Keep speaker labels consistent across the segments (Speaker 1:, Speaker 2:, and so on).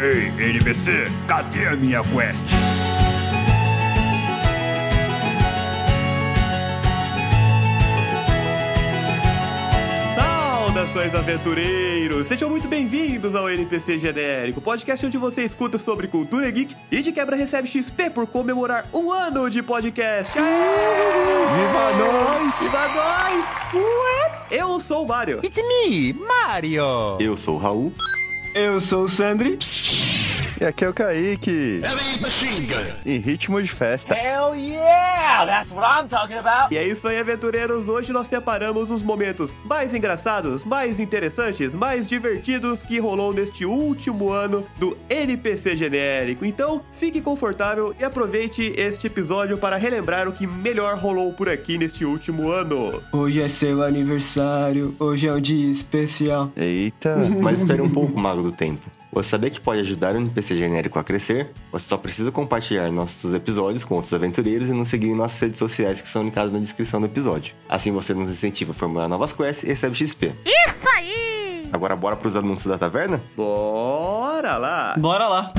Speaker 1: Ei, NPC, cadê a minha quest?
Speaker 2: Saudações aventureiros! Sejam muito bem-vindos ao NPC Genérico, podcast onde você escuta sobre cultura geek e de quebra recebe XP por comemorar um ano de podcast. Aê!
Speaker 3: Viva nós!
Speaker 2: Viva nós! Ué! Eu sou o Mário.
Speaker 4: It's me, Mario!
Speaker 5: Eu sou o Raul.
Speaker 6: Eu sou o Sandri.
Speaker 3: E aqui é o Kaique. Em ritmo de festa.
Speaker 4: Hell yeah! That's what I'm talking about!
Speaker 2: E é isso aí, aventureiros. Hoje nós separamos os momentos mais engraçados, mais interessantes, mais divertidos que rolou neste último ano do NPC genérico. Então, fique confortável e aproveite este episódio para relembrar o que melhor rolou por aqui neste último ano.
Speaker 6: Hoje é seu aniversário, hoje é um dia especial.
Speaker 3: Eita.
Speaker 5: Mas espere um pouco, Mago do Tempo. Você sabia que pode ajudar o NPC genérico a crescer? Você só precisa compartilhar nossos episódios com outros aventureiros e nos seguir em nossas redes sociais que são linkadas na descrição do episódio. Assim você nos incentiva a formular novas quests e recebe XP.
Speaker 7: Isso aí!
Speaker 5: Agora bora pros anúncios da taverna?
Speaker 2: Bora lá!
Speaker 6: Bora lá.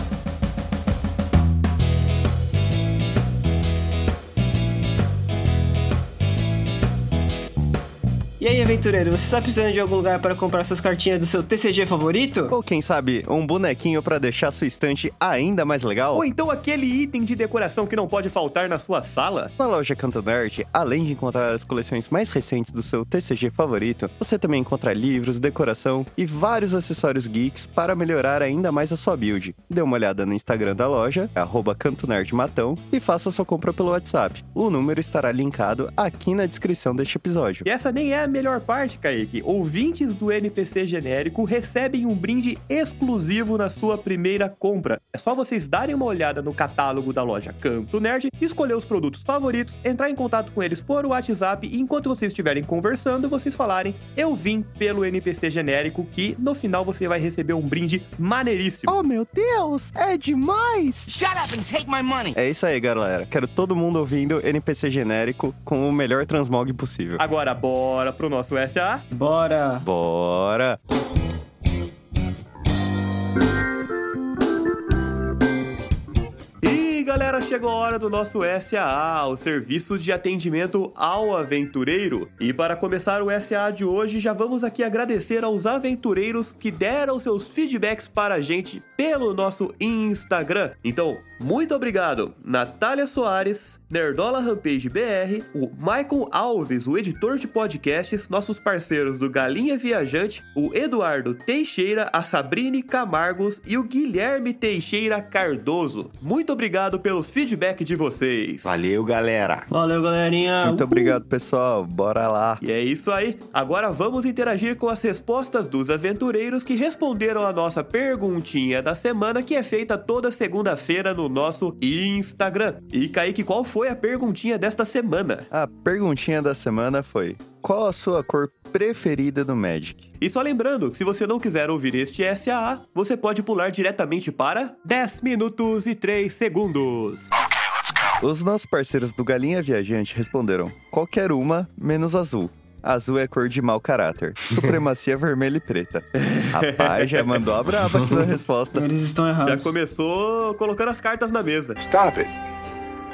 Speaker 6: E aí, aventureiro, você tá precisando de algum lugar para comprar suas cartinhas do seu TCG favorito?
Speaker 3: Ou quem sabe, um bonequinho pra deixar sua estante ainda mais legal?
Speaker 2: Ou então aquele item de decoração que não pode faltar na sua sala?
Speaker 3: Na loja Canto Nerd, além de encontrar as coleções mais recentes do seu TCG favorito, você também encontra livros, decoração e vários acessórios geeks para melhorar ainda mais a sua build. Dê uma olhada no Instagram da loja, arroba Canto Nerd Matão, e faça sua compra pelo WhatsApp. O número estará linkado aqui na descrição deste episódio.
Speaker 2: E essa nem é a melhor parte, Kaique. Ouvintes do NPC genérico recebem um brinde exclusivo na sua primeira compra. É só vocês darem uma olhada no catálogo da loja Canto Nerd, escolher os produtos favoritos, entrar em contato com eles por WhatsApp e enquanto vocês estiverem conversando, vocês falarem eu vim pelo NPC genérico que no final você vai receber um brinde maneiríssimo.
Speaker 3: Oh meu Deus, é demais!
Speaker 4: Shut up and take my money!
Speaker 3: É isso aí, galera. Quero todo mundo ouvindo NPC genérico com o melhor transmog possível.
Speaker 2: Agora bora pro nosso SA.
Speaker 6: Bora.
Speaker 3: Bora!
Speaker 2: E galera, chegou a hora do nosso SAA, o serviço de atendimento ao aventureiro. E para começar o SAA de hoje, já vamos aqui agradecer aos aventureiros que deram seus feedbacks para a gente pelo nosso Instagram. Então, muito obrigado, Natália Soares, Nerdola Rampage BR, o Michael Alves, o editor de podcasts, nossos parceiros do Galinha Viajante, o Eduardo Teixeira, a Sabrine Camargos e o Guilherme Teixeira Cardoso. Muito obrigado pelo feedback de vocês.
Speaker 5: Valeu, galera!
Speaker 6: Valeu, galerinha.
Speaker 3: Muito
Speaker 6: Uh.
Speaker 3: obrigado, pessoal. Bora lá.
Speaker 2: E é isso aí. Agora vamos interagir com as respostas dos aventureiros que responderam a nossa perguntinha da semana que é feita toda segunda-feira no nosso Instagram. E Kaique, qual foi a perguntinha desta semana?
Speaker 3: A perguntinha da semana foi: qual a sua cor preferida no Magic?
Speaker 2: E só lembrando que se você não quiser ouvir este SAA, você pode pular diretamente para 10 minutos e 3 segundos.
Speaker 3: Os nossos parceiros do Galinha Viajante responderam: qualquer uma, menos azul. Azul é cor de mau caráter. Supremacia vermelha e preta. Rapaz, já mandou a brava aqui na resposta.
Speaker 6: Eles estão
Speaker 2: Já
Speaker 6: errados.
Speaker 2: começou colocando as cartas na mesa.
Speaker 8: Stop it.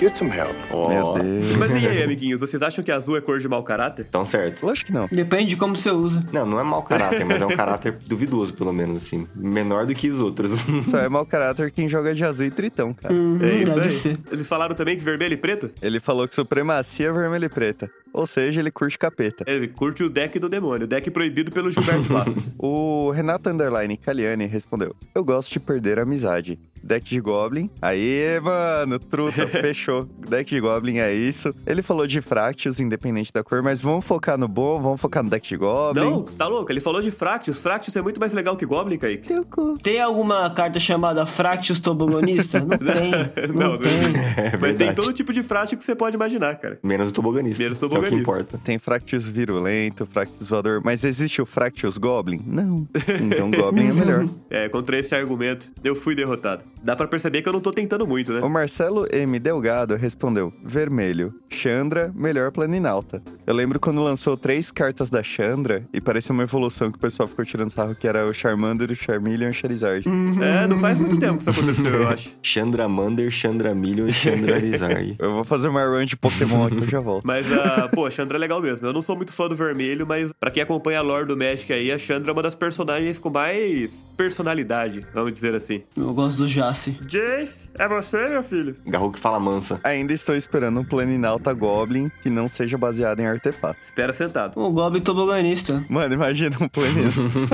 Speaker 8: Get some help.
Speaker 5: Ó,
Speaker 3: Meu Deus.
Speaker 2: Mas e aí, amiguinhos, vocês acham que azul é cor de mau caráter?
Speaker 5: tão certo.
Speaker 3: Lógico que não.
Speaker 6: Depende de como você usa.
Speaker 5: Não, não é mau caráter, mas é um caráter duvidoso, pelo menos, assim. Menor do que os outros.
Speaker 3: Só é mau caráter quem joga de azul e tritão, cara.
Speaker 6: Uhum,
Speaker 2: É isso
Speaker 6: deve
Speaker 2: aí.
Speaker 6: ser.
Speaker 2: Eles falaram também que vermelho e preto?
Speaker 3: Ele falou que supremacia vermelha e preta. Ou seja, ele curte capeta.
Speaker 2: É, Ele curte o deck do demônio, deck proibido pelo Gilberto Bastos.
Speaker 3: O Renato Underline Caliani respondeu: Eu gosto de perder a amizade. Deck de Goblin. Aí, mano, truta, fechou. Deck de Goblin é isso. Ele falou de fractios, independente da cor, mas vamos focar no bom, vamos focar no deck de Goblin.
Speaker 2: Não, tá louco? Ele falou de Fractus. Fractus é muito mais legal que Goblin, Kaique.
Speaker 3: Teu cu.
Speaker 6: Tem alguma carta chamada Fractus Tobogonista? Não tem. Não, tem.
Speaker 5: É
Speaker 2: Mas tem
Speaker 5: verdade.
Speaker 2: todo tipo de Fractus que você pode imaginar, cara.
Speaker 5: Menos o toboganista.
Speaker 2: Menos
Speaker 5: É
Speaker 2: o
Speaker 5: o que
Speaker 2: toboganista.
Speaker 5: importa.
Speaker 3: Tem Fractius virulento, Fractius voador, mas existe o Fractius Goblin? Não. Então Goblin é melhor.
Speaker 2: É, contra esse argumento, eu fui derrotado. Dá pra perceber que eu não tô tentando muito, né?
Speaker 3: O Marcelo M. Delgado respondeu: Vermelho. Chandra, melhor planinalta. Eu lembro quando lançou três cartas da Chandra e parecia uma evolução que o pessoal ficou tirando sarro, que era o Charmander, o Charmeleon e o Charizard.
Speaker 2: É, não faz muito tempo que isso aconteceu, eu acho.
Speaker 5: Chandramander, Chandramillion e Chandrarizard.
Speaker 3: Eu vou fazer uma run de Pokémon aqui, eu já volto.
Speaker 2: Mas a, pô, a Chandra é legal mesmo. Eu não sou muito fã do vermelho, mas pra quem acompanha a lore do Magic aí, a Chandra é uma das personagens com mais personalidade, vamos dizer assim.
Speaker 6: Eu gosto do Jace.
Speaker 2: Jace, é você, meu filho?
Speaker 5: Garrou que fala mansa.
Speaker 3: Ainda estou esperando um Planinalta Goblin que não seja baseado em artefatos.
Speaker 2: Espera sentado.
Speaker 6: O Goblin toboganista.
Speaker 3: Mano, imagina um, planin...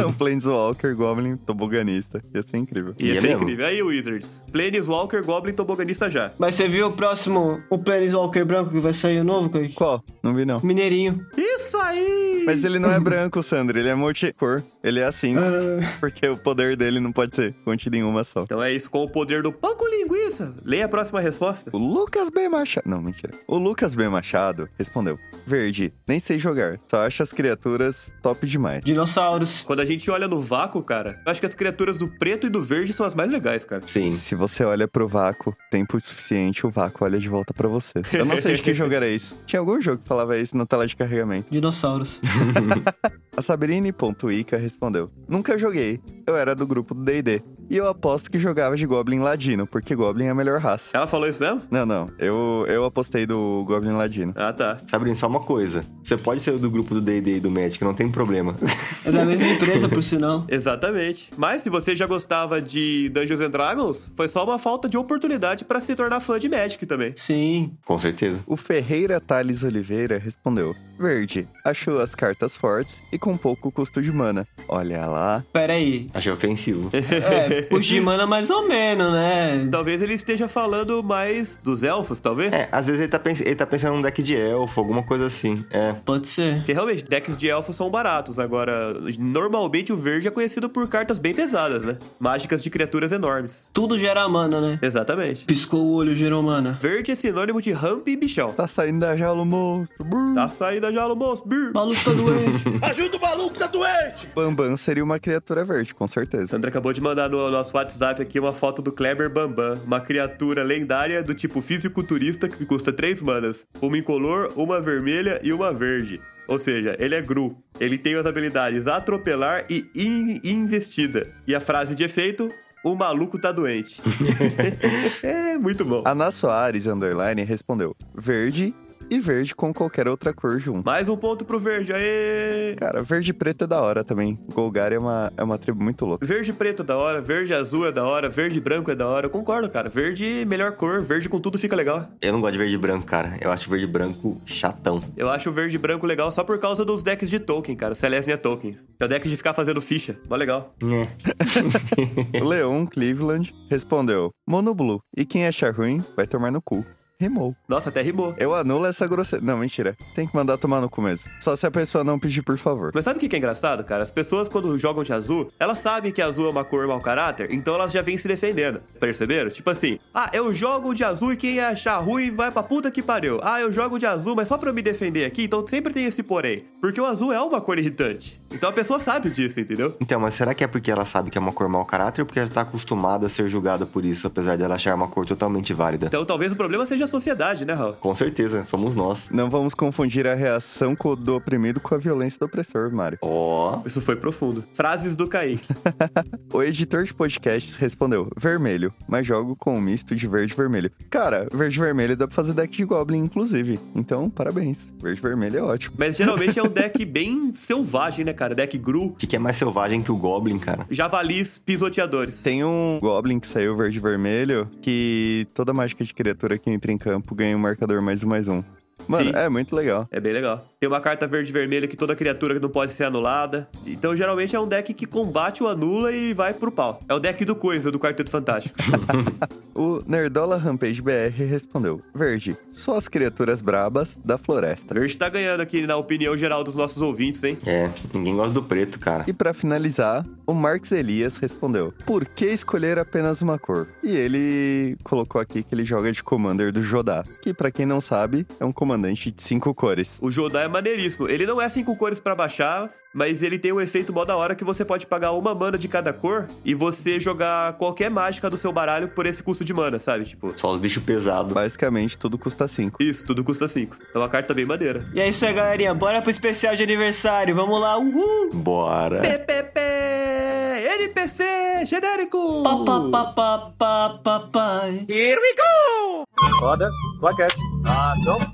Speaker 3: um Planeswalker Goblin toboganista. Ia ser incrível.
Speaker 2: Ia
Speaker 5: é
Speaker 2: ser
Speaker 5: mesmo?
Speaker 2: incrível. Aí, Wizards. Planeswalker, Goblin, Toboganista já.
Speaker 6: Mas você viu o próximo, o Planeswalker branco que vai sair o novo, Kaique?
Speaker 3: Qual? Não vi não.
Speaker 6: Mineirinho.
Speaker 2: Isso aí!
Speaker 3: Mas ele não é branco, Sandro. Ele é multicor. Ele é assim. porque o poder dele não pode ser contido em uma só.
Speaker 2: Então é isso, com o poder do Panco Linguiça. Leia a próxima resposta.
Speaker 3: O Lucas B. Machado. Não, mentira. O Lucas B. Machado respondeu: Verde, nem sei jogar. Só acho as criaturas top demais.
Speaker 6: Dinossauros.
Speaker 2: Quando a gente olha no vácuo, cara, eu acho que as criaturas do preto e do verde são as mais legais, cara.
Speaker 5: Sim.
Speaker 3: Se você olha pro vácuo, tempo suficiente, o vácuo olha de volta pra você. Eu não sei de que jogo era isso. Tinha algum jogo que falava isso na tela de carregamento.
Speaker 6: Dinossauros.
Speaker 3: A Sabrine.ica respondeu: Nunca joguei. Eu era do grupo do DD. E eu aposto que jogava de Goblin Ladino, porque Goblin é a melhor raça.
Speaker 2: Ela falou isso mesmo?
Speaker 3: Não, não. Eu, eu apostei do Goblin Ladino.
Speaker 2: Ah, tá.
Speaker 5: Sabrina, só uma coisa. Você pode ser do grupo do D&D e do Magic, não tem problema.
Speaker 6: É da mesma empresa, por sinal.
Speaker 2: Exatamente. Mas se você já gostava de Dungeons and Dragons, foi só uma falta de oportunidade pra se tornar fã de Magic também.
Speaker 6: Sim.
Speaker 5: Com certeza.
Speaker 3: O Ferreira Thales Oliveira respondeu: Verde, achou as cartas fortes e com pouco custo de mana. Olha lá.
Speaker 6: Pera aí.
Speaker 5: Achei ofensivo.
Speaker 6: É, o Gimana mais ou menos, né?
Speaker 2: Talvez ele esteja falando mais dos elfos, talvez?
Speaker 5: É, às vezes ele tá, pens- ele tá pensando num deck de elfo, alguma coisa assim. É.
Speaker 6: Pode ser.
Speaker 2: Porque realmente, decks de elfos são baratos. Agora, normalmente o verde é conhecido por cartas bem pesadas, né? Mágicas de criaturas enormes.
Speaker 6: Tudo gera mana, né?
Speaker 2: Exatamente.
Speaker 6: Piscou o olho, gerou mana.
Speaker 2: Verde é sinônimo de rampa e bichão.
Speaker 3: Tá saindo da jaula o monstro. Brrr.
Speaker 2: Tá saindo já, moço. Bir.
Speaker 6: O maluco tá doente.
Speaker 3: Bambam seria uma criatura verde, com certeza.
Speaker 2: Sandra acabou de mandar no nosso WhatsApp aqui uma foto do Kleber Bambam, uma criatura lendária do tipo fisiculturista que custa três manas, uma incolor, uma vermelha e uma verde. Ou seja, ele é Gru. Ele tem as habilidades atropelar e in- investida. E a frase de efeito: o maluco tá doente. é muito bom.
Speaker 3: Ana Soares Underline respondeu: Verde e verde com qualquer outra cor junto.
Speaker 2: Mais um ponto pro verde, aê!
Speaker 3: Cara, verde e preto é da hora também. Golgari é uma, é uma tribo muito louca.
Speaker 2: Verde e preto é da hora, verde e azul é da hora, verde e branco é da hora. Eu concordo, cara. Verde, melhor cor, verde com tudo fica legal.
Speaker 5: Eu não gosto de verde e branco, cara. Eu acho verde e branco chatão.
Speaker 2: Eu acho o verde e branco legal só por causa dos decks de token, cara. Celestia Tokens. Que é o deck de ficar fazendo ficha. Mó legal.
Speaker 3: O Leon Cleveland respondeu: Monoblue. E quem achar ruim, vai tomar no cu. Rimou.
Speaker 2: Nossa, até rimou.
Speaker 3: Eu anulo essa grosseira. Não, mentira. Tem que mandar tomar no cu mesmo. Só se a pessoa não pedir, por favor.
Speaker 2: Mas sabe o que que é engraçado, cara? As pessoas, quando jogam de azul, elas sabem que azul é uma cor mau caráter, então elas já vêm se defendendo. Perceberam? Tipo assim, ah, eu jogo de azul e quem achar ruim vai pra puta que pariu. Ah, eu jogo de azul, mas só pra eu me defender aqui, então sempre tem esse porém. Porque o azul é uma cor irritante. Então a pessoa sabe disso, entendeu?
Speaker 5: Então, mas será que é porque ela sabe que é uma cor mau caráter ou porque ela tá acostumada a ser julgada por isso, apesar dela achar uma cor totalmente válida?
Speaker 2: Então talvez o problema seja a sociedade, né, Raul?
Speaker 5: Com certeza, somos nós.
Speaker 3: Não vamos confundir a reação co- do oprimido com a violência do opressor, Mário.
Speaker 5: Ó,
Speaker 2: Isso foi profundo. Frases do Kaique.
Speaker 3: O editor de podcasts respondeu: vermelho, mas jogo com um misto de verde e vermelho. Cara, verde e vermelho dá pra fazer deck de Goblin, inclusive. Então, parabéns. Verde e vermelho é ótimo.
Speaker 2: Mas geralmente é um deck bem selvagem, né, cara? Deck Gru,
Speaker 5: o que, que é mais selvagem que o Goblin, cara?
Speaker 2: javalis, pisoteadores.
Speaker 3: Tem um Goblin que saiu verde e vermelho que toda mágica de criatura que entra em campo ganha um marcador mais um mais um. Mano,
Speaker 2: Sim.
Speaker 3: é muito legal.
Speaker 2: É bem legal. Tem uma carta verde e vermelha que toda criatura não pode ser anulada. Então, geralmente é um deck que combate o anula e vai pro pau. É o deck do Coisa, do Quarteto Fantástico.
Speaker 3: O Nerdola Rampage BR respondeu: Verde, só as criaturas brabas da floresta.
Speaker 2: verde tá ganhando aqui na opinião geral dos nossos ouvintes, hein?
Speaker 5: É, ninguém gosta do preto, cara.
Speaker 3: E pra finalizar, o Marcos Elias respondeu: Por que escolher apenas uma cor? E ele colocou aqui que ele joga de Commander do Jodá, que pra quem não sabe, é um
Speaker 9: comandante de cinco cores.
Speaker 2: O Jodá é maneiríssimo. Ele não é cinco cores pra baixar, mas ele tem um efeito mó da hora que você pode pagar uma mana de cada cor e você jogar qualquer mágica do seu baralho por esse custo de mana, sabe? Tipo,
Speaker 10: Só os bichos pesados.
Speaker 9: Basicamente, tudo custa cinco.
Speaker 2: isso, tudo custa cinco. É uma carta bem maneira.
Speaker 6: E é isso aí, galerinha. Bora pro especial de aniversário. Vamos lá. Uhul!
Speaker 10: Bora.
Speaker 2: PPP NPC genérico!
Speaker 6: Pá, pá, pá, pá, pá, pá, pá.
Speaker 11: Here we go!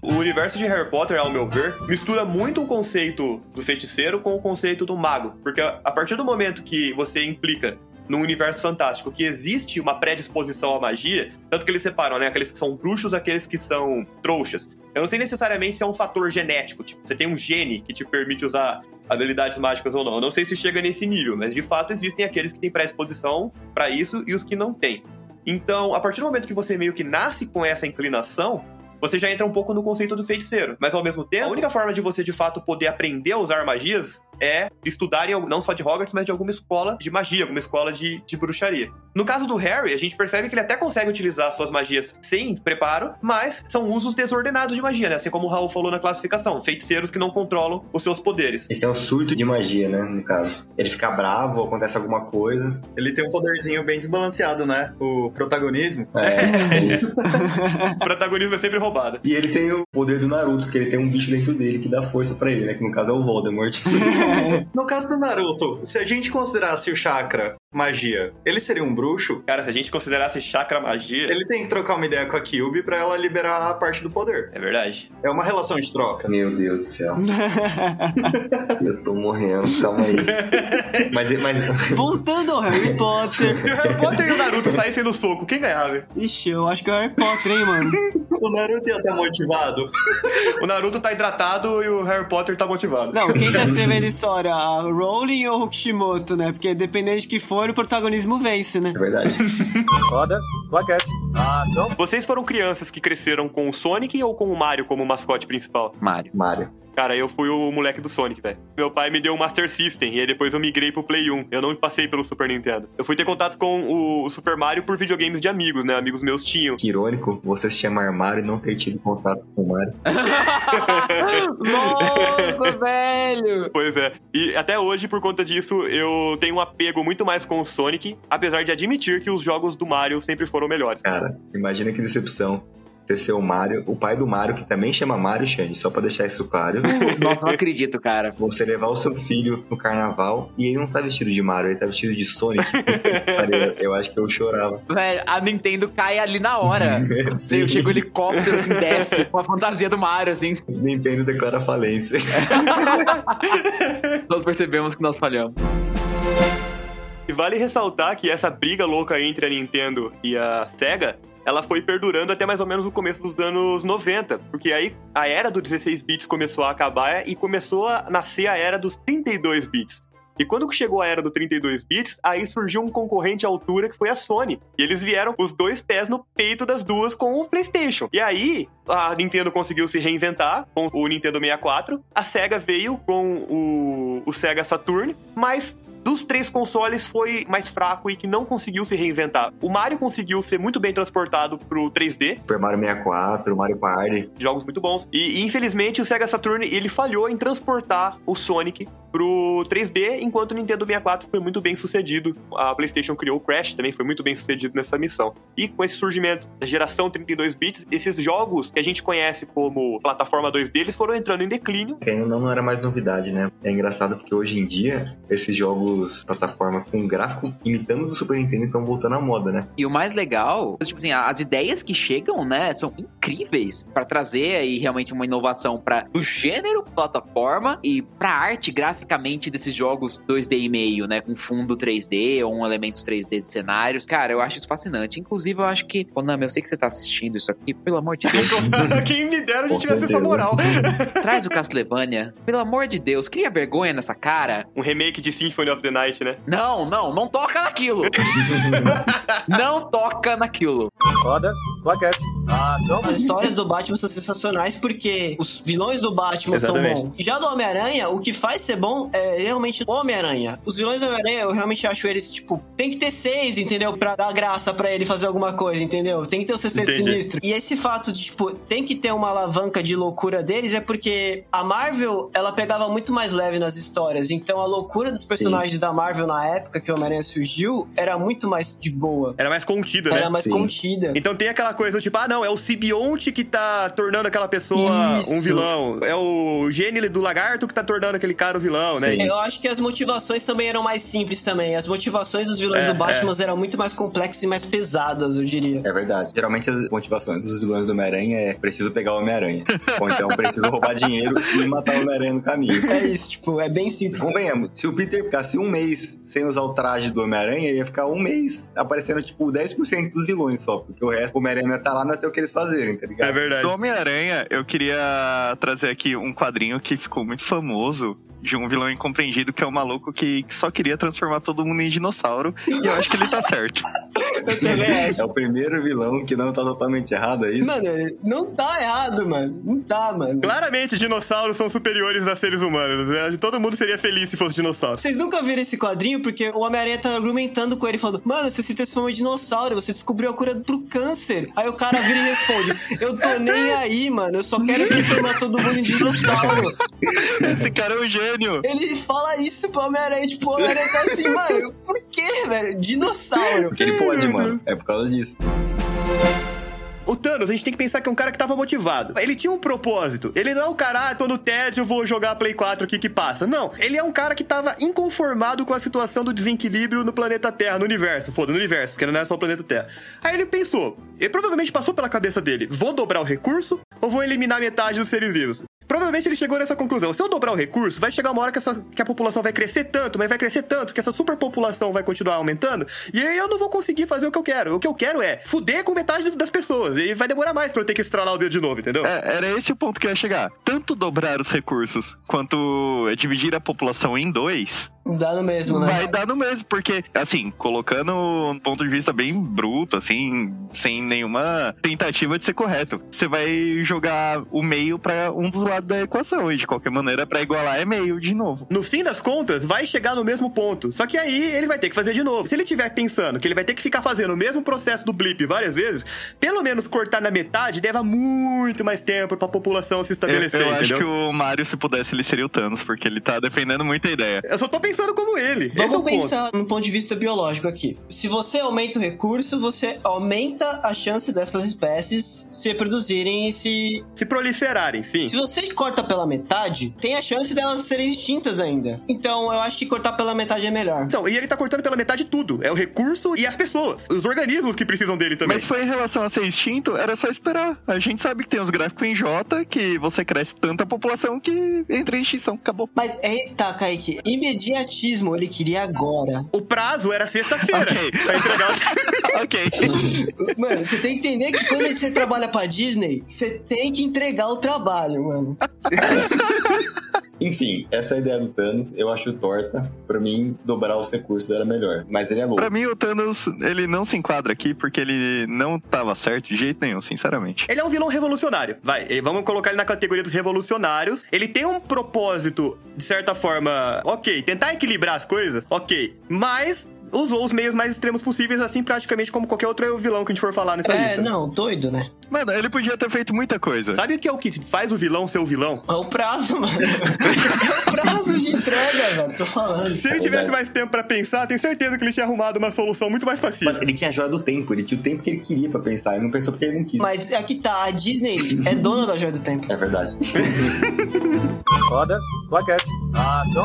Speaker 2: O universo de Harry Potter, ao meu ver, mistura muito o conceito do feiticeiro com o conceito do mago. Porque a a partir do momento que você implica num universo fantástico que existe uma predisposição à magia, tanto que eles separam, né? Aqueles que são bruxos, aqueles que são trouxas. Eu não sei necessariamente se é um fator genético, tipo, você tem um gene que te permite usar habilidades mágicas ou não. Eu não sei se chega nesse nível, mas de fato existem aqueles que têm predisposição pra isso e os que não têm. Então, a partir do momento que você meio que nasce com essa inclinação, você já entra um pouco no conceito do feiticeiro. Mas ao mesmo tempo, a única forma de você de fato poder aprender a usar magias é estudar em, algum- não só de Hogwarts, mas de alguma escola de magia, alguma escola de, de bruxaria. No caso do Harry, a gente percebe que ele até consegue utilizar suas magias sem preparo, mas são usos desordenados de magia, né? Assim como o Raul falou na classificação, feiticeiros que não controlam os seus poderes.
Speaker 5: Esse é um surto de magia, né? No caso. Ele fica bravo, acontece alguma coisa.
Speaker 7: Ele tem um poderzinho bem desbalanceado, né? O protagonismo.
Speaker 5: É, isso.
Speaker 2: O protagonismo é sempre roubado.
Speaker 5: E ele tem o poder do Naruto, que ele tem um bicho dentro dele que dá força pra ele, né? Que no caso é o Voldemort.
Speaker 7: No caso do Naruto, se a gente considerasse o chakra magia, ele seria um bruxo?
Speaker 2: Cara, se a gente considerasse chakra magia,
Speaker 7: Ele tem que trocar uma ideia com a Kyubi pra ela liberar a parte do poder.
Speaker 2: é verdade.
Speaker 7: É uma relação de troca.
Speaker 5: Meu Deus do céu. Eu tô morrendo, calma aí. Mas, mas
Speaker 6: Voltando ao Harry
Speaker 7: É
Speaker 6: Potter.
Speaker 2: Se o Harry Potter e o Naruto saíssem no soco, quem ganhava?
Speaker 6: Ixi, eu acho que é o Harry Potter, hein, mano?
Speaker 7: O Naruto ia estar motivado.
Speaker 2: O Naruto tá hidratado e o Harry Potter tá motivado.
Speaker 6: Não, quem tá escrevendo história? A Rowling ou o Kishimoto, né? Porque dependendo de que for, o protagonismo vence, né?
Speaker 5: é verdade.
Speaker 2: Vocês foram crianças que cresceram com o Sonic ou com o Mario como mascote principal?
Speaker 11: Mario.
Speaker 5: Mario.
Speaker 2: Cara, eu fui o moleque do Sonic, velho. Meu pai me deu o Master System e aí depois eu migrei pro Play 1. Eu não passei pelo Super Nintendo. Eu fui ter contato com o- o Super Mario por videogames de amigos, né? Amigos meus tinham.
Speaker 5: Que irônico você se chamar Mario e não ter tido contato com o Mario.
Speaker 12: Nossa, velho!
Speaker 2: Pois é. E até hoje, por conta disso, eu tenho um apego muito mais com o Sonic, apesar de admitir que os jogos do Mario sempre foram melhores.
Speaker 5: Cara, imagina que decepção. Você ser o Mario, o pai do Mario, que também chama Mario Xande, só pra deixar isso claro.
Speaker 12: Nossa, não acredito, cara.
Speaker 5: Você levar o seu filho no carnaval e ele não tá vestido de Mario, ele tá vestido de Sonic. Cara, eu- eu acho que eu chorava.
Speaker 12: Velho, a Nintendo cai ali na hora. Sei, chega o helicóptero, assim, desce com a fantasia do Mario, assim.
Speaker 5: Nintendo declara falência.
Speaker 12: Nós percebemos que nós falhamos.
Speaker 2: E vale ressaltar que essa briga louca entre a Nintendo e a Sega, ela foi perdurando até mais ou menos o começo dos anos 90, porque aí a era do 16 bits começou a acabar e começou a nascer a era dos 32 bits. E quando chegou a era do 32 bits, aí surgiu um concorrente à altura que foi a Sony. E eles vieram os dois pés no peito das duas com o PlayStation. E aí a Nintendo conseguiu se reinventar com o Nintendo 64, a Sega veio com o, o Sega Saturn, mas dos três consoles foi mais fraco e que não conseguiu se reinventar. O Mario conseguiu ser muito bem transportado pro 3D,
Speaker 5: Super Mario 64, Mario Party.
Speaker 2: jogos muito bons. E, e, infelizmente o Sega Saturn ele falhou em transportar o Sonic pro 3D, enquanto o Nintendo 64 foi muito bem sucedido. A PlayStation criou o Crash também, foi muito bem sucedido nessa missão. E com esse surgimento da geração 32 bits, esses jogos que a gente conhece como plataforma 2D, eles foram entrando em declínio.
Speaker 5: Querendo ou não, não era mais novidade, né? É engraçado porque hoje em dia, esses jogos plataforma com gráfico imitando do Super Nintendo estão voltando à moda, né?
Speaker 12: E o mais legal, tipo assim, as ideias que chegam, né, são incríveis pra trazer aí realmente uma inovação para do gênero plataforma e pra arte graficamente desses jogos 2D e meio, né, com fundo 3D ou um elementos 3D de cenários. Cara, eu acho isso fascinante. Inclusive, eu acho que, Konami, eu sei que você tá assistindo isso aqui, pelo amor de Deus,
Speaker 2: Quem me dera a
Speaker 5: Com
Speaker 2: gente tivesse essa
Speaker 5: certeza.
Speaker 2: moral.
Speaker 12: traz o Castlevania. Pelo amor de Deus, cria vergonha nessa cara.
Speaker 2: Um remake de Symphony of the Night, né?
Speaker 12: Não, não, não toca naquilo. não toca naquilo.
Speaker 6: As histórias do Batman são sensacionais porque os vilões do Batman
Speaker 2: Exatamente.
Speaker 6: são bons. Já do Homem-Aranha, o que faz ser bom é realmente o Homem-Aranha. Os vilões do Homem-Aranha, eu realmente acho eles, tipo, tem que ter seis, entendeu? Pra dar graça pra ele fazer alguma coisa, entendeu? Tem que ter o sexteto
Speaker 2: Entendi.
Speaker 6: sinistro. E esse fato de, tipo, tem que ter uma alavanca de loucura deles é porque a Marvel, ela pegava muito mais leve nas histórias. Então a loucura dos personagens da Marvel na época que o Homem-Aranha surgiu era muito mais de boa.
Speaker 2: Era mais contida, né?
Speaker 6: Era mais
Speaker 5: Sim.
Speaker 6: contida.
Speaker 2: Então tem aquela coisa, tipo, ah não, é o simbionte que tá tornando aquela pessoa
Speaker 6: Isso.
Speaker 2: um vilão. É o gênio do lagarto que tá tornando aquele cara o vilão, né?
Speaker 5: Sim.
Speaker 6: É, Eu acho que as motivações também eram mais simples também. As motivações dos vilões
Speaker 2: É,
Speaker 6: do Batman eram muito mais complexas e mais pesadas, eu diria.
Speaker 5: É verdade. Geralmente as motivações dos vilões do Homem-Aranha é preciso pegar o Homem-Aranha. Ou então preciso roubar dinheiro e matar o Homem-Aranha no caminho.
Speaker 6: É isso, tipo, é bem simples.
Speaker 5: Convenhamos, se o Peter ficasse um mês sem usar o traje do Homem-Aranha, ele ia ficar um mês aparecendo, tipo, 10% dos vilões só, porque o resto, o Homem-Aranha tá lá não até o que eles fazerem, tá ligado?
Speaker 2: É verdade.
Speaker 3: Do Homem-Aranha, eu queria trazer aqui um quadrinho que ficou muito famoso de um vilão incompreendido que é um maluco que só queria transformar todo mundo em dinossauro. E eu acho que ele tá certo.
Speaker 6: Eu também acho.
Speaker 5: É o primeiro vilão que não tá totalmente errado, é isso?
Speaker 6: Mano, não tá errado, mano. Não tá, mano.
Speaker 2: Claramente, dinossauros são superiores a seres humanos. Né? Todo mundo seria feliz se fosse dinossauro.
Speaker 6: Vocês nunca viram esse quadrinho porque o Homem-Aranha tá argumentando com ele, falando: Mano, você se transformou em dinossauro, você descobriu a cura pro câncer. Aí o cara vira e responde: Eu tô nem aí, mano, eu só quero transformar todo mundo em dinossauro.
Speaker 3: Esse cara é um gênio.
Speaker 6: Ele fala isso pro Homem-Aranha, tipo, o Homem-Aranha tá assim, mano, por quê, velho? Dinossauro.
Speaker 5: Porque ele pode, mano. É por causa disso.
Speaker 2: O Thanos, a gente tem que pensar que é um cara que tava motivado. Ele tinha um propósito. Ele não é o cara, ah, tô no tédio, vou jogar Play 4 aqui que passa. Não. Ele é um cara que tava inconformado com a situação do desequilíbrio no planeta Terra, no universo. Foda, no universo, porque não é só o planeta Terra. Aí ele pensou, e provavelmente passou pela cabeça dele: vou dobrar o recurso ou vou eliminar metade dos seres vivos? Provavelmente ele chegou nessa conclusão. Se eu dobrar o recurso, vai chegar uma hora que, essa- que a população vai crescer tanto, mas vai crescer tanto, que essa superpopulação vai continuar aumentando, e aí eu não vou conseguir fazer o que eu quero. O que eu quero é fuder com metade das pessoas, e vai demorar mais pra eu ter que estralar o dedo de novo, entendeu?
Speaker 3: É, era esse o ponto que eu ia chegar. Tanto dobrar os recursos quanto dividir a população em dois
Speaker 6: Dá no mesmo, né?
Speaker 3: Vai dar no mesmo, porque, assim, colocando um ponto de vista bem bruto, assim, sem nenhuma tentativa de ser correto, você vai jogar o meio pra um dos lados da equação, e de qualquer maneira, pra igualar é meio de novo.
Speaker 2: No fim das contas, vai chegar no mesmo ponto. Só que aí ele vai ter que fazer de novo. Se ele tiver pensando que ele vai ter que ficar fazendo o mesmo processo do blip várias vezes, pelo menos cortar na metade leva muito mais tempo pra população se
Speaker 3: Eu,
Speaker 2: estabelecer,
Speaker 3: eu acho
Speaker 2: entendeu?
Speaker 3: que o Mario, se pudesse, ele seria o Thanos, porque ele tá defendendo muita ideia.
Speaker 2: Eu só tô pensando como ele. Esse é o
Speaker 6: Vamos
Speaker 2: ponto.
Speaker 6: pensar no ponto de vista biológico aqui. Se você aumenta o recurso, você aumenta a chance dessas espécies se reproduzirem e se.
Speaker 2: Se proliferarem, sim.
Speaker 6: Se você corta pela metade, tem a chance delas serem extintas ainda. Então eu acho que cortar pela metade é melhor.
Speaker 2: Então, e ele tá cortando pela metade tudo. É o recurso e as pessoas. Os organismos que precisam dele também.
Speaker 3: Mas foi em relação a ser extinto, era só esperar. A gente sabe que tem os gráficos em J, que você cresce tanta população que entra em extinção, acabou.
Speaker 6: Mas é eita, tá, Kaique, imediatismo ele queria agora.
Speaker 2: O prazo era sexta-feira
Speaker 3: Ok.
Speaker 2: pra entregar os...
Speaker 3: ok.
Speaker 6: Mano, você tem que entender que quando você trabalha pra Disney, você tem que entregar o trabalho, mano.
Speaker 5: Enfim, essa é a ideia do Thanos, eu acho torta. Pra mim, dobrar os recursos era melhor. Mas ele é
Speaker 10: Tipo,
Speaker 5: louco.
Speaker 3: Pra mim, o Thanos, ele não se enquadra aqui porque ele não tava certo de jeito nenhum, sinceramente.
Speaker 2: Ele é um vilão revolucionário. Vai, eh, vamos colocar ele na categoria dos revolucionários. Ele tem um propósito, de certa forma, ok, tentar equilibrar as coisas, ok. Mas usou os meios mais extremos possíveis, assim, praticamente como qualquer outro vilão que a gente for falar nessa
Speaker 6: É,
Speaker 2: lista.
Speaker 6: não, doido, né?
Speaker 3: Mano, ele podia ter feito muita coisa.
Speaker 2: Sabe o que é o que faz o vilão ser o vilão?
Speaker 6: É o prazo, mano. É o prazo de entrega, velho. Tô falando.
Speaker 2: Se ele
Speaker 5: É
Speaker 2: tivesse
Speaker 5: verdade.
Speaker 2: mais tempo pra pensar, tenho certeza que ele tinha arrumado uma solução muito mais pacífica.
Speaker 5: Mas ele tinha joia do tempo, ele tinha o tempo que ele queria pra pensar, ele não pensou porque ele não quis.
Speaker 6: Mas aqui tá, a Disney é dona da joia do tempo.
Speaker 5: É verdade.
Speaker 13: Roda, plaquete.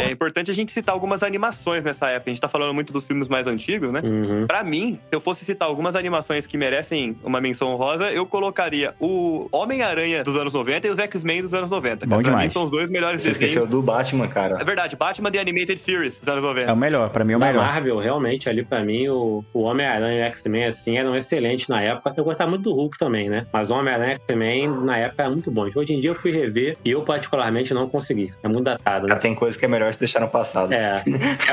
Speaker 2: É importante a gente citar algumas animações nessa época. A gente tá falando muito dos filmes mais antigos, né?
Speaker 14: Uhum.
Speaker 2: Pra mim, se eu fosse citar algumas animações que merecem uma menção honrosa, eu colocaria o Homem-Aranha dos anos 90 e os X-Men dos anos 90.
Speaker 14: Bom
Speaker 2: pra mim
Speaker 14: demais.
Speaker 2: são os dois melhores
Speaker 5: Você
Speaker 2: desenhos.
Speaker 5: esqueceu do Batman, cara.
Speaker 2: É verdade, Batman The Animated Series dos anos 90.
Speaker 14: É o melhor, pra mim é o
Speaker 15: da
Speaker 14: melhor.
Speaker 15: Marvel, realmente, ali pra mim, o, o Homem-Aranha e o X-Men, assim, eram excelentes na época. Eu gostava muito do Hulk também, né? Mas o Homem-Aranha e o X-Men, na época, era muito bom. Hoje em dia eu fui rever e eu, particularmente, não consegui. É muito datado, né?
Speaker 5: Cara, tem coisa coisa que é melhor se deixar no passado.
Speaker 15: É.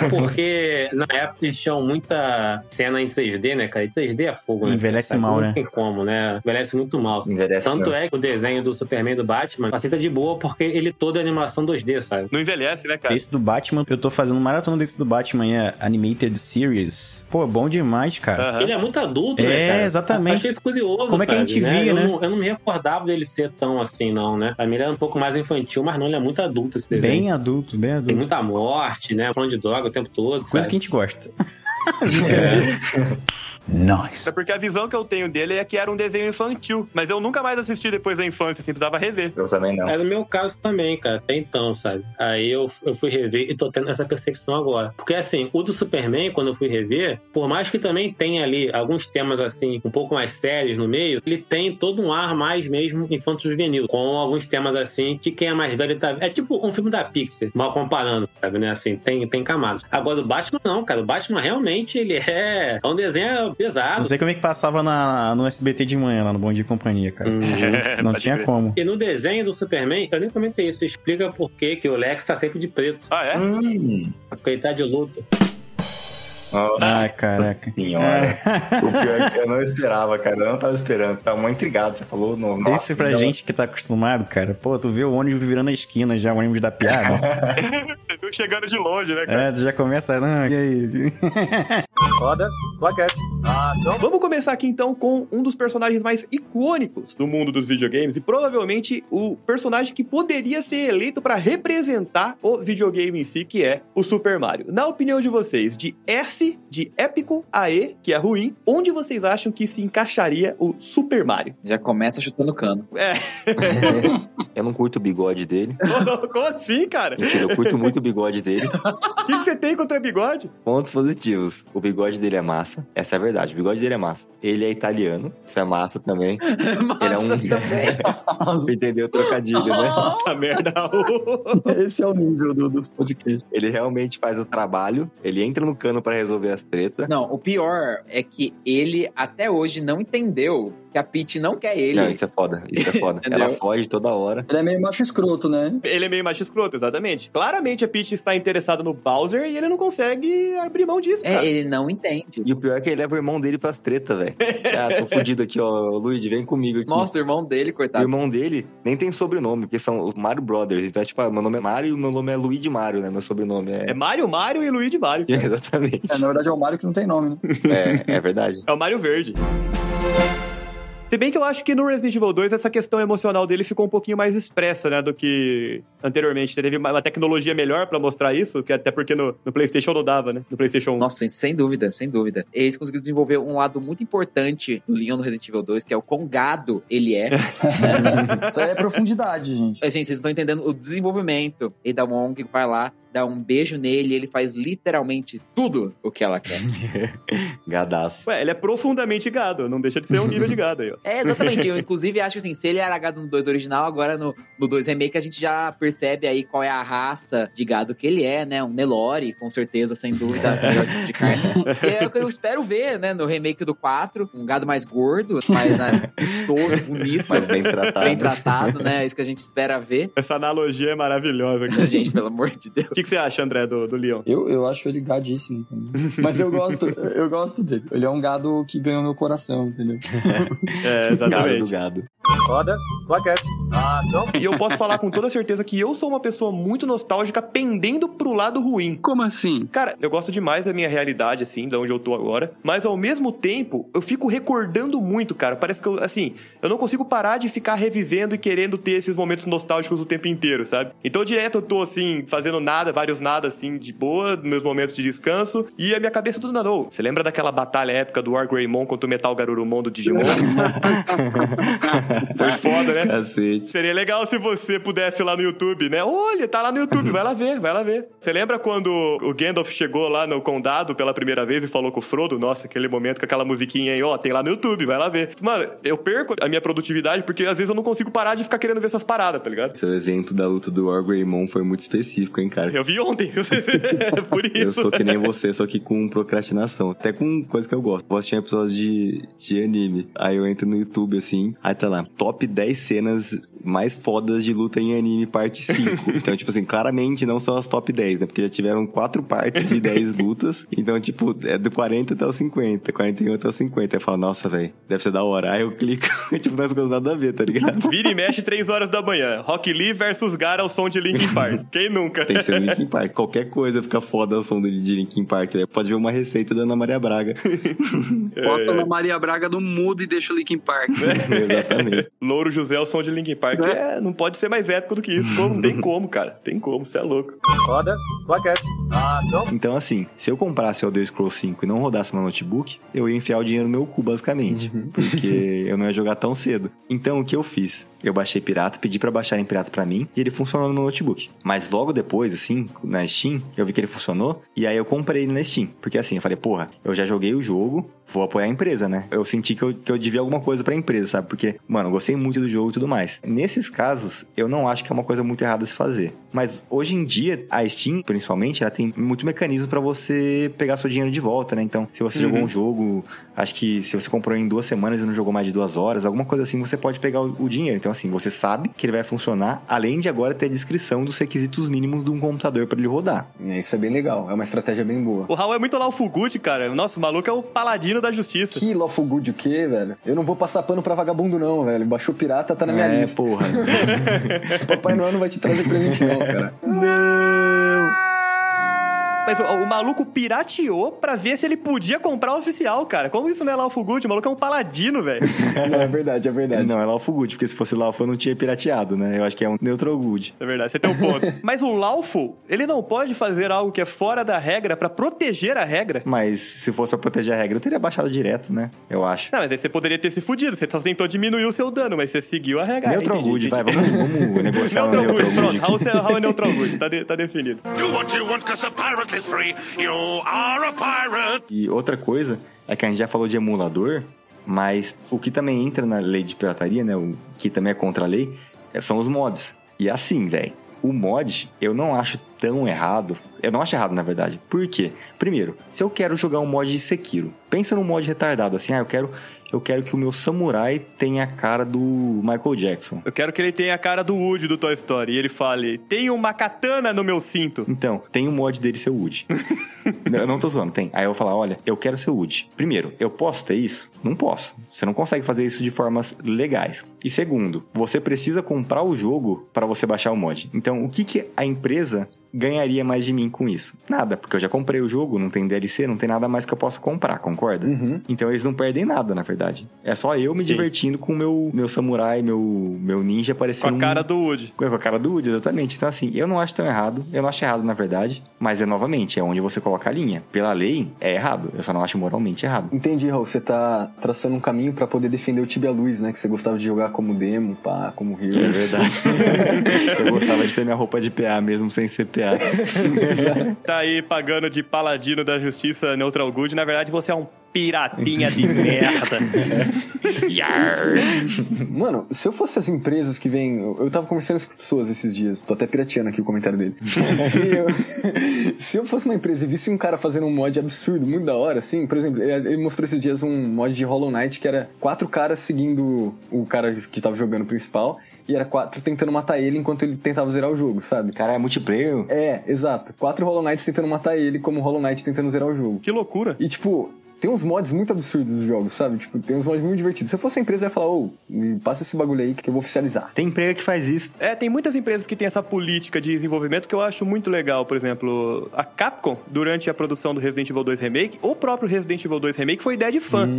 Speaker 15: É porque na época eles tinham muita cena em 3D, né, cara? E 3D é fogo, né?
Speaker 4: Envelhece
Speaker 15: Sabe?
Speaker 4: mal,
Speaker 15: Não
Speaker 4: né?
Speaker 15: tem como, né? Envelhece muito mal.
Speaker 5: Envelhece
Speaker 15: Tanto
Speaker 5: mesmo.
Speaker 15: é que o desenho do Superman e do Batman aceita de boa porque ele todo é animação 2D, sabe?
Speaker 2: Não envelhece, né, cara?
Speaker 4: Esse do Batman, eu tô fazendo um maratona desse do Batman, é Animated Series. Pô, bom demais, cara.
Speaker 15: Ele é muito adulto, né,
Speaker 4: É,
Speaker 15: cara?
Speaker 4: exatamente.
Speaker 15: Achei isso curioso,
Speaker 4: Como é que a
Speaker 15: sabe,
Speaker 4: gente via,
Speaker 15: eu
Speaker 4: né?
Speaker 15: Não, eu não me recordava dele ser tão assim, não, né? Pra mim ele era um pouco mais infantil, mas não, ele é muito adulto esse desenho.
Speaker 4: Bem adulto, bem
Speaker 15: Tem
Speaker 4: adulto.
Speaker 15: muita morte, né? Falando de droga o tempo todo,
Speaker 4: Coisa
Speaker 15: sabe?
Speaker 4: que a gente gosta.
Speaker 2: É porque a visão que eu tenho dele é que era um desenho infantil. Mas eu nunca mais assisti depois da infância, assim, precisava rever.
Speaker 5: Eu também não.
Speaker 15: É no meu caso também, cara, até então, sabe? Aí eu, eu fui rever e tô tendo essa percepção agora. Porque assim, o do Superman, quando eu fui rever, por mais que também tenha ali alguns temas assim, um pouco mais sérios no meio, ele tem todo um ar mais mesmo infanto juvenil, com alguns temas assim que quem é mais velho tá. É tipo um filme da Pixar, mal comparando, sabe, né? Assim, tem, tem camadas. Agora, o Batman não, cara. O Batman realmente ele é, é um desenho
Speaker 4: Não
Speaker 15: pesado.
Speaker 4: sei como é que passava na, no SBT de manhã, lá no Bom Dia e Companhia, cara.
Speaker 15: Hum.
Speaker 4: Não
Speaker 2: Pode
Speaker 4: tinha
Speaker 2: crer.
Speaker 4: como.
Speaker 15: E no desenho do Superman, eu nem comentei isso, explica por que que o Lex tá sempre de preto.
Speaker 2: Ah, é?
Speaker 15: Porque ele tá de luto.
Speaker 5: Nossa
Speaker 4: Ai, Ah, caraca.
Speaker 5: senhora. O pior é que eu não esperava, cara. Eu não tava esperando. Tava muito intrigado. Você falou no. Nossa,
Speaker 4: Isso pra
Speaker 5: não.
Speaker 4: gente que tá acostumado, cara. Pô, tu vê o ônibus virando a esquina já, o ônibus da piada.
Speaker 2: Você viu chegando de longe, né, cara?
Speaker 4: é, tu já começa. Ah, e aí?
Speaker 1: Roda, plaquete. Ação.
Speaker 2: Vamos começar aqui então com um dos personagens mais icônicos do mundo dos videogames e provavelmente o personagem que poderia ser eleito para representar o videogame em si, que é o Super Mario. Na opinião de vocês, de S de épico a E, que é ruim, onde vocês acham que se encaixaria o Super Mario?
Speaker 12: Já começa chutando cano.
Speaker 2: É,
Speaker 10: Eu não curto o bigode dele.
Speaker 2: como assim, cara? O
Speaker 10: Mentira, eu curto muito o bigode dele.
Speaker 2: que, que você tem contra bigode?
Speaker 10: Pontos positivos. O bigode dele é massa. Essa é a verdade. O bigode dele é massa. Ele é italiano. Isso é massa também. Ele é um-
Speaker 12: Massa também.
Speaker 10: Entendeu? Trocadilho, né?
Speaker 2: Nossa, merda.
Speaker 10: Esse é o nível dos podcasts. Ele realmente faz o trabalho. Ele entra no cano pra resolver as tretas.
Speaker 12: Não, o pior é que ele até hoje não entendeu que a Peach não quer ele.
Speaker 10: Não, isso é foda. Isso é foda.
Speaker 12: Entendeu?
Speaker 10: Ela foge toda hora.
Speaker 16: Ele é meio macho escroto, né?
Speaker 2: Ele é meio macho escroto, exatamente. Claramente a Peach está interessada no Bowser e ele não consegue abrir mão disso, cara.
Speaker 12: É, ele não entende.
Speaker 10: E o pior é que ele leva o irmão dele pras tretas, velho. Ah, tô fudido aqui, ó. Luigi, vem comigo aqui.
Speaker 12: Nossa, o irmão dele,
Speaker 10: O
Speaker 12: coitado.
Speaker 10: irmão dele nem tem sobrenome, porque são os Mario Brothers. Então é tipo, ah, meu nome é Mario e meu nome é Luigi Mario, né? Meu sobrenome é.
Speaker 2: É Mario, Mario e Luigi Mario.
Speaker 10: Exatamente.
Speaker 16: É, na verdade é o Mario que não tem nome, né?
Speaker 10: É, é verdade.
Speaker 2: É o Mario Verde. Se bem que eu acho que no Resident Evil 2 essa questão emocional dele ficou um pouquinho mais expressa, né, do que anteriormente. Você teve uma uma tecnologia melhor pra mostrar isso, que até porque no, no PlayStation não dava, né? No PlayStation 1.
Speaker 12: Nossa, sem dúvida, sem dúvida. Eles conseguiram desenvolver um lado muito importante do Leon do Resident Evil 2, que é o quão gado ele é.
Speaker 16: Isso aí é profundidade, gente.
Speaker 12: Mas, gente, vocês estão entendendo o desenvolvimento. E da Wong vai lá, dá um beijo nele, ele faz literalmente tudo o que ela quer.
Speaker 10: Gadaço.
Speaker 2: Ué, ele é profundamente gado, não deixa de ser um nível de gado aí, ó.
Speaker 12: É, exatamente. Eu, inclusive, acho que assim, se ele era gado no 2 original, agora no, no 2 remake a gente já percebe aí qual é a raça de gado que ele é, né? Um Nelore, com certeza, sem dúvida, melhor tipo de carne. E é o que eu espero ver, né? No remake do 4, um gado mais gordo, mais né, vistoso, bonito,
Speaker 10: Mas bem tratado.
Speaker 12: bem tratado, né? É isso que a gente espera ver. né,
Speaker 2: Essa analogia é maravilhosa, cara.
Speaker 12: Gente, pelo amor de Deus.
Speaker 2: O que, que você acha, André, do, do Leon?
Speaker 16: Eu, eu acho ele gadíssimo. também. Mas eu gosto, eu gosto dele. Ele é um gado que ganhou meu coração, entendeu?
Speaker 2: É,
Speaker 10: Gado do
Speaker 2: exatamente.
Speaker 10: gado.
Speaker 1: Roda, plaquete. Ação.
Speaker 2: E eu posso falar com toda certeza que eu sou uma pessoa muito nostálgica pendendo pro lado ruim.
Speaker 17: Como assim?
Speaker 2: Cara, eu gosto demais da minha realidade, assim, de onde eu tô agora. Mas ao mesmo tempo, eu fico recordando muito, cara. Parece que eu, assim, eu não consigo parar de ficar revivendo e querendo ter esses momentos nostálgicos o tempo inteiro, sabe? Então direto eu tô, assim, fazendo nada, vários nada, assim, de boa, meus momentos de descanso. E a minha cabeça é tudo nanou. Você lembra daquela batalha épica do War Greymon contra o Metal Garurumon do Digimon? Foi foda, né?
Speaker 10: Cacete.
Speaker 2: Seria legal se você pudesse ir lá no YouTube, né? Olha, tá lá no YouTube, vai lá ver, vai lá ver. Você lembra quando o Gandalf chegou lá no condado pela primeira vez e falou com o Frodo? Nossa, aquele momento com aquela musiquinha aí, ó, tem lá no YouTube, vai lá ver. Mano, eu perco a minha produtividade porque às vezes eu não consigo parar de ficar querendo ver essas paradas, tá ligado?
Speaker 10: Seu exemplo da luta do War Greymon foi muito específico, hein, cara?
Speaker 2: Eu vi ontem, por isso.
Speaker 10: Eu sou que nem você, só que com procrastinação.
Speaker 5: um
Speaker 10: Até com coisa que eu gosto. Eu gosto de episódios de, de anime. Aí eu entro no YouTube, assim, aí tá lá,
Speaker 5: lá, top 10 cenas mais fodas de luta em anime, parte 5. então, tipo assim, claramente não são as top 10, né? Porque já tiveram quatro partes de 10 lutas. Então, tipo, é do 40 até o 50, 41 até o 50. Aí fala, nossa, velho, deve ser da hora. Aí eu clico, tipo, nas coisas nada a ver, tá ligado?
Speaker 2: Vira e mexe 3 horas da manhã. Rock Lee versus Gara ao som de Linkin Park. Quem nunca?
Speaker 5: Tem que ser Linkin Park. Qualquer coisa fica foda o som do- de Linkin Park. né? Pode ver uma receita da Ana Maria Braga.
Speaker 10: É.
Speaker 17: Bota a Ana Maria Braga no mudo e deixa o Linkin Park.
Speaker 5: Exatamente.
Speaker 2: Louro José ao som de Linkin Park.
Speaker 5: Né?
Speaker 2: É, não pode ser mais épico do que isso. Como? Tem como, cara. Tem como, você é louco.
Speaker 1: Roda, claquete. Ação.
Speaker 5: Então, assim, se eu comprasse o Elder Scrolls 5 e não rodasse meu notebook, eu ia enfiar o dinheiro no meu cu, basicamente. Porque eu não ia jogar tão cedo. Então, o que eu fiz? Eu baixei pirata, pedi pra baixarem pirata pra mim e ele funcionou no meu notebook. Mas logo depois, assim, na Steam, eu vi que ele funcionou e aí eu comprei ele na Steam. Porque assim, eu falei, porra, eu já joguei o jogo, vou apoiar a empresa, né? Eu senti que eu, que eu devia alguma coisa pra empresa, sabe? Porque, mano, eu gostei muito do jogo e tudo mais. Nesses casos, eu não acho que é uma coisa muito errada a se fazer. Mas hoje em dia, a Steam, principalmente, ela tem muito mecanismo pra você pegar seu dinheiro de volta, né? Então, se você
Speaker 18: Uhum.
Speaker 5: jogou um jogo, acho que se você comprou em duas semanas e não jogou mais de duas horas, alguma coisa assim, você pode pegar o, o dinheiro. Então, assim, você sabe que ele vai funcionar, além de agora ter a descrição dos requisitos mínimos de um computador pra ele rodar.
Speaker 18: Isso é bem legal, é uma estratégia bem boa.
Speaker 2: O Raul é muito Lawful Good, cara. Nossa, o maluco é o paladino da justiça.
Speaker 18: Que lawful good o quê, velho? Eu não vou passar pano pra vagabundo não, velho. Baixou pirata, tá na minha
Speaker 5: É,
Speaker 18: lista.
Speaker 5: porra.
Speaker 18: Papai Noel não vai te trazer presente não, cara.
Speaker 2: Mas o, o maluco pirateou pra ver se ele podia comprar o oficial, cara. Como isso não é Lawful Good? O maluco é um paladino, velho.
Speaker 18: Não, é verdade, é verdade.
Speaker 5: Não, é Lawful Good, porque se fosse Lawful eu não tinha pirateado, né? Eu acho que é um Neutral Good.
Speaker 2: É verdade, você tem um ponto. Mas o Lawful, ele não pode fazer algo que é fora da regra pra proteger a regra.
Speaker 5: Mas se fosse pra proteger a regra, eu teria baixado direto, né? Eu acho.
Speaker 2: Não, mas aí você poderia ter se fudido. Você só tentou diminuir o seu dano, mas você seguiu a regra.
Speaker 5: Neutral Good, vai, vamos, vamos negociar um
Speaker 2: Ah, Neutral
Speaker 5: Neutral
Speaker 2: Good,
Speaker 5: Good.
Speaker 2: pronto.
Speaker 5: aqui.
Speaker 2: Raul, Raul é Neutral Good, tá, de- tá definido.
Speaker 19: Do what you want, because a pirate is free. You are a pirate.
Speaker 5: E outra coisa é que a gente já falou de emulador, mas o que também entra na lei de pirataria, né? O que também é contra a lei, é- são os mods. E assim, velho, o mod eu não acho tão errado. Eu não acho errado, na verdade. Por quê? Primeiro, se eu quero jogar um mod de Sekiro, pensa num mod retardado, assim, ah, eu quero. Eu quero que o meu samurai tenha a cara do Michael Jackson.
Speaker 2: Eu quero que ele tenha a cara do Woody do Toy Story e ele fale: tem uma katana no meu cinto.
Speaker 5: Então, tem um mod dele ser Wood. Não, eu não tô zoando, tem. Aí eu vou falar, olha, eu quero ser Wood. Primeiro, eu posso ter isso? Não posso. Você não consegue fazer isso de formas legais. E segundo, você precisa comprar o jogo pra você baixar o mod. Então, o que, que a empresa ganharia mais de mim com isso? Nada, porque eu já comprei o jogo, não tem DLC, não tem nada mais que eu possa comprar, concorda? Então eles não perdem nada, na verdade. É só eu me
Speaker 2: Uhum. Sim.
Speaker 5: divertindo com o meu, meu samurai, meu, meu ninja um aparecendo.
Speaker 2: Com a cara do Woody.
Speaker 5: Com a cara do Woody, exatamente. Então, assim, eu não acho tão errado. Eu não acho errado, na verdade. Mas é novamente, é onde você coloca a linha. Pela lei, é errado. Eu só não acho moralmente errado.
Speaker 18: Entendi, Raul. Você tá traçando um caminho pra poder defender o Tibia Luz, né? Que você gostava de jogar como demo, pá, como Rio.
Speaker 5: É verdade. eu gostava de ter minha roupa de PA mesmo sem ser PA.
Speaker 2: Tá aí pagando de paladino da justiça Neutral Good. Na verdade, você é um piratinha de merda. Yar!
Speaker 18: Mano, se eu fosse as empresas que vêm. Eu eu tava conversando isso com pessoas esses dias. Tô até pirateando aqui o comentário dele. se, eu, se eu fosse uma empresa e visse um cara fazendo um mod absurdo, muito da hora, assim. Por exemplo, ele ele mostrou esses dias um mod de Hollow Knight que era quatro caras seguindo o cara que tava jogando o principal. E era quatro tentando matar ele enquanto ele tentava zerar o jogo, sabe?
Speaker 5: Cara, é multiplayer?
Speaker 18: É, exato. Quatro Hollow Knights tentando matar ele, como o Hollow Knight tentando zerar o jogo.
Speaker 2: Que loucura.
Speaker 18: E tipo, tem uns mods muito absurdos dos jogos, sabe? Tipo, tem uns mods muito divertidos. Se eu fosse a empresa, eu ia falar, ô, me passa esse bagulho aí que eu vou oficializar.
Speaker 5: Tem empresa que faz isso.
Speaker 2: É, tem muitas empresas que têm essa política de desenvolvimento que eu acho muito legal. Por exemplo, a Capcom, durante a produção do Resident Evil 2 Remake, o próprio Resident Evil 2 Remake foi ideia de
Speaker 5: Hum.
Speaker 2: fã.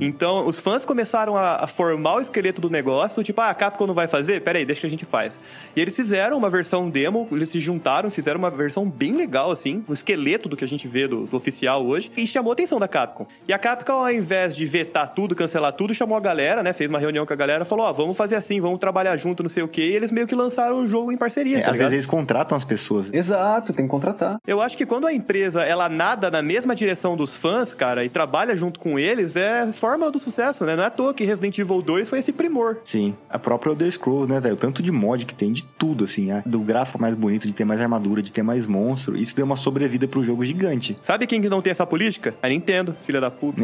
Speaker 2: Então, os fãs começaram a, a formar o esqueleto do negócio, do tipo, ah, a Capcom não vai fazer? Pera aí, deixa que a gente faz. E eles fizeram uma versão demo, eles se juntaram, fizeram uma versão bem legal, assim, o esqueleto do que a gente vê do, do oficial hoje, e chamou a atenção da Capcom. E a Capcom, ao invés de vetar tudo, cancelar tudo, chamou a galera, né, fez uma reunião com a galera, falou, ó, vamos fazer assim, vamos trabalhar junto, não sei o quê, e eles meio que lançaram o jogo em parceria,
Speaker 5: É,
Speaker 2: tá
Speaker 5: às
Speaker 2: ligado?
Speaker 5: vezes eles contratam as pessoas.
Speaker 18: Exato, tem que contratar.
Speaker 2: Eu acho que quando a empresa ela nada na mesma direção dos fãs, cara, e trabalha junto com eles, é, forma fórmula do sucesso, né? Não é à toa que Resident Evil 2 foi esse primor.
Speaker 20: Sim. A própria Elder Scrolls, né, velho? O tanto de mod que tem de tudo, assim.
Speaker 5: né?
Speaker 20: ah, Do gráfico mais bonito, de ter mais armadura, de ter mais monstro. Isso deu uma sobrevida pro jogo gigante.
Speaker 2: Sabe quem que não tem essa política? A Nintendo, filha da puta.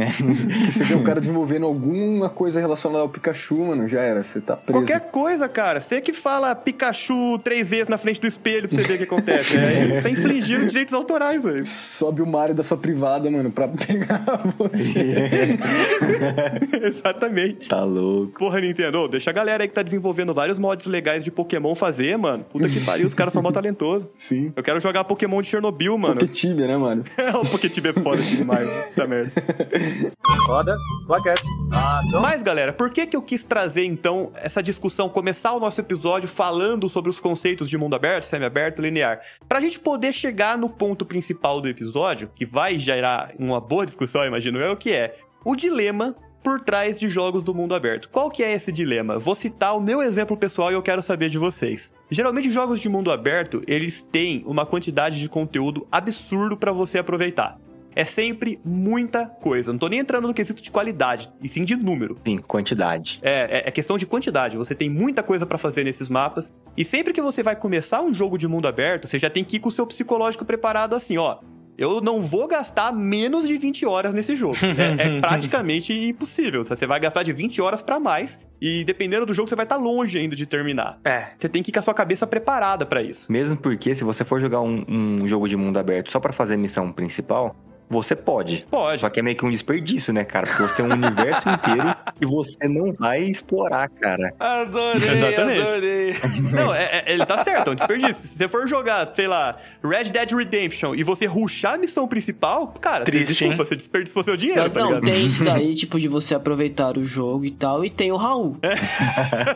Speaker 21: Você vê um cara desenvolvendo alguma coisa relacionada ao Pikachu, mano, já era. Você tá preso.
Speaker 2: Qualquer coisa, cara. Você que fala Pikachu três vezes na frente do espelho pra você ver o que acontece. É, tá infringindo direitos autorais, velho.
Speaker 21: Sobe o Mario da sua privada, mano, pra pegar você.
Speaker 2: Exatamente.
Speaker 20: Tá louco.
Speaker 2: Porra, Nintendo, ô, deixa a galera aí que tá desenvolvendo vários mods legais de Pokémon fazer, mano. Puta que pariu, os caras são mó talentosos.
Speaker 21: Sim.
Speaker 2: Eu quero jogar Pokémon de Chernobyl, mano.
Speaker 21: Tibia, né, mano?
Speaker 2: É, o Poketibia é foda demais. Tá merda.
Speaker 15: Roda, plaquete. Ah,
Speaker 2: Mas, galera, por que, que eu quis trazer, então, essa discussão, começar o nosso episódio falando sobre os conceitos de mundo aberto, semi-aberto, linear? Pra gente poder chegar no ponto principal do episódio, que vai gerar uma boa discussão, imagino eu, que é o dilema por trás de jogos do mundo aberto. Qual que é esse dilema? Vou citar o meu exemplo pessoal e eu quero saber de vocês. Geralmente jogos de mundo aberto, eles têm uma quantidade de conteúdo absurdo pra você aproveitar. É sempre muita coisa. Não tô nem entrando no quesito de qualidade, e sim de número.
Speaker 5: Sim, quantidade.
Speaker 2: É, é- é questão de quantidade. Você tem muita coisa pra fazer nesses mapas. E sempre que você vai começar um jogo de mundo aberto, você já tem que ir com o seu psicológico preparado assim, ó. Eu não vou gastar menos de 20 horas nesse jogo. É, é praticamente impossível. Você vai gastar de 20 horas pra mais. E dependendo do jogo, você vai estar longe ainda de terminar.
Speaker 5: É.
Speaker 2: Você tem que ir com a sua cabeça preparada pra isso.
Speaker 5: Mesmo porque, se você for jogar um, um jogo de mundo aberto só pra fazer a missão principal, você pode.
Speaker 2: Pode.
Speaker 5: Só que é meio que um desperdício, né, cara? Porque você tem um universo inteiro e você não vai explorar, cara.
Speaker 19: Adorei,
Speaker 2: Exatamente.
Speaker 19: adorei.
Speaker 2: Não, é- é- ele tá certo, é um desperdício. Se você for jogar, sei lá, Red Dead Redemption e você rushar a missão principal, cara,
Speaker 6: Triste,
Speaker 2: você, desculpa,
Speaker 6: hein?
Speaker 2: você desperdiçou seu dinheiro,
Speaker 6: Não,
Speaker 2: tá
Speaker 6: não,
Speaker 2: ligado?
Speaker 6: tem isso daí, tipo, de você aproveitar o jogo e tal, e tem o Raul.
Speaker 2: É.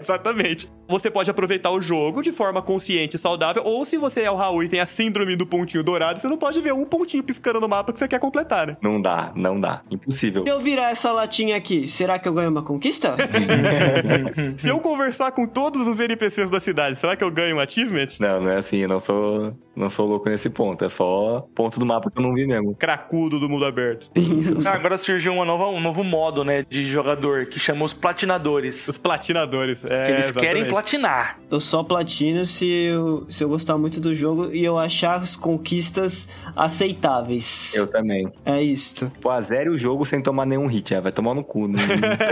Speaker 2: Exatamente. Você pode aproveitar o jogo de forma consciente e saudável, ou se você é o Raul e tem a síndrome do pontinho dourado, você não pode ver um pontinho piscando no mapa que você quer completar, né?
Speaker 5: Não dá, não dá. Impossível.
Speaker 6: Se eu virar essa latinha aqui, será que eu ganho uma conquista? Uhum.
Speaker 2: se eu conversar com todos os NPCs da cidade, será que eu ganho um achievement?
Speaker 5: Não, não é assim, eu não sou, não sou louco nesse ponto. É só ponto do mapa que eu não vi mesmo.
Speaker 2: Cracudo do mundo aberto.
Speaker 19: Ah, agora surgiu uma nova, um novo modo, né, de jogador que chama os platinadores.
Speaker 2: Os platinadores, é.
Speaker 19: Que eles querem
Speaker 2: exatamente.
Speaker 19: platinar.
Speaker 6: Eu só platino se eu, se eu gostar muito do jogo e eu achar as conquistas aceitáveis.
Speaker 5: Eu também.
Speaker 6: É isto.
Speaker 5: Pô, a zero o jogo sem tomar nenhum hit, né? vai tomar no cu. Né?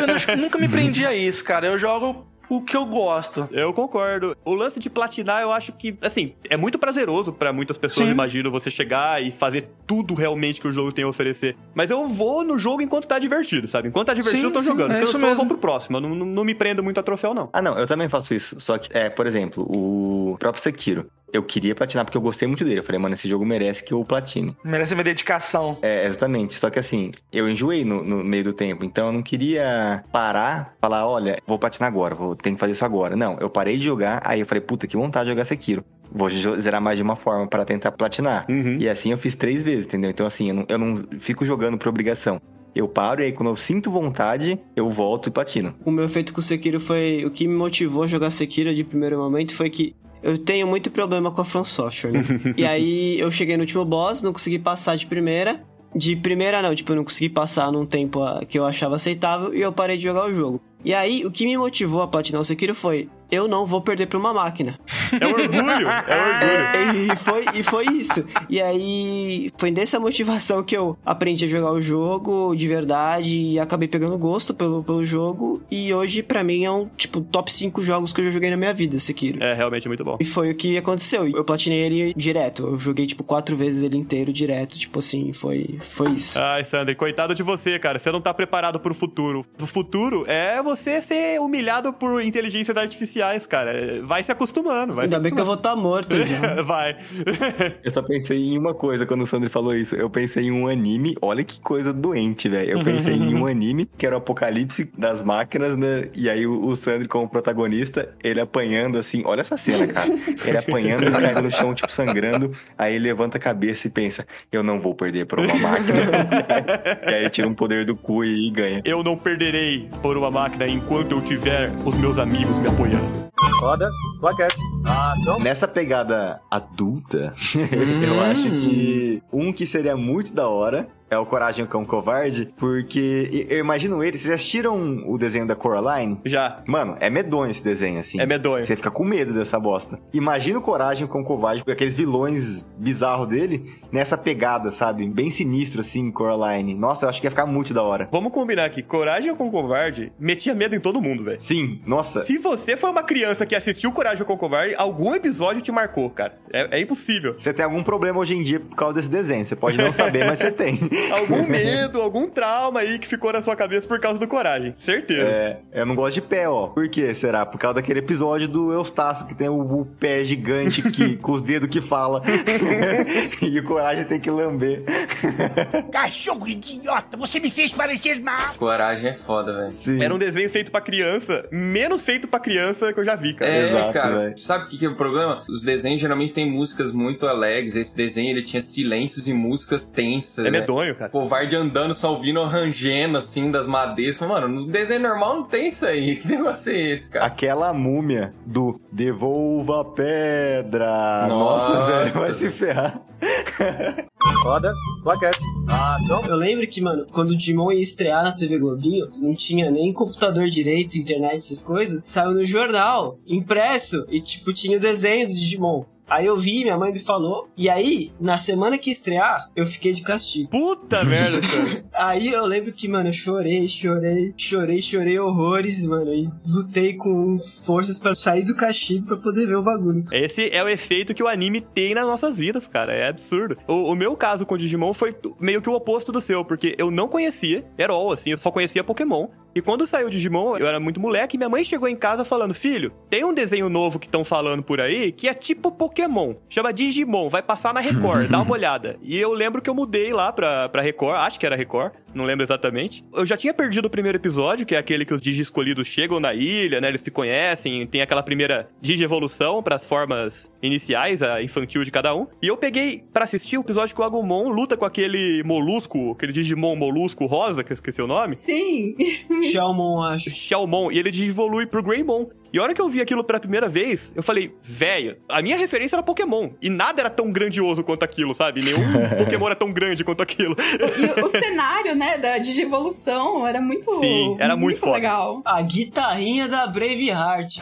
Speaker 19: Eu não- acho que nunca me prendi a isso, cara. Eu jogo o que eu gosto.
Speaker 2: Eu concordo. O lance de platinar, eu acho que, assim, é muito prazeroso pra muitas pessoas,
Speaker 19: Sim.
Speaker 2: imagino, você chegar e fazer tudo realmente que o jogo tem a oferecer. Mas eu vou no jogo enquanto tá divertido, sabe? Enquanto tá divertido,
Speaker 5: Sim,
Speaker 2: eu tô
Speaker 5: sim,
Speaker 2: jogando.
Speaker 5: é
Speaker 2: Porque
Speaker 5: isso
Speaker 2: eu só
Speaker 5: mesmo.
Speaker 2: vou pro próximo. Eu não, não- não me prendo muito a troféu, não.
Speaker 5: Ah, não, eu também faço isso. Só que, é, por exemplo, o próprio Sekiro. Eu queria platinar porque eu gostei muito dele. Eu falei, mano, esse jogo merece que eu platine.
Speaker 19: Merece minha dedicação.
Speaker 5: É, exatamente. Só que assim, eu enjoei no, no meio do tempo. Então eu não queria parar, falar, olha, vou platinar agora, vou ter que fazer isso agora. Não, eu parei de jogar, aí eu falei, puta, que vontade de jogar Sekiro. Vou jo- zerar mais de uma forma pra tentar platinar. E assim eu fiz três vezes, entendeu? Então assim, eu não, eu não fico jogando por obrigação. Eu paro e aí quando eu sinto vontade, eu volto e platino.
Speaker 6: O meu efeito com Sekiro foi. O que me motivou a jogar Sekiro de primeiro momento foi que eu tenho muito problema com a From Software, né? e aí eu cheguei no último boss, não consegui passar de primeira. De primeira não, tipo, eu não consegui passar num tempo ah, que eu achava aceitável e eu parei de jogar o jogo. E aí, o que me motivou a platinar o Sekiro foi: eu não vou perder pra uma máquina.
Speaker 2: É orgulho, é
Speaker 6: orgulho. E, e foi, e foi isso. E aí, foi dessa motivação que eu aprendi a jogar o jogo de verdade e acabei pegando gosto pelo, pelo jogo. E hoje, pra mim, é um, tipo, top 5 jogos que eu já joguei na minha vida, Sekiro.
Speaker 2: É realmente muito bom.
Speaker 6: E foi o que aconteceu. Eu platinei ele direto. Eu joguei, tipo, quatro vezes ele inteiro direto. Tipo assim, foi, foi isso.
Speaker 2: Ai, Sandri, coitado de você, cara. Você não tá preparado pro futuro. O futuro é você ser humilhado por inteligências artificiais, cara. Vai se acostumando, vai
Speaker 6: Ainda
Speaker 2: se
Speaker 6: bem que eu vou estar morto.
Speaker 2: acostumando. é Vai.
Speaker 5: Eu só pensei em uma coisa quando o Sandro falou isso. Eu pensei em um anime. Olha que coisa doente, velho. Eu pensei em um anime que era o apocalipse das máquinas, né? E aí o, o Sandro, como protagonista, ele apanhando assim. Olha essa cena, cara. Ele apanhando, caindo no chão, tipo, sangrando. Aí ele levanta a cabeça e pensa: Eu não vou perder pra uma máquina. e aí tira um poder do cu e ganha.
Speaker 2: Eu não perderei por uma máquina enquanto eu tiver os meus amigos me apoiando.
Speaker 15: Roda, plaquete. Ah,
Speaker 5: Nessa
Speaker 2: Hum.
Speaker 5: pegada adulta, eu acho que um que seria muito da hora é é o Coragem o Cão Covarde, porque e- eu imagino ele. Vocês já assistiram o desenho da Coraline?
Speaker 2: Já.
Speaker 5: Mano, é medonho esse desenho, assim.
Speaker 2: É medonho.
Speaker 5: Você fica com medo dessa bosta. Imagina o Coragem o Cão Covarde, com aqueles vilões bizarros dele, nessa pegada, sabe? Bem sinistro, assim, Coraline. Nossa, eu acho que ia ficar muito da hora.
Speaker 2: Vamos combinar aqui, Coragem com Covarde metia medo em todo mundo, velho.
Speaker 5: Sim, nossa.
Speaker 2: Se você foi uma criança que assistiu Coragem com Covarde, algum episódio te marcou, cara. É, é impossível.
Speaker 5: Você tem algum problema hoje em dia por causa desse desenho. Você pode não saber, mas você tem.
Speaker 2: algum medo, algum trauma aí que ficou na sua cabeça por causa do Coragem. Certeza.
Speaker 5: É, eu não gosto de pé, ó. Por que será? Por causa daquele episódio do Eustácio que tem o, o pé gigante que, com os dedos que fala. e o coragem tem que lamber.
Speaker 19: Cachorro idiota, você me fez parecer mal.
Speaker 22: Coragem é foda, velho.
Speaker 2: Era um desenho feito pra criança, menos feito pra criança que eu já vi, cara.
Speaker 22: É, cara. Sabe o que que é o problema? Os desenhos geralmente têm músicas muito alegres. Esse desenho ele tinha silêncios e músicas tensas.
Speaker 2: É
Speaker 22: né?
Speaker 2: medonho, cara.
Speaker 22: Covarde andando, só ouvindo o rangendo assim das madeiras. Falei, mano, no desenho normal não tem isso aí. Que negócio é esse, cara?
Speaker 5: Aquela múmia do Devolva a Pedra. Nossa,
Speaker 22: Nossa,
Speaker 5: velho, vai se ferrar.
Speaker 1: Roda, plaquete. Ação.
Speaker 6: Eu lembro que, mano, quando o Digimon ia estrear na TV Globinho, não tinha nem computador direito, internet, essas coisas. Saiu no jornal, impresso, e tipo, tinha o desenho do Digimon. Aí eu vi, minha mãe me falou. E aí, na semana que estrear, eu fiquei de castigo.
Speaker 2: Puta merda, cara.
Speaker 6: Aí eu lembro que, mano, eu chorei, chorei, chorei, chorei horrores, mano. E lutei com forças pra sair do castigo pra poder ver o bagulho.
Speaker 2: Esse é o efeito que o anime tem nas nossas vidas, cara. É absurdo. O, o meu caso com o Digimon foi meio que o oposto do seu, porque eu não conhecia Herol, assim, eu só conhecia Pokémon. E quando saiu o Digimon, eu era muito moleque, e minha mãe chegou em casa falando: Filho, tem um desenho novo que estão falando por aí que é tipo Pokémon. Chama Digimon, vai passar na Record, dá uma olhada. E eu lembro que eu mudei lá pra, pra Record, acho que era Record, não lembro exatamente. Eu já tinha perdido o primeiro episódio, que é aquele que os Digi escolhidos chegam na ilha, né? Eles se conhecem, tem aquela primeira Digievolução pras formas iniciais, a infantil de cada um. E eu peguei pra assistir o episódio que o Agumon luta com aquele molusco, aquele Digimon molusco rosa, que eu esqueci o nome.
Speaker 23: Sim.
Speaker 6: Shalmon, acho.
Speaker 2: Shalmon, e ele evolui pro Greymon. E a hora que eu vi aquilo pela primeira vez, eu falei, velho, a minha referência era Pokémon. E nada era tão grandioso quanto aquilo, sabe? Nenhum Pokémon era tão grande quanto aquilo.
Speaker 23: E o cenário, né, da digivolução era muito.
Speaker 2: Sim, era muito foda.
Speaker 23: legal.
Speaker 6: A guitarrinha da Braveheart.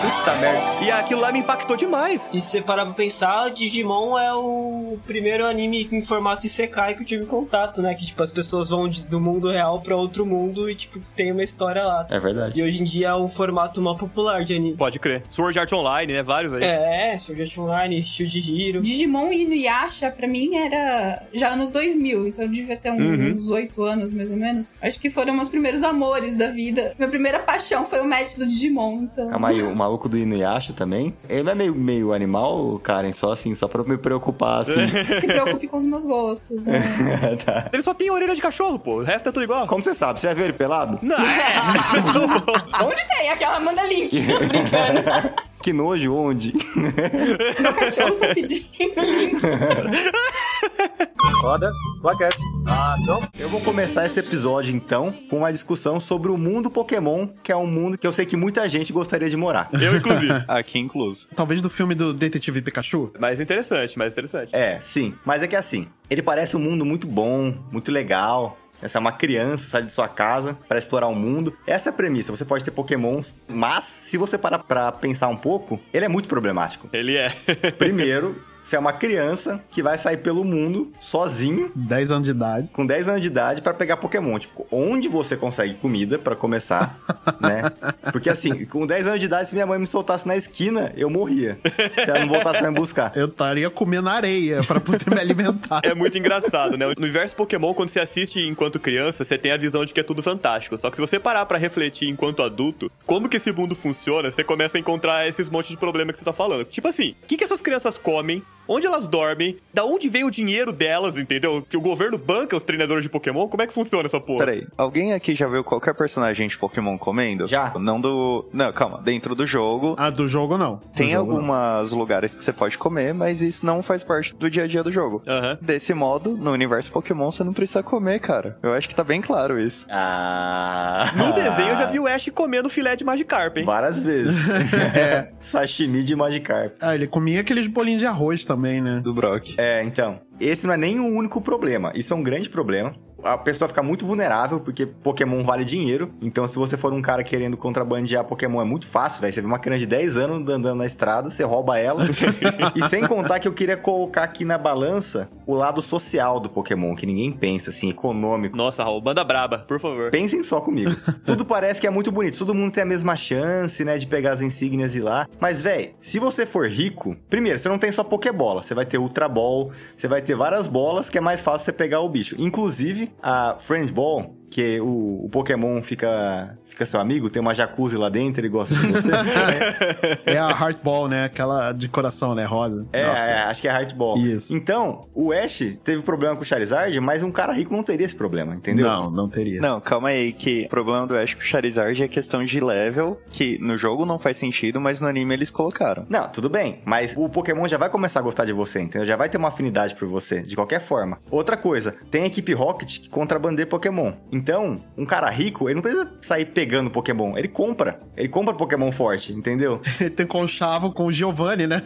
Speaker 2: Puta merda. E aquilo lá me impactou demais.
Speaker 6: E se você parar pra pensar, Digimon é o primeiro anime em formato Isekai que eu tive contato, né? Que, tipo, as pessoas vão de- do mundo real pra outro mundo e, tipo, tem uma história lá.
Speaker 22: É verdade.
Speaker 6: E hoje em dia é um formato mó popular de anime.
Speaker 2: Pode crer. Sword Art Online, né? Vários aí.
Speaker 6: É, é, Sword Art Online, Shield
Speaker 23: Digimon e Inuyasha, pra mim, era já anos 2000, então eu devia ter um-
Speaker 2: Uhum.
Speaker 23: uns 8 anos, mais ou menos. Acho que foram meus primeiros amores da vida. Minha primeira paixão foi o match do Digimon, então...
Speaker 10: Calma aí, o maluco do Inuyasha também. Ele é meio, meio animal, Karen, só assim, só pra me preocupar, assim.
Speaker 23: Se preocupe com os meus gostos, né?
Speaker 2: Ele só tem orelha de cachorro, pô. O resto é tudo igual.
Speaker 5: Como você sabe? Você já viu ele pelado?
Speaker 2: Não,
Speaker 23: Onde tem? Aquela manda link.
Speaker 5: que nojo, onde?
Speaker 23: Meu cachorro tá pedindo link.
Speaker 1: Roda, plaquete.
Speaker 2: Ah,
Speaker 1: Ação.
Speaker 5: Eu vou começar esse episódio então com uma discussão sobre o mundo Pokémon, que é um mundo que eu sei que muita gente gostaria de morar.
Speaker 2: Eu, inclusive.
Speaker 24: Aqui, incluso.
Speaker 5: Talvez do filme do Detetive Pikachu?
Speaker 2: Mais interessante, mais interessante.
Speaker 5: É, sim. Mas é que assim, ele parece um mundo muito bom, muito legal. Essa é uma criança, sai de sua casa para explorar o mundo. Essa é a premissa. Você pode ter pokémons, mas se você parar pra pensar um pouco, ele é muito problemático.
Speaker 2: Ele é.
Speaker 5: Primeiro, você é uma criança que vai sair pelo mundo sozinho.
Speaker 25: 10 anos de idade.
Speaker 5: Com 10 anos de idade pra pegar Pokémon. Tipo, onde você consegue comida pra começar, né? Porque assim, com 10 anos de idade, se minha mãe me soltasse na esquina, eu morria. Se ela não voltasse pra me buscar.
Speaker 25: Eu estaria comendo areia pra poder me alimentar.
Speaker 2: É muito engraçado, né? No universo Pokémon, quando você assiste enquanto criança, você tem a visão de que é tudo fantástico. Só que se você parar pra refletir enquanto adulto, como que esse mundo funciona, você começa a encontrar esses montes de problema que você tá falando. Tipo assim, o que, que essas crianças comem? onde elas dormem, da onde vem o dinheiro delas, entendeu? Que o governo banca os treinadores de Pokémon, como é que funciona essa porra?
Speaker 3: Peraí, alguém aqui já viu qualquer personagem de Pokémon comendo? Já. Não do. Não, calma, dentro do jogo.
Speaker 25: Ah, do jogo não. Do
Speaker 3: Tem
Speaker 25: jogo não.
Speaker 3: alguns lugares que você pode comer, mas isso não faz parte do dia a dia do jogo. Desse modo, no universo Pokémon, você não precisa comer, cara. Eu acho que tá bem claro isso.
Speaker 5: Ah.
Speaker 2: No desenho eu já vi o Ash comendo filé de Magikarp, hein?
Speaker 5: Várias vezes. é. Sashimi de Magikarp.
Speaker 25: Ah, ele comia aqueles bolinhos de arroz também, né?
Speaker 3: Do Brock.
Speaker 5: É, então. Esse não é nem o único problema. Isso é um grande problema. A pessoa fica muito vulnerável, porque Pokémon vale dinheiro. Então, se você for um cara querendo contrabandear Pokémon, é muito fácil, velho. Você vê uma criança de 10 anos andando na estrada, você rouba ela. e sem contar que eu queria colocar aqui na balança o lado social do Pokémon, que ninguém pensa, assim, econômico.
Speaker 2: Nossa, Raul, banda braba, por favor.
Speaker 5: Pensem só comigo. Tudo parece que é muito bonito. Todo mundo tem a mesma chance, né, de pegar as insígnias e ir lá. Mas, velho, se você for rico, primeiro, você não tem só Pokébola. Você vai ter Ultra Ball, você vai ter várias bolas que é mais fácil você pegar o bicho. Inclusive, a Friend Ball, que o, o Pokémon fica, fica seu amigo, tem uma jacuzzi lá dentro, ele gosta de você.
Speaker 25: É a Heartball, né? Aquela de coração, né? Rosa.
Speaker 5: É, é, acho que é Heartball.
Speaker 25: Isso.
Speaker 5: Então, o Ash teve problema com o Charizard, mas um cara rico não teria esse problema, entendeu?
Speaker 25: Não, não teria.
Speaker 3: Não, calma aí, que o problema do Ash com o Charizard é questão de level, que no jogo não faz sentido, mas no anime eles colocaram.
Speaker 5: Não, tudo bem, mas o Pokémon já vai começar a gostar de você, entendeu? Já vai ter uma afinidade por você, de qualquer forma. Outra coisa, tem a equipe Rocket que contrabandeia Pokémon. Então, um cara rico, ele não precisa sair pegando Pokémon, ele compra. Ele compra Pokémon forte, entendeu?
Speaker 25: Ele tem conchavo com o Giovanni, né?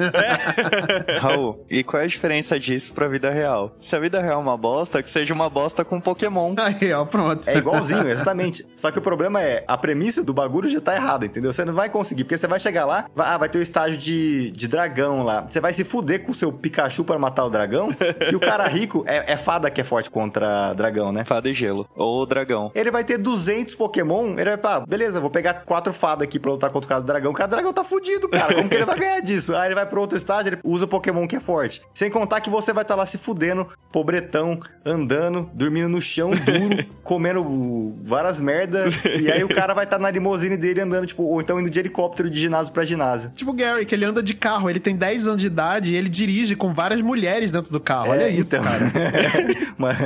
Speaker 3: Raul, e qual é a diferença disso pra vida real? Se a vida real é uma bosta, que seja uma bosta com Pokémon.
Speaker 25: Aí, ó, pronto.
Speaker 5: É igualzinho, exatamente. Só que o problema é, a premissa do bagulho já tá errada, entendeu? Você não vai conseguir, porque você vai chegar lá, vai, ah, vai ter o estágio de, de dragão lá. Você vai se fuder com o seu Pikachu pra matar o dragão, e o cara rico é, é fada que é forte contra dragão, né?
Speaker 3: Fada e gelo. Ou dragão.
Speaker 5: Ele vai ter 200 Pokémon, ele vai, pá, beleza, vou pegar quatro fadas aqui pra lutar contra o cara do dragão. O cara do dragão tá fudido, cara. Como que ele vai ganhar disso? Aí ele vai pro outro estágio, ele usa o Pokémon que é forte. Sem contar que você vai estar tá lá se fudendo, pobretão, andando, dormindo no chão duro, comendo várias merdas. E aí o cara vai estar tá na limousine dele andando, tipo, ou então indo de helicóptero de ginásio pra ginásio.
Speaker 25: Tipo o Gary, que ele anda de carro, ele tem 10 anos de idade e ele dirige com várias mulheres dentro do carro. Olha
Speaker 5: É,
Speaker 25: isso,
Speaker 5: então.
Speaker 25: cara.
Speaker 5: Mas-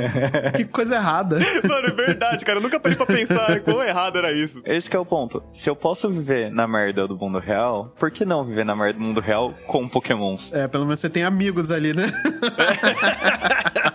Speaker 25: que coisa errada.
Speaker 2: Mano, é verdade, cara. Eu nunca parei pra pensar quão errado era isso.
Speaker 3: Esse que é o ponto. Se eu posso viver na merda do mundo real, por que não viver na merda do mundo real com pokémons?
Speaker 25: É, pelo menos você tem amigos ali, né?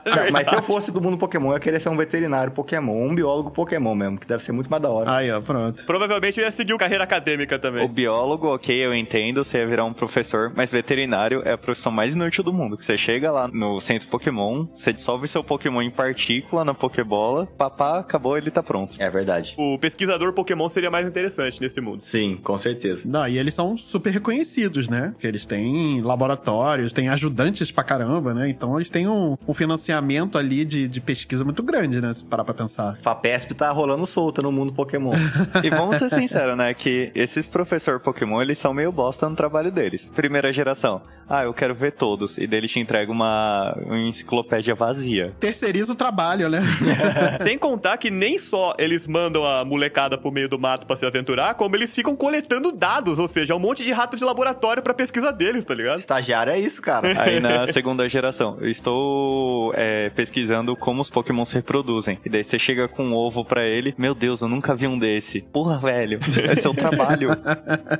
Speaker 5: Cara, mas se eu fosse do mundo Pokémon, eu queria ser um veterinário Pokémon, um biólogo Pokémon mesmo, que deve ser muito mais da
Speaker 3: Ah.
Speaker 5: hora.
Speaker 25: Aí, ó, pronto.
Speaker 2: Provavelmente eu ia seguir o carreira acadêmica também.
Speaker 3: O biólogo, ok, eu entendo, você ia virar um professor, mas veterinário é a profissão mais inútil do mundo. Que você chega lá no centro Pokémon, você dissolve seu Pokémon em partícula na Pokébola, papá, acabou, ele tá pronto.
Speaker 5: É verdade.
Speaker 2: O pesquisador Pokémon seria mais interessante nesse mundo.
Speaker 5: Sim, com certeza.
Speaker 25: Não, e eles são super reconhecidos, né? Porque eles têm laboratórios, têm ajudantes pra caramba, né? Então eles têm um, um financiamento ali de, de pesquisa muito grande, né? Se parar pra pensar.
Speaker 5: Fapesp tá rolando solta no mundo Pokémon.
Speaker 3: E vamos ser sinceros, né? Que esses professor Pokémon, eles são meio bosta no trabalho deles. Primeira geração. Ah, eu quero ver todos. E daí ele te entrega uma, uma enciclopédia vazia.
Speaker 25: Terceiriza o trabalho, né?
Speaker 2: Sem contar que nem só eles mandam a molecada pro meio do mato pra se aventurar, como eles ficam coletando dados, ou seja, é um monte de rato de laboratório pra pesquisa deles, tá ligado?
Speaker 5: Estagiário é isso, cara.
Speaker 3: Aí na segunda geração, eu estou é, pesquisando como os Pokémon se reproduzem. E daí você chega com um ovo pra ele. Meu Deus, eu nunca vi um desse. Porra, velho. Esse é o trabalho.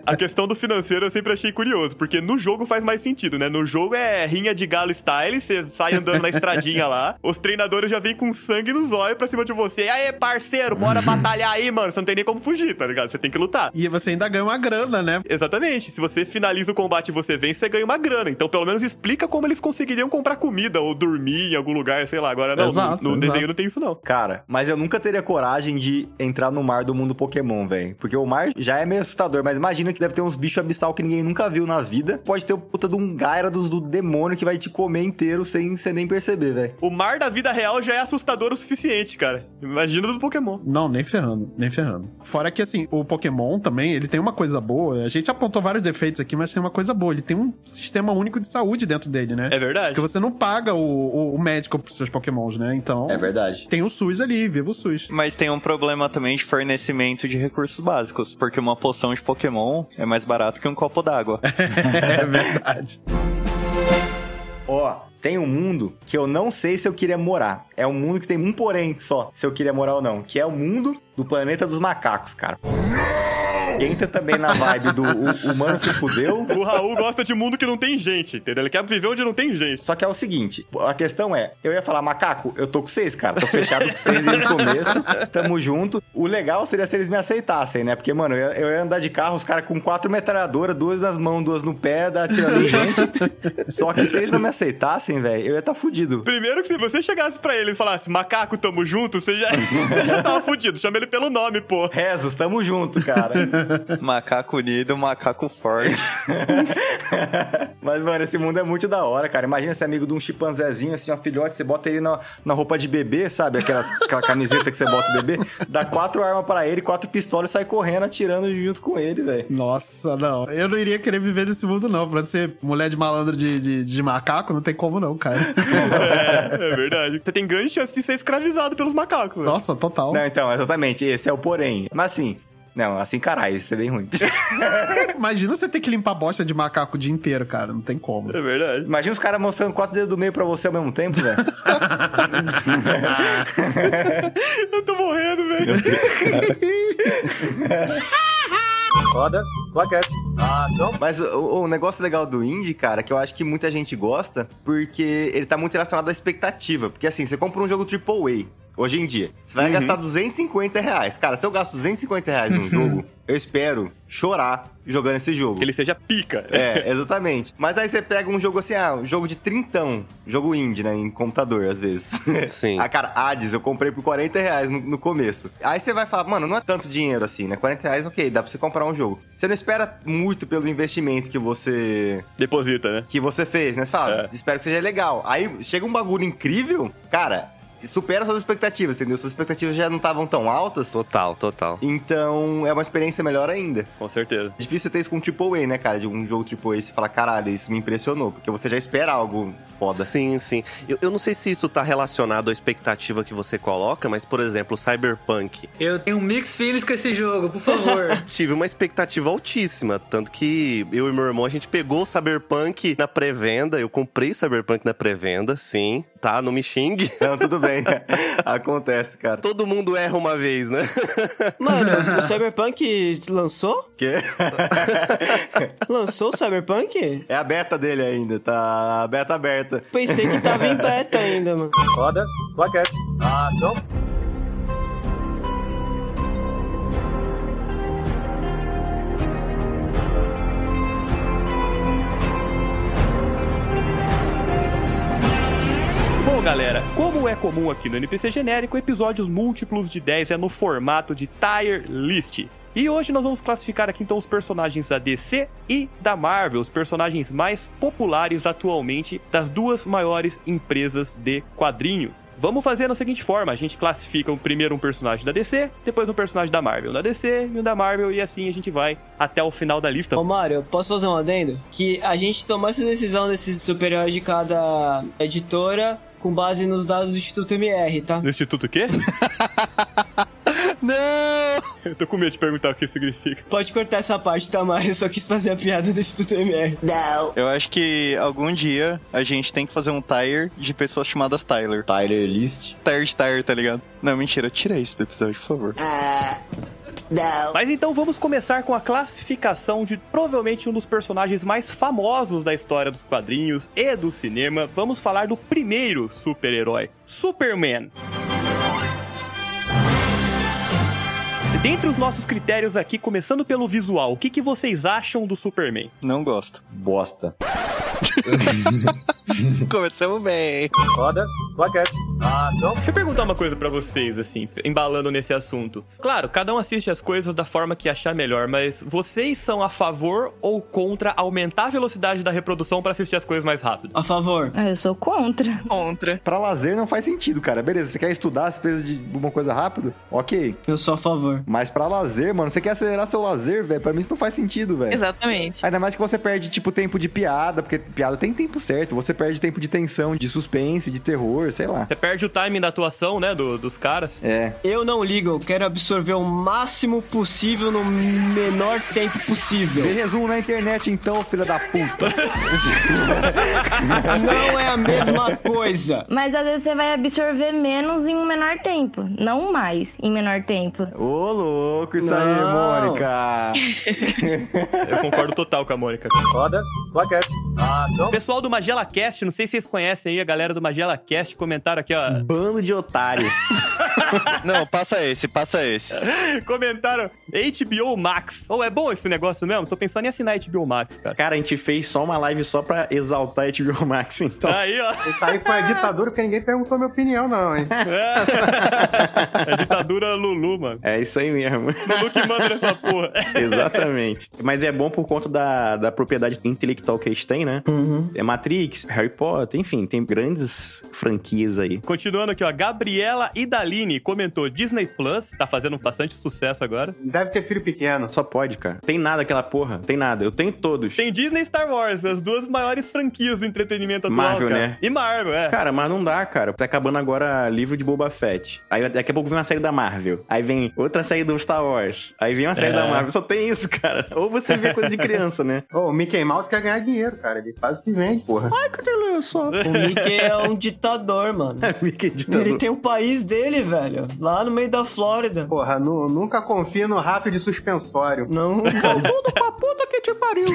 Speaker 2: A questão do financeiro eu sempre achei curioso, porque no jogo faz mais sentido, né? No jogo é rinha de galo style, você sai andando na estradinha lá, os treinadores já vêm com sangue nos olhos pra cima de você. Aê, parceiro, bora batalhar aí, mano. Você não tem nem como fugir, tá ligado? Você tem que lutar.
Speaker 25: E você ainda ganha uma grana, né?
Speaker 2: Exatamente. Se você finaliza o combate e você vence, você ganha uma grana. Então, pelo menos explica como eles conseguiriam comprar comida ou dormir em algum lugar, sei lá. Agora não,
Speaker 25: Exato,
Speaker 2: no, no
Speaker 25: exato.
Speaker 2: desenho não tem isso não.
Speaker 5: Cara, mas eu nunca teria coragem de entrar no mar do mundo Pokémon, velho. Porque o mar já é meio assustador, mas imagina que deve ter uns bichos abissal que ninguém nunca viu na vida. Pode ter o puta de um Gyarados do demônio que vai te comer inteiro sem você nem perceber, velho.
Speaker 2: O mar da vida real já é assustador o suficiente, cara. Imagina do Pokémon.
Speaker 25: Não, nem ferrando, nem ferrando. Fora que, assim, o Pokémon também, ele tem uma coisa boa. A gente apontou vários defeitos aqui, mas tem uma coisa boa. Ele tem um sistema único de saúde dentro dele, né?
Speaker 2: É verdade.
Speaker 25: Porque você não paga o, o, o médico pros seus Pokémons, né? Então,
Speaker 5: É verdade.
Speaker 25: tem o SUS ali, viva o SUS.
Speaker 3: Mas tem um problema também de fornecimento de recursos básicos, porque uma poção de é Pokémon é mais barato que um copo d'água.
Speaker 25: É verdade.
Speaker 5: Ó, Tem um mundo que eu não sei se eu queria morar. É um mundo que tem um porém só, se eu queria morar ou não. Que é o mundo do planeta dos macacos, cara. Entra também na vibe do o, o humano se fudeu.
Speaker 2: O Raul gosta de mundo que não tem gente, entendeu? Ele quer viver onde não tem gente.
Speaker 5: Só que é o seguinte, a questão é, eu ia falar, macaco, eu tô com vocês, cara. Tô fechado com vocês desde o começo. Tamo junto. O legal seria se eles me aceitassem, né? Porque, mano, eu ia, eu ia andar de carro, os caras com quatro metralhadoras, duas nas mãos, duas no pé, da atirando em gente. Só que se eles não me aceitassem, velho, eu ia tá fudido.
Speaker 2: Primeiro que se você chegasse pra ele e falasse, macaco, tamo junto, você já, você já tava fudido. Chama ele pelo nome, pô.
Speaker 5: Rezos, tamo junto, cara.
Speaker 3: macaco unido, macaco forte.
Speaker 5: Mas, mano, esse mundo é muito da hora, cara. Imagina esse amigo de um chimpanzézinho, assim, um filhote, você bota ele na, na roupa de bebê, sabe? Aquelas, aquela camiseta que você bota o bebê, dá quatro armas pra ele, quatro pistolas e sai correndo, atirando junto com ele, velho.
Speaker 26: então.
Speaker 25: Nossa, não. Eu não iria querer viver nesse mundo, não. Pra ser mulher de malandro de, de, de macaco, não tem como, não, cara.
Speaker 2: É, é verdade. Você tem grande chance de ser escravizado pelos macacos. né? velho.
Speaker 25: Nossa, total.
Speaker 5: Não, então, exatamente. Esse é o porém. Mas, assim... Não, assim, caralho, isso é bem ruim.
Speaker 25: Imagina você ter que limpar bosta de macaco o dia inteiro, cara. Não tem como.
Speaker 2: É verdade.
Speaker 5: Imagina os caras mostrando quatro dedos do meio pra você ao mesmo tempo, velho.
Speaker 2: Eu tô morrendo, velho.
Speaker 1: Roda, plaquete. Ah, não.
Speaker 5: Mas o, o negócio legal do indie, cara, que eu acho que muita gente gosta, porque ele tá muito relacionado à expectativa. Porque assim, você compra um jogo AAA, hoje em dia, você vai
Speaker 10: Uhum.
Speaker 5: gastar 250 reais. Cara, se eu gasto 250 reais num jogo, eu espero chorar jogando esse jogo. Que
Speaker 2: ele seja pica.
Speaker 5: É, exatamente. Mas aí você pega um jogo assim, ah, um jogo de trintão. Jogo indie, né? Em computador, às vezes.
Speaker 10: Sim.
Speaker 5: ah, cara, Hades, eu comprei por 40 reais no, no começo. Aí você vai falar, mano, não é tanto dinheiro assim, né? 40 reais, ok, dá pra você comprar um jogo. Você não espera muito pelo investimento que você...
Speaker 2: Deposita, né?
Speaker 5: Que você fez, né? Você
Speaker 10: É.
Speaker 5: fala, espero que seja legal. Aí chega um bagulho incrível, cara... Supera suas expectativas, entendeu? Suas expectativas já não estavam tão altas.
Speaker 10: Total, total.
Speaker 5: Então, é uma experiência melhor ainda.
Speaker 2: Com certeza.
Speaker 5: Difícil você ter isso com um AAA, né, cara? De um jogo AAA e você falar, caralho, isso me impressionou. Porque você já espera algo foda.
Speaker 10: Sim, sim. Eu, eu não sei se isso tá relacionado à expectativa que você coloca, mas, por exemplo, Cyberpunk.
Speaker 8: Eu tenho um mix feelings com esse jogo, por favor.
Speaker 10: Tive uma expectativa altíssima, tanto que eu e meu irmão, a gente pegou o Cyberpunk na pré-venda, eu comprei o Cyberpunk na pré-venda, sim, tá? Não me xingue.
Speaker 5: Não, tudo bem. Acontece, cara.
Speaker 10: Todo mundo erra uma vez, né?
Speaker 26: Mano, o Cyberpunk lançou?
Speaker 5: Quê?
Speaker 26: Lançou o Cyberpunk?
Speaker 5: É a beta dele ainda, tá a beta aberta.
Speaker 26: Pensei que tava em beta ainda, mano.
Speaker 1: Roda, plaquete. Ah, não.
Speaker 2: Bom, galera, como é comum aqui no NPC Genérico, episódios múltiplos de 10 é no formato de tier list. E hoje nós vamos classificar aqui então os personagens da DC e da Marvel, os personagens mais populares atualmente das duas maiores empresas de quadrinho. Vamos fazer da seguinte forma: a gente classifica um- primeiro um personagem da DC, depois um personagem da Marvel, um da DC e um da Marvel, e assim a gente vai até o final da lista.
Speaker 26: Ô Mário, eu posso fazer um adendo? Que a gente tomou essa decisão desses super-heróis de cada editora com base nos dados do Instituto MR, tá?
Speaker 2: No Instituto quê?
Speaker 26: Não!
Speaker 2: Eu tô com medo de perguntar o que isso significa.
Speaker 26: Pode cortar essa parte, tá, Mário? Eu só quis fazer a piada do Instituto MR. Não!
Speaker 3: Eu acho que algum dia a gente tem que fazer um tire de pessoas chamadas Tyler. Tyler List? Tyler de Tyler, tá ligado? Não, mentira, tira isso do episódio, por favor.
Speaker 2: Mas então vamos começar com a classificação de provavelmente um dos personagens mais famosos da história dos quadrinhos e do cinema. Vamos falar do primeiro super-herói, Superman. Dentre os nossos critérios aqui, começando pelo visual, o que, que vocês acham do Superman?
Speaker 3: Não gosto.
Speaker 5: Bosta.
Speaker 3: Começamos bem.
Speaker 1: Roda, plaquete. Ah, não.
Speaker 2: Deixa eu perguntar uma coisa pra vocês, assim, embalando nesse assunto. Claro, cada um assiste as coisas da forma que achar melhor, mas vocês são a favor ou contra aumentar a velocidade da reprodução pra assistir as coisas mais rápido?
Speaker 26: A favor.
Speaker 21: Ah, eu sou contra.
Speaker 5: Contra. Pra lazer não faz sentido, cara. Beleza, você quer estudar, você precisa de uma coisa rápido? Ok.
Speaker 26: Eu sou a favor.
Speaker 5: Mas pra lazer, mano, você quer acelerar seu lazer, velho? Pra mim isso não faz sentido, velho.
Speaker 27: Exatamente.
Speaker 5: Ainda mais que você perde, tipo, tempo de piada, porque Piada tem tempo certo. Você perde tempo de tensão, de suspense, de terror, sei lá.
Speaker 2: Você perde o timing da atuação, né? do- dos caras.
Speaker 5: É.
Speaker 6: Eu não ligo, eu quero absorver o máximo possível no menor tempo possível.
Speaker 5: Vê resumo na internet então, filha da puta.
Speaker 6: não é a mesma coisa.
Speaker 7: Mas às vezes você vai absorver menos em um menor tempo. Não mais em menor tempo.
Speaker 5: Ô, louco, isso
Speaker 28: Não.
Speaker 5: aí, Mônica.
Speaker 2: Eu concordo total com a Mônica.
Speaker 28: Roda, plaquete.
Speaker 1: Ah,
Speaker 28: Ação.
Speaker 2: Pessoal do Magela Cast, não sei se vocês conhecem aí a galera do Magela Cast, comentaram aqui, ó.
Speaker 4: Bando de otário.
Speaker 3: Não, passa esse, passa esse.
Speaker 2: comentaram HBO Max. Ou é bom esse negócio mesmo? Tô pensando em assinar HBO Max, cara.
Speaker 4: Cara, a gente fez só uma live só pra exaltar HBO Max, então.
Speaker 2: Aí, ó.
Speaker 21: Isso aí foi a ditadura, porque ninguém perguntou minha opinião, não, hein?
Speaker 2: É ditadura Lulu, mano.
Speaker 4: É isso aí mesmo.
Speaker 2: Lulu que manda nessa porra.
Speaker 4: Exatamente. Mas é bom por conta da, da propriedade intelectual que eles têm, né?
Speaker 5: Uhum.
Speaker 4: É Matrix, Harry Potter, enfim, tem grandes franquias aí.
Speaker 2: Continuando aqui, ó. Gabriela Idaline comentou Disney Plus, tá fazendo bastante sucesso agora.
Speaker 21: Deve ter filho pequeno.
Speaker 4: Só pode, cara. Tem nada aquela porra. Tem nada. Eu tenho todos.
Speaker 2: Tem Disney e Star Wars, as duas maiores franquias do entretenimento atual.
Speaker 4: Marvel,
Speaker 2: cara.
Speaker 4: né?
Speaker 2: E Marvel, é.
Speaker 4: Cara, mas não dá, cara. Tá acabando agora livro de Boba Fett. Aí daqui a pouco vem uma série da Marvel. Aí vem outra série do Star Wars. Aí vem uma série
Speaker 2: É.
Speaker 4: da Marvel. Só tem isso, cara. Ou você vê coisa de criança, né?
Speaker 21: Ô, o Mickey Mouse quer ganhar dinheiro, cara. Ele faz o que vende, porra.
Speaker 4: Ai, que delícia. Só.
Speaker 6: O Mickey é um ditador, mano.
Speaker 4: Mickey
Speaker 21: ditador.
Speaker 6: Ele tem o país dele, velho. Lá no meio da Flórida.
Speaker 21: Porra, nu- nunca confia no rato de suspensório.
Speaker 6: Não.
Speaker 4: Tudo pra puta que te pariu.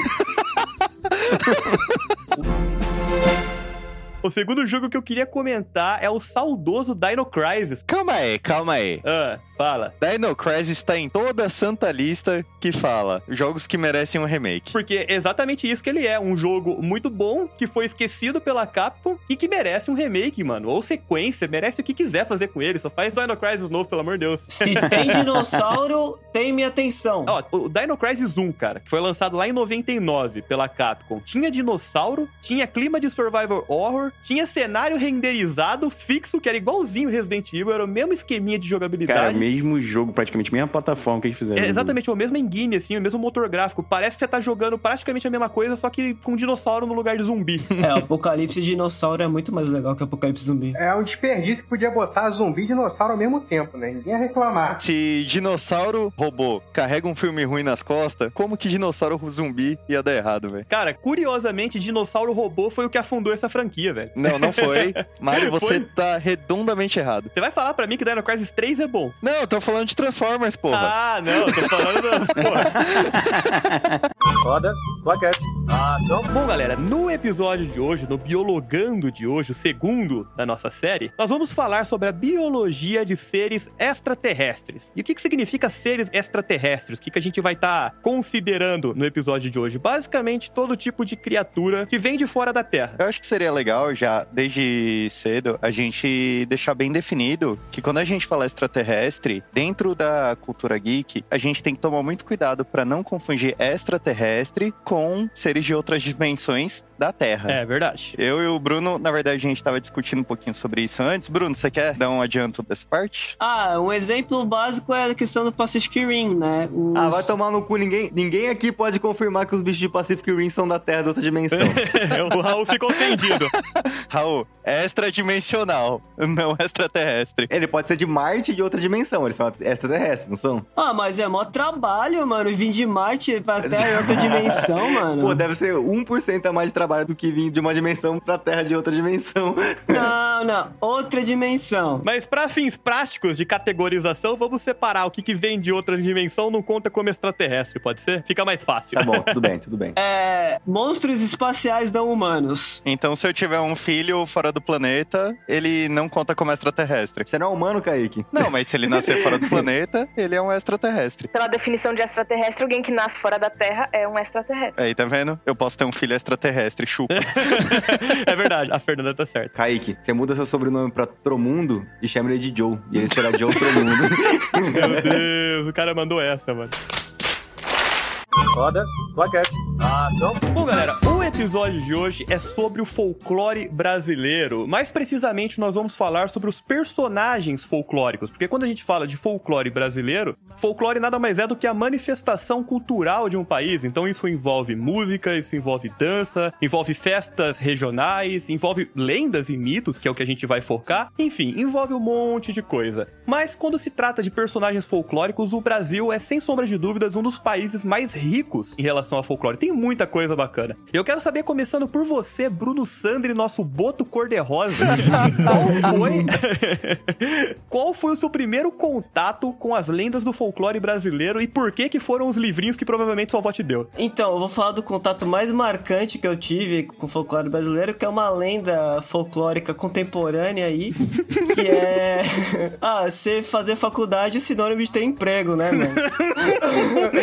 Speaker 2: O segundo jogo que eu queria comentar é o saudoso Dino Crisis.
Speaker 3: Calma aí, calma aí.
Speaker 2: Ah, fala.
Speaker 3: Dino Crisis tá em toda a santa lista que fala jogos que merecem um remake.
Speaker 2: Porque é exatamente isso que ele é, um jogo muito bom, que foi esquecido pela Capcom e que merece um remake, mano. Ou sequência, merece o que quiser fazer com ele, só faz Dino Crisis novo, pelo amor de Deus.
Speaker 6: Se tem dinossauro, tem minha atenção.
Speaker 2: Ó, o Dino Crisis 1, cara, que foi lançado lá em 99 pela Capcom, tinha dinossauro, tinha clima de survival horror, tinha cenário renderizado fixo, que era igualzinho Resident Evil, era o mesmo esqueminha de jogabilidade.
Speaker 4: Cara, mesmo jogo, praticamente, mesma plataforma que eles fizeram.
Speaker 2: É exatamente o mesmo engine, assim, o mesmo motor gráfico. Parece que você tá jogando praticamente a mesma coisa, só que com um dinossauro no lugar de zumbi.
Speaker 6: É, o Apocalipse Dinossauro é muito mais legal que o Apocalipse Zumbi.
Speaker 21: É um desperdício que podia botar zumbi e dinossauro ao mesmo tempo, né? Ninguém ia reclamar.
Speaker 3: Se dinossauro robô carrega um filme ruim nas costas, como que dinossauro zumbi ia dar errado, velho?
Speaker 2: Cara, curiosamente, dinossauro robô foi o que afundou essa franquia, velho.
Speaker 3: Não, não foi. Mário, você
Speaker 2: Foi.
Speaker 3: tá redondamente errado.
Speaker 2: Você vai falar pra mim que Dino Crisis 3 é bom?
Speaker 3: Não, eu tô falando de Transformers, porra.
Speaker 2: Ah, não, eu tô falando do...
Speaker 28: Roda, plaquete. Ação.
Speaker 2: Ah, então, Bom, galera, no episódio de hoje, no Biologando de hoje, o segundo da nossa série, nós vamos falar sobre a biologia de seres extraterrestres. E o que, que significa seres extraterrestres? O que, que a gente vai estar considerando no episódio de hoje? Basicamente, todo tipo de criatura que vem de fora da Terra.
Speaker 3: Eu acho que seria legal já, desde cedo, a gente deixar bem definido que quando a gente fala extraterrestre, dentro da cultura geek, a gente tem que tomar muito cuidado pra não confundir extraterrestre com seres de outras dimensões da Terra.
Speaker 2: É verdade.
Speaker 3: Eu e o Bruno, na verdade, a gente tava discutindo um pouquinho sobre isso antes. Bruno, você quer dar um adianto dessa parte?
Speaker 6: Ah, um exemplo básico é a questão do Pacific Rim, né? Os-
Speaker 5: Ah, vai tomar no cu. Ninguém, ninguém aqui pode confirmar que os bichos de Pacific Rim são da Terra de outra dimensão.
Speaker 2: o Raul ficou ofendido.
Speaker 3: Raul, é extradimensional, não extraterrestre.
Speaker 5: Ele pode ser de Marte e de outra dimensão. Eles são extraterrestres, não são?
Speaker 6: Ah, mas é mó trabalho, mano. Vim de Marte pra Terra em outra dimensão, mano.
Speaker 5: Pô, deve ser 1% a mais de trabalho do que vir de uma dimensão pra Terra de outra dimensão.
Speaker 6: Não, não. Outra dimensão.
Speaker 2: Mas para fins práticos de categorização, vamos separar o que, que vem de outra dimensão não conta como extraterrestre, pode ser? Fica mais fácil.
Speaker 5: Tá bom, tudo bem, tudo bem.
Speaker 6: É. Monstros espaciais não humanos.
Speaker 3: Então, se eu tiver um filho fora do planeta, ele não conta como extraterrestre.
Speaker 5: Você não é humano, Kaique?
Speaker 3: Não, mas se ele nascer fora do planeta, ele é um extraterrestre.
Speaker 7: Pela definição de extraterrestre, alguém que nasce fora da Terra é um extraterrestre.
Speaker 3: Aí, tá vendo? Eu posso ter um filho extraterrestre, chupa.
Speaker 2: é verdade, a Fernanda tá certa.
Speaker 5: Kaique, você muda seu sobrenome pra Tromundo e chama ele de Joe. E ele será Joe Tromundo.
Speaker 2: Meu Deus, o cara mandou essa, mano.
Speaker 28: Roda, plaquete.
Speaker 29: Ah, não.
Speaker 2: Bom, galera, o episódio de hoje é sobre o folclore brasileiro. Mais precisamente, nós vamos falar sobre os personagens folclóricos, porque quando a gente fala de folclore brasileiro, folclore nada mais é do que a manifestação cultural de um país. Então, isso envolve música, isso envolve dança, envolve festas regionais, envolve lendas e mitos, que é o que a gente vai focar. Enfim, envolve um monte de coisa. Mas quando se trata de personagens folclóricos, o Brasil é, sem sombra de dúvidas, um dos países mais ricos em relação a folclore. Tem muita coisa bacana. Eu quero saber, começando por você, Bruno Sandri, nosso boto cor-de-rosa, qual foi... qual foi o seu primeiro contato com as lendas do folclore brasileiro e por que que foram os livrinhos que provavelmente sua avó te deu?
Speaker 6: Então, eu vou falar do contato mais marcante que eu tive com o folclore brasileiro, que é uma lenda folclórica contemporânea aí, que é... ah, você fazer faculdade é sinônimo de ter emprego, né, mano?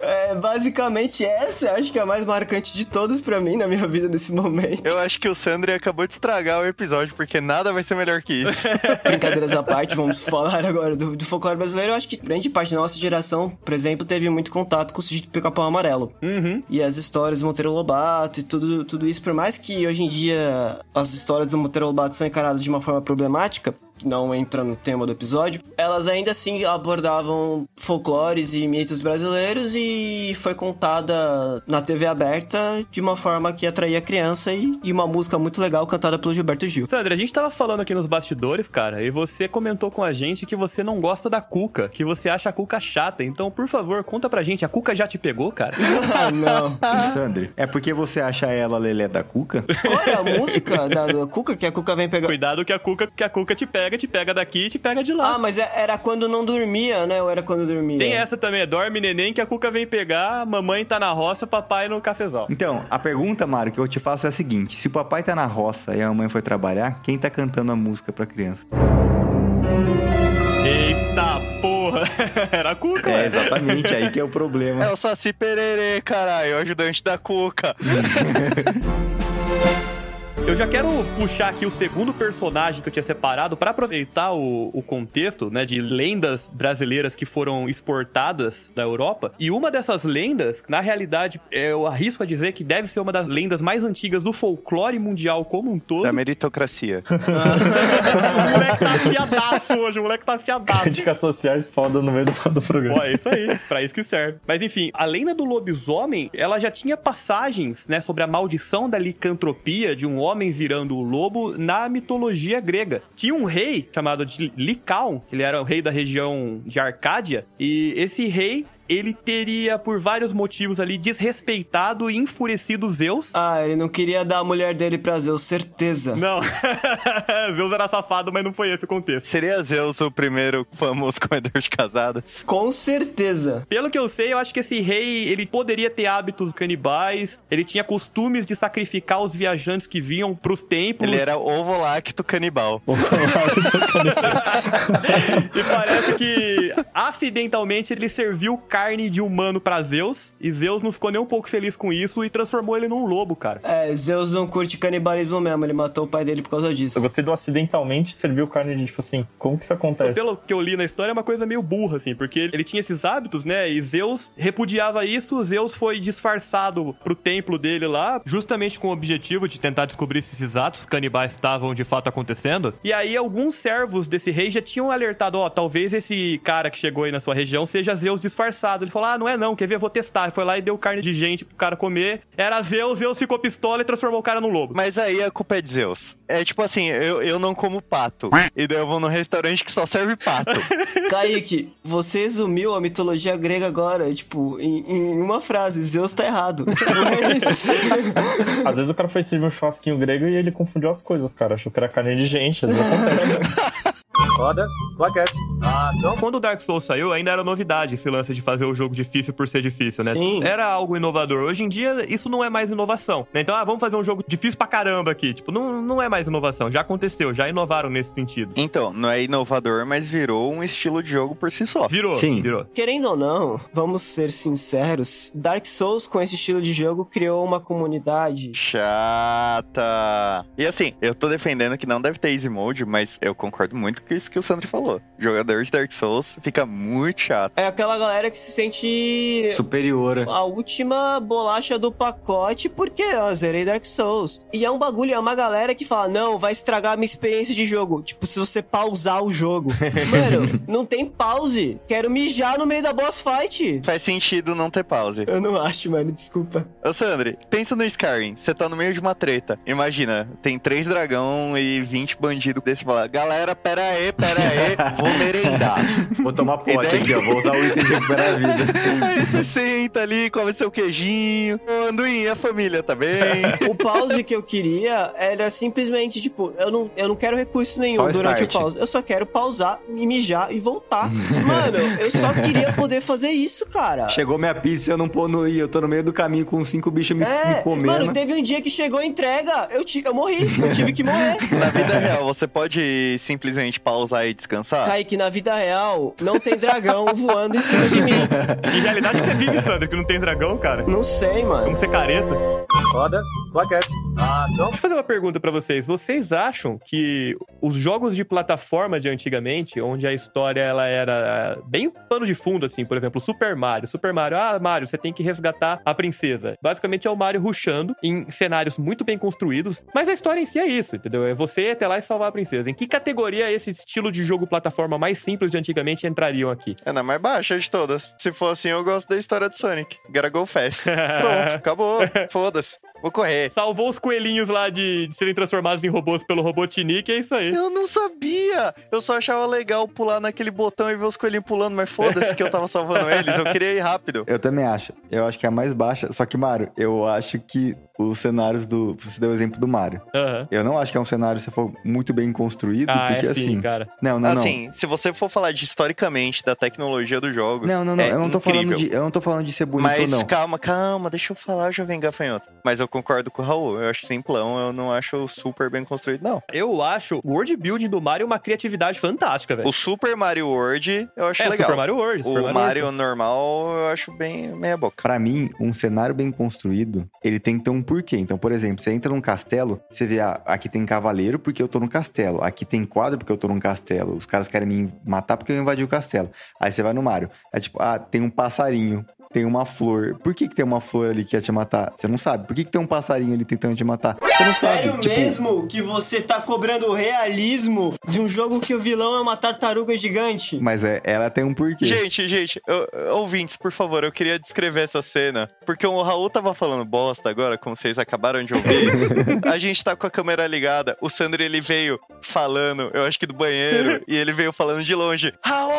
Speaker 6: é, é, basicamente essa, acho que é a mais marcante de todas pra mim na minha vida nesse momento.
Speaker 3: Eu acho que o Sandri acabou de estragar o episódio, porque nada vai ser melhor que isso.
Speaker 6: Brincadeiras à parte, vamos falar agora do, do folclore brasileiro. Eu acho que grande parte da nossa geração, por exemplo, teve muito contato com o sujeito do pica-pau amarelo.
Speaker 2: Uhum.
Speaker 6: E as histórias do Monteiro Lobato e tudo, tudo isso, por mais que hoje em dia as histórias do Monteiro Lobato são encaradas de uma forma problemática, que não entra no tema do episódio, elas ainda assim abordavam folclores e mitos brasileiros e foi contada na TV aberta de uma forma que atraía a criança e, e uma música muito legal cantada pelo Gilberto Gil.
Speaker 2: Sandra, a gente tava falando aqui nos bastidores, cara, e você comentou com a gente que você não gosta da Cuca, que você acha a Cuca chata. Então, por favor, conta pra gente, a Cuca já te pegou, cara?
Speaker 6: ah, não.
Speaker 5: Sandri, é porque você acha ela Lelé da Cuca?
Speaker 6: Qual é a música da, da Cuca que a Cuca vem pegar?
Speaker 2: Cuidado que a Cuca, que a Cuca te pega pega, te pega daqui e te pega de lá.
Speaker 6: Ah, mas é- era quando não dormia, né? Ou era quando dormia?
Speaker 2: Tem essa também, é dorme neném que a cuca vem pegar, mamãe tá na roça, papai no cafezal.
Speaker 5: Então, a pergunta, Mário, que eu te faço é a seguinte: se o papai tá na roça e a mamãe foi trabalhar, quem tá cantando a música pra criança?
Speaker 2: Eita porra! Era a cuca,
Speaker 5: É
Speaker 2: ué.
Speaker 5: exatamente aí que é o problema.
Speaker 3: É o Saci Pererê, caralho, o ajudante da Cuca.
Speaker 2: Eu já quero puxar aqui o segundo personagem que eu tinha separado pra aproveitar o, o contexto, né, de lendas brasileiras que foram exportadas da Europa. E uma dessas lendas, na realidade, eu arrisco a dizer que deve ser uma das lendas mais antigas do folclore mundial como um todo.
Speaker 3: Da meritocracia.
Speaker 2: o moleque tá afiadaço hoje, o moleque tá afiadaço.
Speaker 4: Críticas sociais foda no meio do, do programa.
Speaker 2: Ó, é isso aí, pra isso que serve. Mas enfim, a lenda do lobisomem, ela já tinha passagens, né, sobre a maldição da licantropia de um homem virando o lobo na mitologia grega. Tinha um rei chamado de Licaon, ele era o rei da região de Arcádia, e esse rei ele teria, por vários motivos ali, desrespeitado e enfurecido Zeus.
Speaker 6: Ah, ele não queria dar a mulher dele pra Zeus, certeza.
Speaker 2: Não, Zeus era safado, mas não foi esse o contexto.
Speaker 3: Seria Zeus o primeiro famoso comedor de casadas?
Speaker 6: Com certeza.
Speaker 2: Pelo que eu sei, eu acho que esse rei, ele poderia ter hábitos canibais, ele tinha costumes de sacrificar os viajantes que vinham pros templos.
Speaker 3: Ele era ovo lacto canibal.
Speaker 2: E parece que, acidentalmente, ele serviu carne de humano pra Zeus, e Zeus não ficou nem um pouco feliz com isso e transformou ele num lobo, cara.
Speaker 6: É, Zeus não curte canibalismo mesmo, ele matou o pai dele por causa disso.
Speaker 4: Eu gostei do acidentalmente serviu carne de tipo assim, como que isso acontece?
Speaker 2: Pelo que eu li na história, é uma coisa meio burra, assim, porque ele ele tinha esses hábitos, né? E Zeus repudiava isso, Zeus foi disfarçado pro templo dele lá, justamente com o objetivo de tentar descobrir se esses atos canibais estavam de fato acontecendo. E aí, alguns servos desse rei já tinham alertado: ó, talvez esse cara que chegou aí na sua região seja Zeus disfarçado. Ele falou: ah, não é não, quer ver? Eu Vou testar. E foi lá e deu carne de gente pro cara comer. Era Zeus, Zeus ficou pistola e transformou o cara num lobo.
Speaker 3: Mas aí a culpa é de Zeus. É tipo assim, eu, eu não como pato. E daí eu vou num restaurante que só serve pato.
Speaker 6: Kaique, você resumiu a mitologia grega agora, tipo, em, em uma frase, Zeus tá errado.
Speaker 4: Às vezes o cara foi servir um churrasquinho grego e ele confundiu as coisas, cara. Achou que era carne de gente, às vezes é acontece.
Speaker 29: Roda, plaquete. Ah, não.
Speaker 2: Quando o Dark Souls saiu, ainda era novidade esse lance de fazer o jogo difícil por ser difícil, né?
Speaker 6: Sim.
Speaker 2: Era algo inovador. Hoje em dia, isso não é mais inovação. né? Então, ah, vamos fazer um jogo difícil pra caramba aqui. Tipo, não, não é mais inovação. Já aconteceu, já inovaram nesse sentido.
Speaker 3: Então, não é inovador, mas virou um estilo de jogo por si só.
Speaker 2: Virou,
Speaker 5: Sim.
Speaker 2: virou.
Speaker 6: Querendo ou não, vamos ser sinceros, Dark Souls com esse estilo de jogo criou uma comunidade
Speaker 3: Chata. E assim, eu tô defendendo que não deve ter easy mode, mas eu concordo muito que isso que o Sandro falou. Jogador de Dark Souls fica muito chato.
Speaker 6: É aquela galera que se sente.
Speaker 30: Superior.
Speaker 6: A última bolacha do pacote, porque ó, zerei Dark Souls. E é um bagulho, é uma galera que fala: não, vai estragar a minha experiência de jogo. Tipo, se você pausar o jogo. Mano, não tem pause. Quero mijar no meio da boss fight.
Speaker 3: Faz sentido não ter pause.
Speaker 6: Eu não acho, mano, desculpa.
Speaker 3: Ô, Sandri, pensa no Skyrim. Você tá no meio de uma treta. Imagina, tem três dragão e 20 bandidos desse falar: galera, pera aí, pera aí, vou merendar.
Speaker 30: Vou tomar pote aqui, ó. Vou usar o item de recuperar a vida.
Speaker 3: Aí você senta ali, come seu queijinho. Ô, Anduin, a família tá bem?
Speaker 6: O pause que eu queria era simplesmente, tipo, eu não, eu não quero recurso nenhum
Speaker 30: Só o
Speaker 6: durante
Speaker 30: start.
Speaker 6: o pause. Eu só quero pausar, me mijar e voltar. Mano, eu só queria poder fazer isso, cara.
Speaker 30: Chegou minha pizza, eu não pô no i. Eu tô no meio do caminho com cinco bichos me, me
Speaker 6: É,
Speaker 30: comendo.
Speaker 6: mano, teve um dia que chegou a entrega, eu, ti- eu morri, eu tive que morrer.
Speaker 3: Na vida real, você pode simplesmente pausar e descansar?
Speaker 6: Kaique, na vida real, não tem dragão voando em cima de mim.
Speaker 2: Que realidade que você vive, Sandro, que não tem dragão, cara?
Speaker 6: Não sei, mano.
Speaker 2: Como você é careta.
Speaker 31: Roda, plaquete. Ah, então.
Speaker 2: Deixa eu fazer uma pergunta pra vocês. Vocês acham que os jogos de plataforma de antigamente, onde a história ela era bem pano de fundo, assim, por exemplo, Super Mario. Super Mario, ah, Mario, você tem que resgatar a princesa. Basicamente é o Mario rushando em cenários muito bem construídos, mas a história em si é isso, entendeu? É você ir até lá e salvar a princesa. Em que categoria esse estilo de jogo plataforma mais simples de antigamente entrariam aqui?
Speaker 3: É na mais baixa de todas. Se for assim, eu gosto da história do Sonic. Gotta go fast. Pronto, acabou. Foda-se. Vou correr.
Speaker 2: Salvou os coelhinhos lá de, de serem transformados em robôs pelo Robotnik, é isso aí.
Speaker 3: Eu não sabia! Eu só achava legal pular naquele botão e ver os coelhinhos pulando, mas foda-se que eu tava salvando eles. Eu queria ir rápido.
Speaker 5: Eu também acho. Eu acho que é a mais baixa. Só que, Mario, eu acho que os cenários do. Você deu o exemplo do Mario.
Speaker 2: Aham.
Speaker 5: Eu não acho que é um cenário, se for muito bem construído,
Speaker 3: Ah, é
Speaker 5: porque
Speaker 3: sim,
Speaker 5: assim.
Speaker 3: cara.
Speaker 5: Não, não, não.
Speaker 3: assim, se você for falar de historicamente da tecnologia dos jogos.
Speaker 5: Não, não, não.
Speaker 3: é
Speaker 5: eu, não tô falando
Speaker 3: incrível.
Speaker 5: de, eu não tô falando de ser bonito,
Speaker 3: Mas
Speaker 5: não.
Speaker 3: calma, calma, deixa eu falar, jovem gafanhoto. Mas eu concordo com o Raul, eu acho simplão, eu não acho super bem construído, não.
Speaker 2: Eu acho o world building do Mario uma criatividade fantástica, velho.
Speaker 3: O Super Mario World, eu acho
Speaker 2: É,
Speaker 3: legal.
Speaker 2: Super Mario World,
Speaker 3: O
Speaker 2: Super Mario
Speaker 3: Mario
Speaker 2: World.
Speaker 3: normal, eu acho bem meia boca.
Speaker 5: Pra mim, um cenário bem construído, ele tem que ter um porquê. Então, por exemplo, você entra num castelo, você vê, ah, aqui tem cavaleiro porque eu tô num castelo, aqui tem quadro porque eu tô num castelo, os caras querem me matar porque eu invadi o castelo. Aí você vai no Mario, é tipo, ah, tem um passarinho, tem uma flor. Por que que tem uma flor ali que ia te matar? Você não sabe. Por que que tem um passarinho ali tentando te matar? Você não sabe.
Speaker 6: Sério
Speaker 5: tipo,
Speaker 6: mesmo que você tá cobrando o realismo de um jogo que o vilão é uma tartaruga gigante?
Speaker 5: Mas é, ela tem um porquê.
Speaker 3: Gente, gente, eu- ouvintes, por favor, eu queria descrever essa cena. Porque o Raul tava falando bosta agora, como vocês acabaram de ouvir. a gente tá com a câmera ligada. O Sandro, ele veio falando, eu acho que do banheiro, e ele veio falando de longe.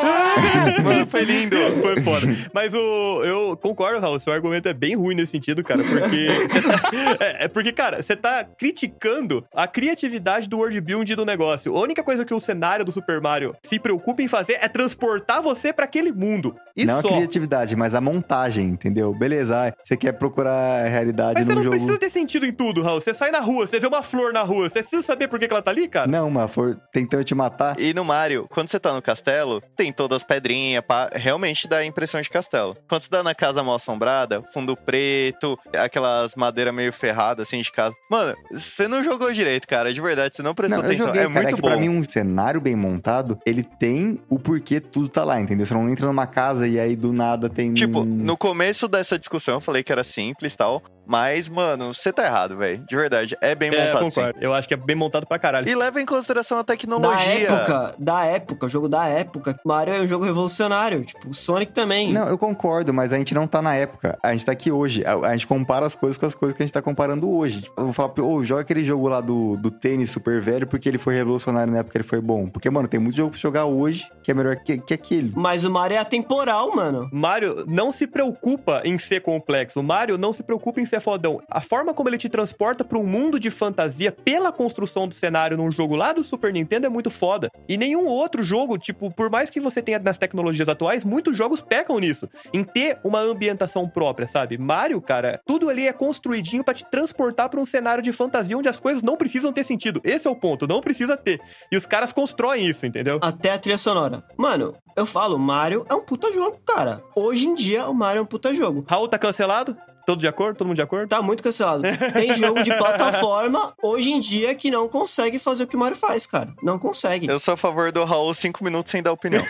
Speaker 3: Raul! Mano, foi lindo.
Speaker 2: Foi foda. Mas o, eu concordo, Raul, seu argumento é bem ruim nesse sentido, cara, porque... você tá- é, é porque, cara, você tá criticando a criatividade do world building do negócio. A única coisa que o cenário do Super Mario se preocupa em fazer é transportar você pra aquele mundo. E
Speaker 5: não
Speaker 2: só.
Speaker 5: a criatividade, mas a montagem, entendeu? Beleza, ah, você quer procurar a realidade
Speaker 2: Mas você
Speaker 5: num
Speaker 2: não
Speaker 5: jogo.
Speaker 2: precisa ter sentido em tudo, Raul. Você sai na rua, você vê uma flor na rua, você precisa saber por que que ela tá ali, cara?
Speaker 5: Não, mas for tentando te matar.
Speaker 3: E no Mario, quando você tá no castelo, tem todas as pedrinhas, pá, realmente dá a impressão de castelo. Quando você tá na casa mal assombrada, fundo preto, aquelas madeiras meio ferradas assim de casa. Mano, você não jogou direito, cara, de verdade, você não prestou
Speaker 5: Não, eu
Speaker 3: atenção.
Speaker 5: joguei,
Speaker 3: é
Speaker 5: cara,
Speaker 3: muito
Speaker 5: que
Speaker 3: bom.
Speaker 5: pra mim um cenário bem montado, ele tem o porquê tudo tá lá, entendeu? Você não entra numa casa e aí do nada tem... um-
Speaker 3: Tipo, no começo dessa discussão eu falei que era simples e tal, mas, mano, você tá errado, velho. De verdade, é bem
Speaker 2: É, eu
Speaker 3: montado sim.
Speaker 2: concordo. Eu acho que é bem montado pra caralho.
Speaker 3: E leva em consideração a
Speaker 6: Da
Speaker 3: tecnologia.
Speaker 6: época, da época, jogo da época. Mario é um jogo revolucionário, tipo, o Sonic também.
Speaker 5: Não, eu concordo, mas a gente não tá na época. A gente tá aqui hoje. A, a gente compara as coisas com as coisas que a gente tá comparando hoje. Tipo, eu vou falar, ô, joga aquele jogo lá do, do tênis super velho porque ele foi revolucionário na época que ele foi bom. Porque, mano, tem muito jogo pra jogar hoje que é melhor que, que aquele.
Speaker 6: Mas o Mario é atemporal, mano.
Speaker 2: Mario não se preocupa em ser complexo. O Mario não se preocupa em ser fodão. A forma como ele te transporta pra um mundo de fantasia pela construção do cenário num jogo lá do Super Nintendo é muito foda. E nenhum outro jogo, tipo, por mais que você tenha nas tecnologias atuais, muitos jogos pecam nisso. Em ter uma ambientação própria, sabe? Mario, cara, tudo ali é construidinho pra te transportar pra um cenário de fantasia onde as coisas não precisam ter sentido. Esse é o ponto, não precisa ter. E os caras constroem isso, entendeu?
Speaker 6: Até a trilha sonora. Mano, eu falo, Mario é um puta jogo, cara. Hoje em dia, o Mario é um puta jogo.
Speaker 2: Raul tá cancelado? Todo de acordo? Todo mundo de acordo?
Speaker 6: Tá muito cancelado. Tem jogo de plataforma hoje em dia que não consegue fazer o que o Mario faz, cara. Não consegue.
Speaker 3: Eu sou a favor do Raul 5 minutos sem dar opinião.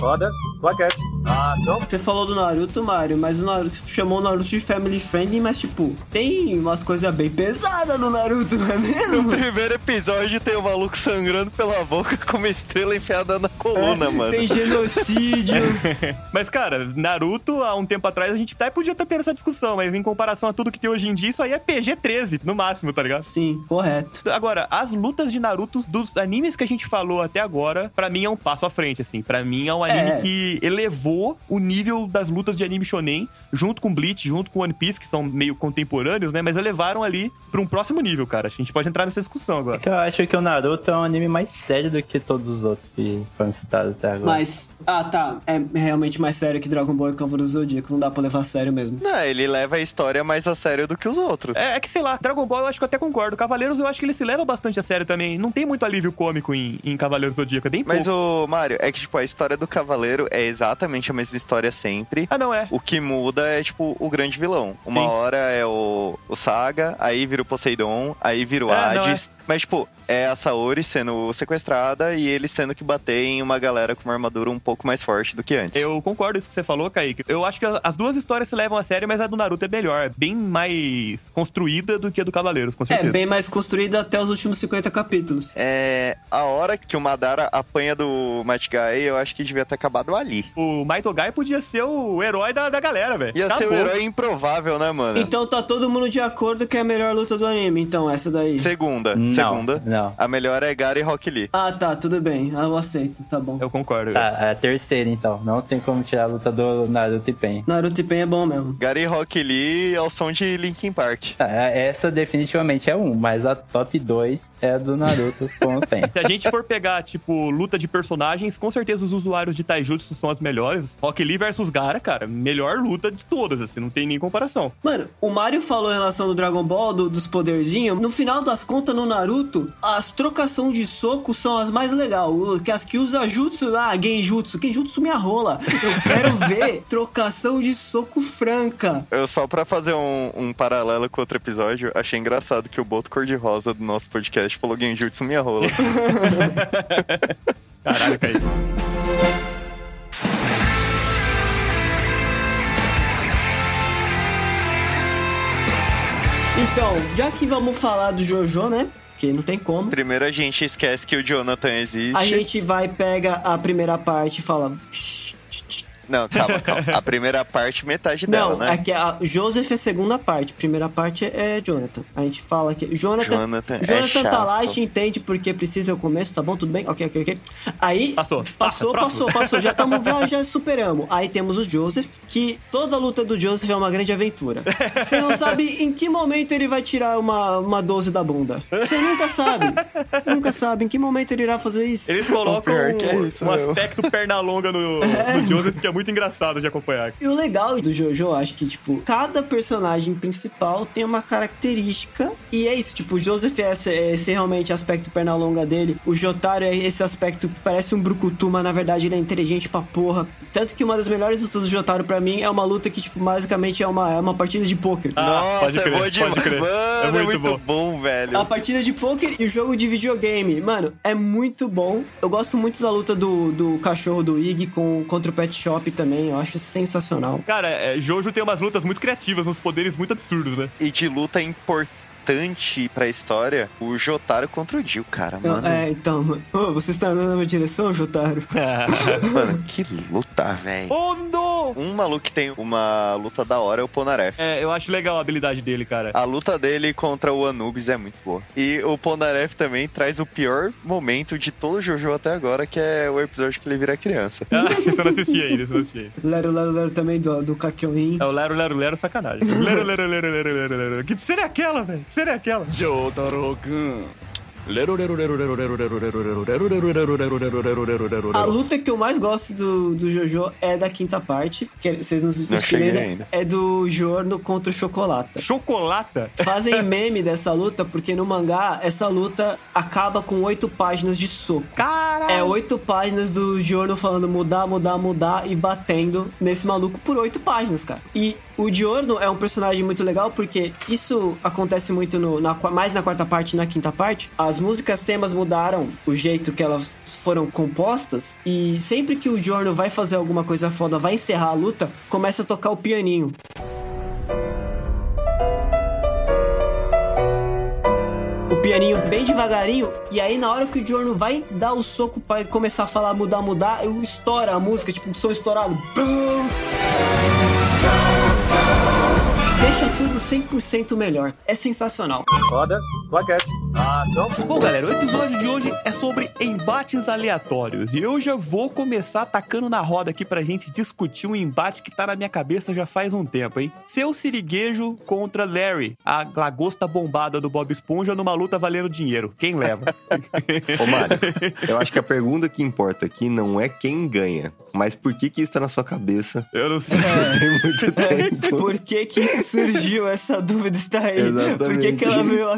Speaker 32: Roda, plaquete. Ação.
Speaker 6: Você falou do Naruto, Mario, mas o Naruto você chamou o Naruto de family friendly, mas tipo, tem umas coisas bem pesadas no Naruto, não é
Speaker 3: No
Speaker 6: mesmo?
Speaker 3: primeiro episódio tem o maluco sangrando pela boca com uma estrela enfiada na
Speaker 2: É,
Speaker 3: coluna, mano.
Speaker 6: Tem genocídio.
Speaker 2: Mas, cara, Naruto, há um tempo atrás, a gente até podia estar tendo essa discussão, mas em comparação a tudo que tem hoje em dia, isso aí é PG-13, no máximo, tá ligado?
Speaker 6: Sim, correto.
Speaker 2: Agora, as lutas de Naruto, dos animes que a gente falou até agora, pra mim é um passo à frente, assim. Pra mim é um anime
Speaker 6: É.
Speaker 2: que elevou o nível das lutas de anime shonen, junto com Bleach, junto com One Piece, que são meio contemporâneos, né? Mas elevaram ali pra um próximo nível, cara. A gente pode entrar nessa discussão agora.
Speaker 4: Que eu acho que o Naruto é um anime mais sério do que todos os outros que foram citados até agora.
Speaker 6: Mas, ah tá, é realmente mais sério que Dragon Ball e Cavaleiro do Zodíaco, não dá pra levar a sério mesmo.
Speaker 3: Não, ele leva a história mais a sério do que os outros.
Speaker 2: É, é que, sei lá, Dragon Ball eu acho que eu até concordo. Cavaleiros eu acho que ele se leva bastante a sério também. Não tem muito alívio cômico em, em Cavaleiros do Zodíaco, é bem
Speaker 3: Mas
Speaker 2: pouco.
Speaker 3: o Mário, é que tipo a história do cavaleiro é exatamente a mesma história sempre.
Speaker 2: Ah, não é.
Speaker 3: O que muda é tipo o grande vilão. Uma
Speaker 2: Sim.
Speaker 3: hora é o, o Saga, aí vira o Poseidon, aí vira o
Speaker 2: É, não
Speaker 3: Hades. Mas tipo, é a Saori sendo sequestrada e eles tendo que bater em uma galera com uma armadura um pouco mais forte do que antes.
Speaker 2: Eu concordo com isso que você falou, Kaique. Eu acho que a- as duas histórias se levam a sério, mas a do Naruto é melhor. É bem mais construída do que a do Cavaleiros, com
Speaker 6: É
Speaker 2: certeza.
Speaker 6: bem mais construído até os últimos 50 capítulos.
Speaker 3: É, a hora que o Madara apanha do Matigai, eu acho que devia ter acabado ali.
Speaker 2: O Maitogai podia ser o herói da, da galera, velho.
Speaker 3: Ia ser o
Speaker 2: Acabou.
Speaker 3: herói improvável, né, mano?
Speaker 6: Então tá todo mundo de acordo que é a melhor luta do anime, então essa daí.
Speaker 3: Segunda,
Speaker 4: Não,
Speaker 3: segunda.
Speaker 4: não.
Speaker 3: A melhor é Gara e Rock Lee.
Speaker 6: Ah tá, tudo bem, eu aceito, tá bom.
Speaker 2: Eu concordo.
Speaker 4: Tá, é a terceira então. Não tem como tirar a luta do Naruto e Pen.
Speaker 6: Naruto e Pen é bom mesmo.
Speaker 3: Gary Rock Lee ao som de Linkin Park.
Speaker 4: Tá, Essa definitivamente é um, mas a top 2 é a do Naruto com o Pen.
Speaker 2: Se a gente for pegar, tipo, luta de personagens, com certeza os usuários de Taijutsu são os melhores. Rock Lee versus Gara, cara, melhor luta de todas, assim, não tem nem comparação.
Speaker 6: Mano, o Mario falou em relação do Dragon Ball, do- dos poderzinhos. No final das contas, no Naruto, as trocações de soco são as mais legais. As que usa jutsu, ah, genjutsu. Genjutsu minha rola. Eu quero ver trocação de soco franca.
Speaker 3: Eu só pra fazer um, um paralelo com outro episódio, achei engraçado que o Boto Cor-de-Rosa do nosso podcast falou Genjutsu minha rola.
Speaker 2: Caralho, Kaique.
Speaker 6: Então, já que vamos falar do Jojo, né? Que não tem como.
Speaker 3: Primeiro a gente esquece que o Jonathan existe.
Speaker 6: A gente vai, pega a primeira parte e fala...
Speaker 3: Não, calma, calma. A primeira parte, metade dela,
Speaker 6: Não,
Speaker 3: né?
Speaker 6: é que a Joseph é segunda parte. Primeira parte é Jonathan. A gente fala que. Jonathan.
Speaker 3: Jonathan é
Speaker 6: tá
Speaker 3: chato.
Speaker 6: lá, a gente entende porque precisa o começo, tá bom? Tudo bem? Ok, ok, ok. Aí.
Speaker 2: Passou.
Speaker 6: Passou,
Speaker 2: Passa,
Speaker 6: passou,
Speaker 2: próximo.
Speaker 6: passou. Já estamos já, já superamos. Aí temos o Joseph, que toda luta do Joseph é uma grande aventura. Você não sabe em que momento ele vai tirar uma, uma 12 da bunda. Você nunca sabe. nunca sabe em que momento ele irá fazer isso.
Speaker 2: Eles colocam
Speaker 3: Pior que é
Speaker 2: um,
Speaker 3: isso,
Speaker 2: um
Speaker 3: meu.
Speaker 2: aspecto perna longa no, no Joseph que é muito engraçado de acompanhar.
Speaker 6: E o legal do Jojo, acho que, tipo, cada personagem principal tem uma característica. E é isso, tipo, o Joseph é esse, é esse realmente aspecto perna longa dele. O Jotaro é esse aspecto que parece um brucutu, mas na verdade ele é inteligente pra porra. Tanto que uma das melhores lutas do Jotaro pra mim é uma luta que, tipo, basicamente é uma, é uma partida de pôquer.
Speaker 3: Nossa,
Speaker 2: pode
Speaker 3: é
Speaker 2: crer,
Speaker 3: boa
Speaker 2: pode
Speaker 3: demais.
Speaker 2: crer. É
Speaker 3: Mano, é muito,
Speaker 2: muito
Speaker 3: bom. velho.
Speaker 6: A É partida de pôquer e o jogo de videogame. Mano, é muito bom. Eu gosto muito da luta do, do cachorro do Ig com, contra o Pet Shop também. Eu acho sensacional.
Speaker 2: Cara, é, Jojo tem umas lutas muito criativas, uns poderes muito absurdos, né?
Speaker 3: E de luta importante pra história, o Jotaro contra o Jill, cara,
Speaker 6: Eu-
Speaker 3: mano.
Speaker 6: é, então, mano. Ô, você está andando na minha direção, Jotaro?
Speaker 3: Mano, que luta, velho.
Speaker 2: Oh, não!
Speaker 3: Um maluco que tem uma luta da hora é o Ponaref.
Speaker 2: É, eu acho legal a habilidade dele, cara.
Speaker 3: A luta dele contra o Anubis é muito boa. E o Ponaref também traz o pior momento de todo o Jojo até agora, que é o episódio que ele vira criança.
Speaker 2: Ah, isso eu não assisti ainda, isso eu não assisti ainda.
Speaker 6: Lero Lero Lero também do, do Kakyoin.
Speaker 2: É o Lero Lero Lero sacanagem. Lero Lero Lero Lero Lero Lero. Que cena é aquela, velho? Que cena é aquela? Jotaro-kun.
Speaker 6: A luta que eu mais gosto do, do Jojo é da quinta parte, que vocês não se
Speaker 3: Não cheguei
Speaker 6: esqueceram,
Speaker 3: ainda.
Speaker 6: é do Jorno contra o Chocolata.
Speaker 2: Chocolata?
Speaker 6: Fazem meme dessa luta, porque no mangá, essa luta acaba com oito páginas de soco.
Speaker 2: Caralho!
Speaker 6: É oito páginas do Giorno falando mudar, mudar, mudar e batendo nesse maluco por oito páginas, cara. E o Giorno é um personagem muito legal porque isso acontece muito no, na qua- mais na quarta parte e na quinta parte. As músicas temas mudaram o jeito que elas foram compostas e sempre que o Giorno vai fazer alguma coisa foda, vai encerrar a luta, começa a tocar o pianinho. o pianinho bem devagarinho. E aí, na hora que o Jorno vai dar o soco pra começar a falar mudar, mudar, eu estoura a música, tipo, um som estourado. Bum! Deixa tudo 100% melhor. É sensacional.
Speaker 16: Roda, plaquete. Ação.
Speaker 2: Bom, galera, o episódio de hoje é sobre embates aleatórios. E eu já vou começar tacando na roda aqui pra gente discutir um embate que tá na minha cabeça já faz um tempo, hein? Seu siriguejo contra Larry, a lagosta bombada do Bob Esponja numa luta valendo dinheiro. Quem leva?
Speaker 5: Ô, Mário, eu acho que a pergunta que importa aqui não é quem ganha, mas por que que isso tá na sua cabeça?
Speaker 2: Eu não sei.
Speaker 5: Tem muito tempo.
Speaker 6: Por que que isso surgiu? Essa dúvida está aí.
Speaker 5: Exatamente.
Speaker 6: Por que que ela veio à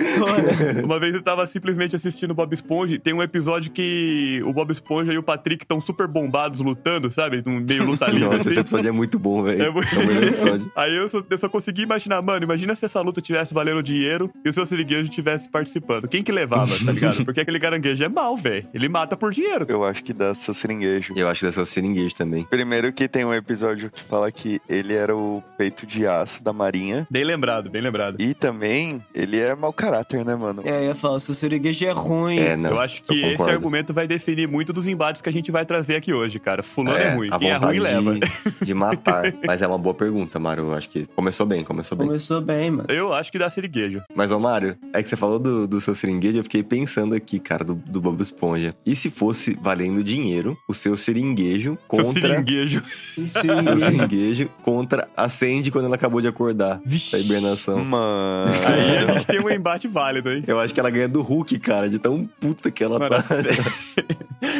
Speaker 6: tona?
Speaker 2: Uma vez eu tava simplesmente assistindo Bob Esponja. e Tem um episódio que o Bob Esponja e o Patrick estão super bombados lutando, sabe? Um meio luta livre.
Speaker 5: Nossa,
Speaker 2: assim.
Speaker 5: esse episódio é muito bom, velho. É, o melhor episódio.
Speaker 2: Aí eu só, eu só consegui imaginar, mano, imagina se essa luta tivesse valendo dinheiro e o seu siriguejo tivesse participando. Quem que levava, tá ligado? Porque aquele caranguejo é mal, velho. Ele mata por dinheiro.
Speaker 3: Eu acho que dá seu seringuejo.
Speaker 5: Eu acho que deve ser o seringuejo também.
Speaker 3: Primeiro que tem um episódio que fala que ele era o peito de aço da marinha.
Speaker 2: Bem lembrado, bem lembrado.
Speaker 3: E também, ele é mau caráter, né, mano?
Speaker 6: É, eu ia falar, o seu siriguejo é ruim.
Speaker 2: eu acho que esse argumento vai definir muito dos embates que a gente vai trazer aqui hoje, cara. Fulano é, ruim.
Speaker 5: a
Speaker 2: Quem é ruim
Speaker 5: vontade
Speaker 2: leva.
Speaker 5: De, de matar. Mas é uma boa pergunta, Mário. Eu Acho que começou bem, começou bem.
Speaker 6: Começou bem, mano.
Speaker 2: Eu acho que dá siriguejo.
Speaker 5: Mas, ô Mário, é que você falou do, do seu seringuejo, eu fiquei pensando aqui, cara, do, do Bob Esponja. E se fosse valendo dinheiro, o seu seringuejo contra...
Speaker 2: Seu seringuejo.
Speaker 5: Seu seringuejo contra a Sandy quando ela acabou de acordar da hibernação.
Speaker 3: Mano...
Speaker 2: Aí
Speaker 5: É.
Speaker 2: a gente tem um embate válido, hein?
Speaker 5: Eu acho que ela ganha do Hulk, cara, de tão puta que ela
Speaker 2: Mano,
Speaker 5: tá.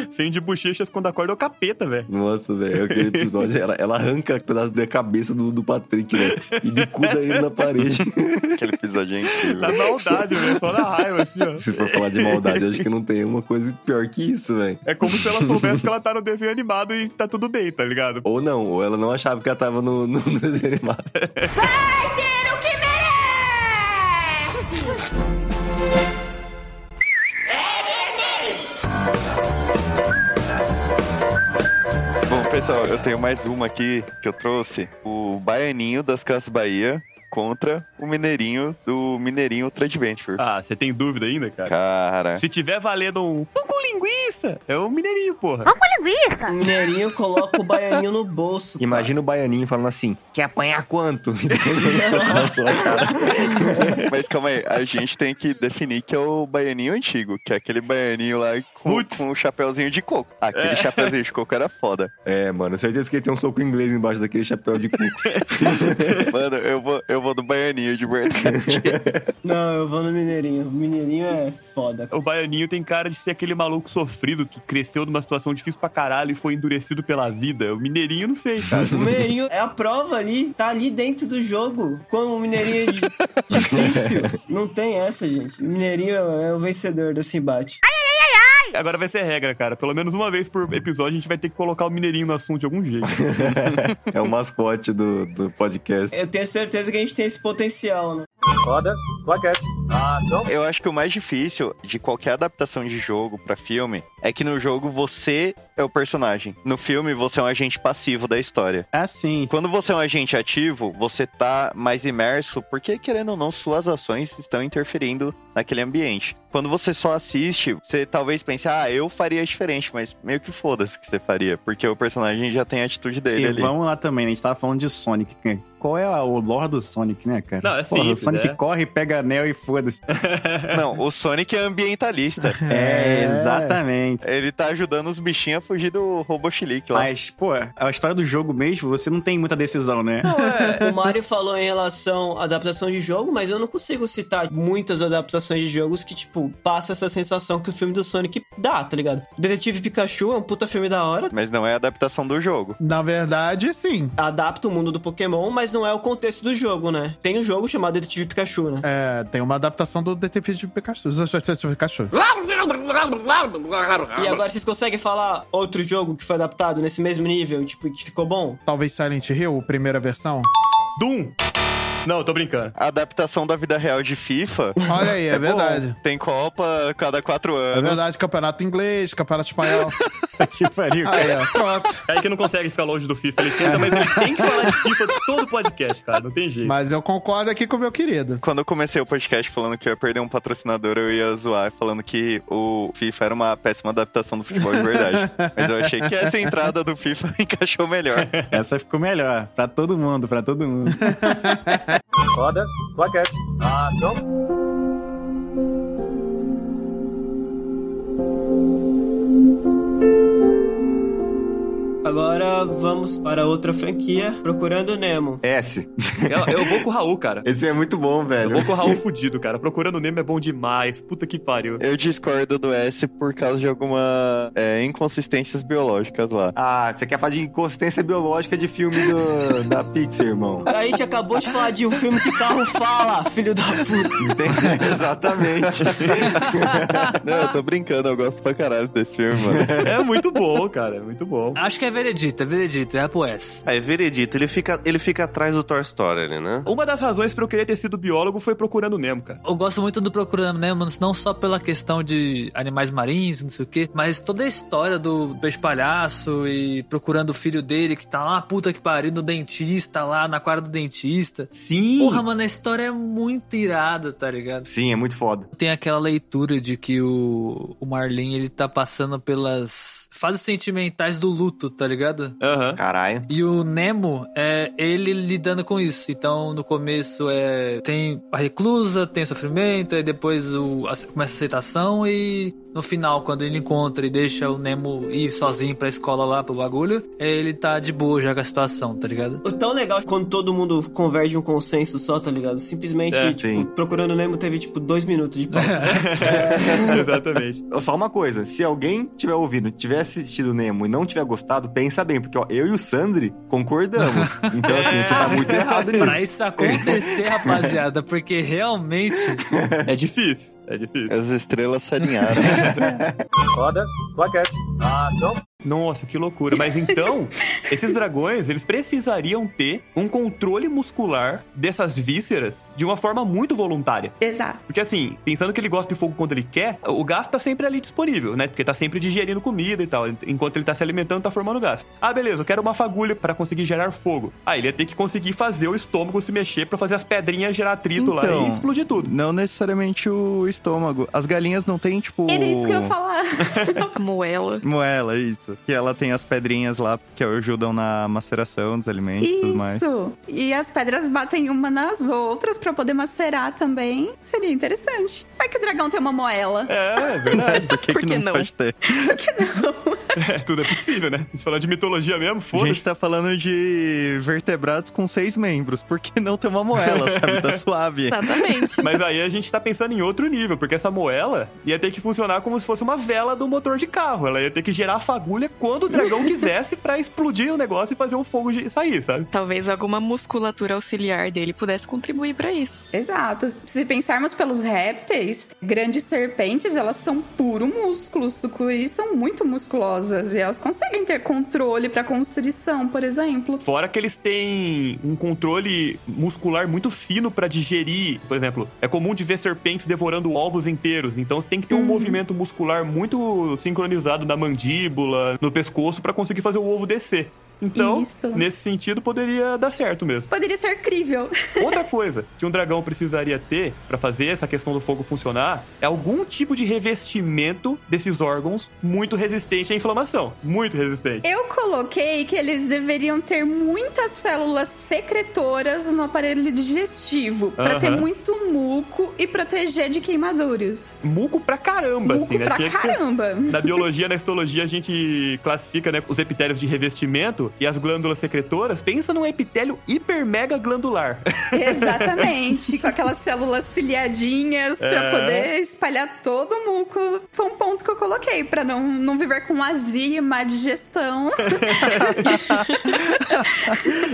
Speaker 2: Sem de bochechas quando acorda é o capeta, velho.
Speaker 5: Nossa, velho, aquele episódio, ela, ela arranca um pedaço da cabeça do, do Patrick, né? E bicuda ele na parede.
Speaker 3: Aquele episódio é incrível.
Speaker 2: Na maldade, velho. Só na raiva, assim, ó.
Speaker 5: Se for falar de maldade, eu acho que não tem uma coisa pior que isso, velho.
Speaker 2: É como se ela soubesse que ela tá no desenho animado e tá tudo bem, tá ligado?
Speaker 5: Ou não, ou ela não achava que ela tava no, no desenho animado.
Speaker 19: Vai ter o que merece!
Speaker 3: Bom, pessoal, eu tenho mais uma aqui que eu trouxe. O Baianinho das Casas Bahia contra o Mineirinho do Mineirinho Tradiventure.
Speaker 2: Ah, você tem dúvida ainda, cara?
Speaker 3: Cara...
Speaker 2: Se tiver valendo um pão com linguiça, é um mineirinho, porra.
Speaker 6: O Mineirinho coloca o baianinho no bolso. tá?
Speaker 5: Imagina o baianinho falando assim: quer apanhar quanto? E dando um soco na sua cara.
Speaker 3: Mas calma aí, a gente tem que definir que é o baianinho antigo, que é aquele baianinho lá com, com o chapéuzinho de coco. Aquele chapéuzinho de coco era foda.
Speaker 5: É, mano, certeza que ele tem um soco inglês embaixo daquele chapéu de coco.
Speaker 3: Mano, eu vou, eu vou do baianinho de verdade.
Speaker 6: Não, eu vou no Mineirinho. O Mineirinho é foda.
Speaker 2: O baianinho tem cara de ser aquele maluco sofrido que cresceu numa situação difícil pra caralho e foi endurecido pela vida. O mineirinho, não sei, cara.
Speaker 6: O Mineirinho é a prova ali, tá ali dentro do jogo. Como o Mineirinho é di- difícil. Não tem essa, gente. O Mineirinho é o vencedor desse embate.
Speaker 2: Agora vai ser regra, cara. Pelo menos uma vez por episódio a gente vai ter que colocar o mineirinho no assunto de algum jeito.
Speaker 5: é o mascote do, do podcast.
Speaker 6: Eu tenho certeza que a gente tem esse potencial, né?
Speaker 16: Roda, plaquete. Ação.
Speaker 3: Eu acho que o mais difícil de qualquer adaptação de jogo pra filme é que no jogo você é o personagem. No filme você é um agente passivo da história.
Speaker 4: Ah, sim.
Speaker 3: Quando você é um agente ativo, você tá mais imerso, porque querendo ou não, suas ações estão interferindo naquele ambiente. Quando você só assiste, você talvez pense, ah, eu faria diferente, mas meio que foda-se que você faria, porque o personagem já tem a atitude dele
Speaker 4: E
Speaker 3: ali.
Speaker 4: vamos lá também, né? a gente tava falando de Sonic. né? Qual é a- o lore do Sonic, né, cara?
Speaker 2: Não, é
Speaker 4: Porra, o
Speaker 2: simples,
Speaker 4: Sonic
Speaker 2: é.
Speaker 4: corre, pega anel e foda-se.
Speaker 3: Não, o Sonic é ambientalista.
Speaker 4: É, exatamente.
Speaker 3: Ele tá ajudando os bichinhos a fugir do robô chilique lá.
Speaker 4: Mas, pô, a história do jogo mesmo, você não tem muita decisão, né?
Speaker 6: Não, é, o Mario falou em relação à adaptação de jogo, mas eu não consigo citar muitas adaptações de jogos que, tipo, passa essa sensação que o filme do Sonic dá, tá ligado? Detetive Pikachu é um puta filme da hora.
Speaker 3: Mas não é a adaptação do jogo.
Speaker 25: Na verdade, sim.
Speaker 6: Adapta o mundo do Pokémon, mas não é o contexto do jogo, né? Tem um jogo chamado Detetive Pikachu, né?
Speaker 25: É, tem uma adaptação do Detetive Pikachu. Detetive Pikachu.
Speaker 6: E agora vocês conseguem falar outro jogo que foi adaptado nesse mesmo nível, tipo, que ficou bom?
Speaker 25: Talvez Silent Hill, primeira versão.
Speaker 2: Doom! Não, tô brincando.
Speaker 3: A adaptação da vida real de FIFA.
Speaker 25: Olha aí, é
Speaker 3: bom.
Speaker 25: verdade.
Speaker 3: Tem Copa a cada quatro
Speaker 25: É
Speaker 3: anos.
Speaker 25: verdade, campeonato inglês, campeonato espanhol.
Speaker 4: que pariu, cara.
Speaker 2: É aí que não consegue ficar longe do FIFA. Ele tenta, mas ele tem que falar de FIFA todo podcast, cara. Não tem jeito.
Speaker 25: Mas eu concordo aqui com o meu querido.
Speaker 3: Quando eu comecei o podcast falando que eu ia perder um patrocinador, eu ia zoar falando que o FIFA era uma péssima adaptação do futebol de verdade. Mas eu achei que essa entrada do FIFA encaixou melhor.
Speaker 4: Essa ficou melhor. Pra todo mundo, pra todo mundo.
Speaker 15: Roda, plaquete. Ação.
Speaker 6: Agora vamos para outra franquia, Procurando Nemo.
Speaker 5: S.
Speaker 2: Eu, eu vou com o Raul, cara.
Speaker 5: Esse é muito bom,
Speaker 2: Eu
Speaker 5: velho.
Speaker 2: vou com o Raul fudido, cara. Procurando o Nemo é bom demais. Puta que pariu.
Speaker 3: Eu discordo do S por causa de algumas inconsistências biológicas lá.
Speaker 5: Ah, você quer falar de inconsistência biológica de filme do- da Pixar, irmão?
Speaker 6: A gente acabou de falar de um filme que carro fala, filho da puta.
Speaker 5: Entende? Exatamente.
Speaker 3: Não, eu tô brincando, eu gosto pra caralho desse filme, mano.
Speaker 2: É muito bom, cara. É muito bom.
Speaker 16: Acho que é veredito, é veredito, é a poes.
Speaker 33: Aí, Veredito, ele fica, ele fica atrás do Toy Story ali, né?
Speaker 2: Uma das razões pra eu querer ter sido biólogo foi procurando o Nemo, cara.
Speaker 16: Eu gosto muito do Procurando Nemo, não só pela questão de animais marinhos, não sei o quê, mas toda a história do peixe palhaço e procurando o filho dele que tá lá, puta que pariu, no dentista, lá na quadra do dentista.
Speaker 5: Sim.
Speaker 16: Porra, mano, a história é muito irada, tá ligado?
Speaker 5: Sim, é muito foda.
Speaker 16: Tem aquela leitura de que o, o Marlin, ele tá passando pelas fases sentimentais do luto, tá ligado?
Speaker 5: Caralho.
Speaker 16: E o Nemo é ele lidando com isso. Então, no começo é tem a reclusa, tem sofrimento, aí depois o, a- começa a aceitação e no final, quando ele encontra e deixa o Nemo ir sozinho pra escola lá pro bagulho, ele tá de boa já com a situação, tá ligado?
Speaker 6: O tão legal é quando todo mundo converge em um consenso só, tá ligado? Simplesmente,
Speaker 5: É,
Speaker 6: tipo,
Speaker 5: sim.
Speaker 6: Procurando Nemo teve, tipo, dois minutos de pauta.
Speaker 2: Exatamente.
Speaker 5: Só uma coisa, se alguém tiver ouvindo, tiver assistido o Nemo e não tiver gostado, pensa bem, porque ó, eu e o Sandri concordamos. Então, assim, você tá muito errado nisso.
Speaker 16: Pra isso acontecer, rapaziada, porque realmente
Speaker 2: É difícil. É difícil.
Speaker 3: As estrelas se alinharam.
Speaker 15: Roda, plaquete. Ação.
Speaker 2: Nossa, que loucura. Mas então, esses dragões, eles precisariam ter um controle muscular dessas vísceras de uma forma muito voluntária.
Speaker 34: Exato.
Speaker 2: Porque assim, pensando que ele gosta de fogo quando ele quer, o gás tá sempre ali disponível, né? Porque tá sempre digerindo comida e tal. Enquanto ele tá se alimentando, tá formando gás. Ah, beleza, eu quero uma fagulha pra conseguir gerar fogo. Ah, ele ia ter que conseguir fazer o estômago se mexer pra fazer as pedrinhas gerar atrito lá e explodir tudo.
Speaker 18: Não necessariamente o estômago. As galinhas não têm, tipo. Era isso
Speaker 33: Uh,
Speaker 18: que eu ia falar. Moela.
Speaker 33: Moela, isso. Que ela tem as pedrinhas lá que é ajudam na maceração dos alimentos e tudo mais.
Speaker 18: Isso. E as pedras batem uma nas outras pra poder macerar também. Seria interessante. Vai que o dragão tem uma moela.
Speaker 2: É, é verdade.
Speaker 18: Por que Por que que não não? pode
Speaker 33: ter?
Speaker 2: É, tudo é possível, né? A gente falando de mitologia mesmo,
Speaker 33: A
Speaker 2: foda-se.
Speaker 33: gente tá falando de vertebrados com seis membros. Por que não ter uma moela, sabe? Tá suave.
Speaker 2: Mas aí a gente tá pensando em outro nível, porque essa moela ia ter que funcionar como se fosse uma vela do motor de carro. Ela ia ter que gerar a fagulha quando o dragão quisesse pra explodir o negócio e fazer o fogo de- sair, sabe?
Speaker 18: Talvez alguma musculatura auxiliar dele pudesse contribuir pra isso. Exato. Se pensarmos pelos répteis, grandes serpentes, elas são puro músculo. Sucuri são muito musculosas e elas conseguem ter controle pra constrição, por exemplo.
Speaker 2: Fora que eles têm um controle muscular muito fino pra digerir. Por exemplo, é comum de ver serpentes devorando ovos inteiros. Então você tem que ter um movimento muscular muito sincronizado na mandíbula, no pescoço, pra conseguir fazer o ovo descer. Então,
Speaker 18: Isso.
Speaker 2: nesse sentido, poderia dar certo mesmo.
Speaker 18: Poderia ser crível.
Speaker 2: Outra coisa que um dragão precisaria ter pra fazer essa questão do fogo funcionar é algum tipo de revestimento desses órgãos muito resistente à inflamação. Muito resistente.
Speaker 18: Eu coloquei que eles deveriam ter muitas células secretoras no aparelho digestivo pra ter
Speaker 2: Aham.
Speaker 18: muito muco e proteger de queimaduras.
Speaker 2: Muco pra caramba,
Speaker 18: Muco
Speaker 2: assim, né?
Speaker 18: pra
Speaker 2: Tinha que ser-
Speaker 18: caramba.
Speaker 2: Na biologia, na histologia, a gente classifica né, os epitélios de revestimento e as glândulas secretoras. Pensa num epitélio hiper mega glandular.
Speaker 18: Exatamente, com aquelas células ciliadinhas pra
Speaker 2: É.
Speaker 18: poder espalhar todo o muco. Foi um ponto que eu coloquei, pra não, não viver com azia, má digestão,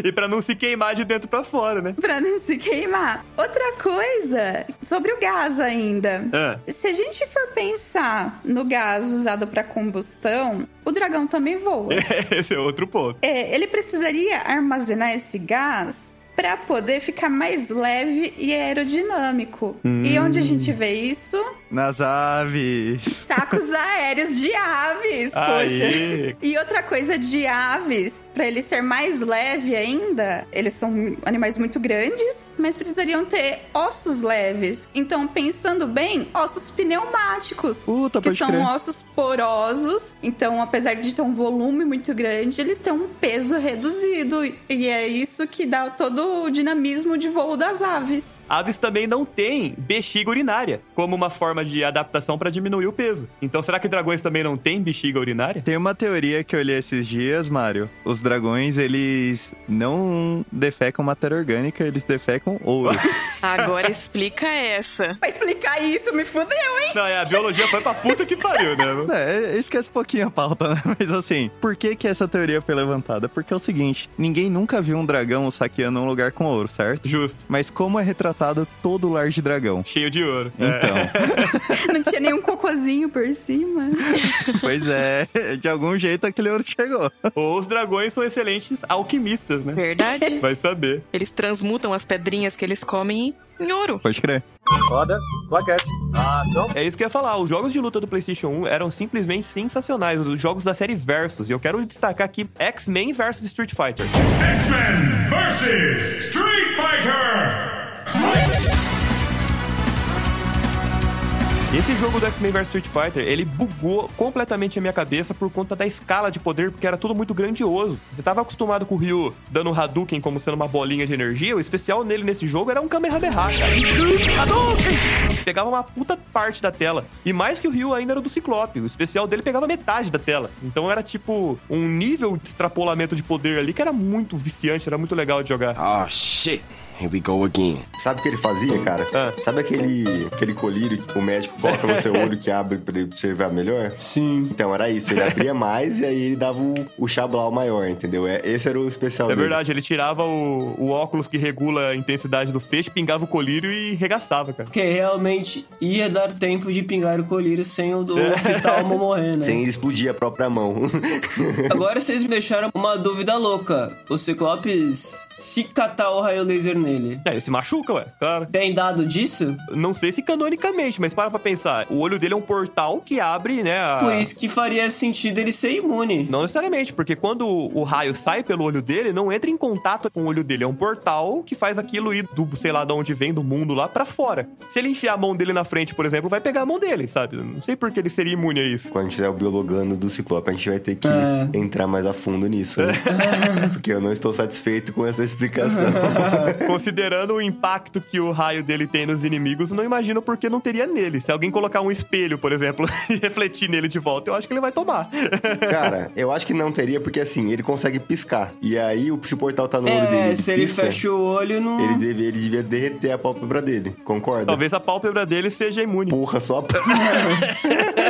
Speaker 2: e pra não se queimar de dentro pra fora, né?
Speaker 18: pra não se queimar. Outra coisa, sobre o gás ainda.
Speaker 2: Ah.
Speaker 18: Se a gente for pensar no gás usado pra combustão, o dragão também voa.
Speaker 2: Esse é outro ponto.
Speaker 18: É, ele precisaria armazenar esse gás para poder ficar mais leve e aerodinâmico.
Speaker 3: Hum.
Speaker 18: E onde a gente vê isso?
Speaker 3: Nas aves.
Speaker 18: Sacos aéreos de aves,
Speaker 3: Aí.
Speaker 18: poxa. E outra coisa de aves, para ele ser mais leve ainda, eles são animais muito grandes, mas precisariam ter ossos leves. Então, pensando bem, ossos pneumáticos, que
Speaker 3: Uh, tá, pode
Speaker 18: são
Speaker 3: crer.
Speaker 18: ossos porosos. Então, apesar de ter um volume muito grande, eles têm um peso reduzido e é isso que dá todo o dinamismo de voo das aves.
Speaker 2: Aves também não têm bexiga urinária como uma forma de adaptação pra diminuir o peso. Então, será que dragões também não têm bexiga urinária?
Speaker 3: Tem uma teoria que eu li esses dias, Mário. Os dragões, eles não defecam matéria orgânica, eles defecam ouro.
Speaker 35: Agora explica essa.
Speaker 18: Pra explicar isso, me fudeu, hein?
Speaker 2: Não, é, a biologia foi pra puta que pariu, né?
Speaker 3: É, esquece um pouquinho a pauta, né? Mas assim, por que que essa teoria foi levantada? Porque é o seguinte, ninguém nunca viu um dragão saqueando um lugar com ouro, certo?
Speaker 2: Justo.
Speaker 3: Mas como é retratado todo lar de dragão?
Speaker 2: Cheio de ouro. É,
Speaker 3: Então,
Speaker 18: Não tinha nenhum cocôzinho por cima.
Speaker 3: pois é, de algum jeito aquele ouro chegou.
Speaker 2: Ou os dragões são excelentes alquimistas, né?
Speaker 35: Verdade.
Speaker 2: Vai saber.
Speaker 35: Eles transmutam as pedrinhas que eles comem em ouro.
Speaker 3: Pode crer.
Speaker 15: Roda, plaquete.
Speaker 2: É isso que eu ia falar. Os jogos de luta do PlayStation 1 eram simplesmente sensacionais. Os jogos da série Versus. E eu quero destacar aqui X-Men versus Street Fighter.
Speaker 16: Versus Street Fighter!
Speaker 2: Esse jogo do X-Men vs Street Fighter, ele bugou completamente a minha cabeça por conta da escala de poder, porque era tudo muito grandioso. Você tava acostumado com o Ryu dando um Hadouken como sendo uma bolinha de energia, o especial nele nesse jogo era um Kamehameha, cara. Hadouken! Pegava uma puta parte da tela. E mais que o Ryu ainda era do Ciclope, o especial dele pegava metade da tela. Então era tipo um nível de extrapolamento de poder ali que era muito viciante, era muito legal de jogar.
Speaker 5: Ah, shit. Here we go again. Sabe o que ele fazia, cara?
Speaker 3: Ah.
Speaker 5: Sabe aquele, aquele colírio que o médico coloca no seu olho que abre pra ele observar melhor? Sim. Então era isso, ele abria mais e aí ele dava o, o xablau maior, entendeu? É, Esse era o especial
Speaker 2: É
Speaker 5: dele.
Speaker 2: verdade, ele tirava o, o óculos que regula a intensidade do feixe, pingava o colírio e regaçava, cara.
Speaker 6: Porque realmente ia dar tempo de pingar o colírio sem o do
Speaker 5: É.
Speaker 6: oftalmo morrer, né?
Speaker 5: Sem explodir a própria mão.
Speaker 6: Agora vocês me deixaram uma dúvida louca. O Ciclopes, se catar o raio laser nele...
Speaker 2: É, ele se machuca, ué, claro.
Speaker 6: Tem dado disso?
Speaker 2: Não sei se canonicamente, mas para pra pensar. O olho dele é um portal que abre, né?
Speaker 5: Ah.
Speaker 2: a-
Speaker 6: Por isso que faria sentido ele ser imune.
Speaker 2: Não necessariamente, porque quando o raio sai pelo olho dele, não entra em contato com o olho dele. É um portal que faz aquilo ir do, sei lá, de onde vem, do mundo lá pra fora. Se ele enfiar a mão dele na frente, por exemplo, vai pegar a mão dele, sabe? Não sei por que ele seria imune a isso.
Speaker 5: Quando a gente fizer o biologando do Ciclope, a gente vai ter que entrar mais a fundo nisso, né? Porque eu não estou satisfeito com essa explicação.
Speaker 2: Considerando o impacto que o raio dele tem nos inimigos, não imagino por que não teria nele. Se alguém colocar um espelho, por exemplo, e refletir nele de volta, eu acho que ele vai tomar.
Speaker 5: Cara, eu acho que não teria, porque assim, ele consegue piscar. E aí, o- se o portal tá no olho dele.
Speaker 6: É,
Speaker 5: ele
Speaker 6: se ele
Speaker 5: pisca,
Speaker 6: fecha o olho, não...
Speaker 5: Ele, deve, ele devia derreter a pálpebra dele, concorda?
Speaker 2: Talvez a pálpebra dele seja imune.
Speaker 5: Porra, só a pá-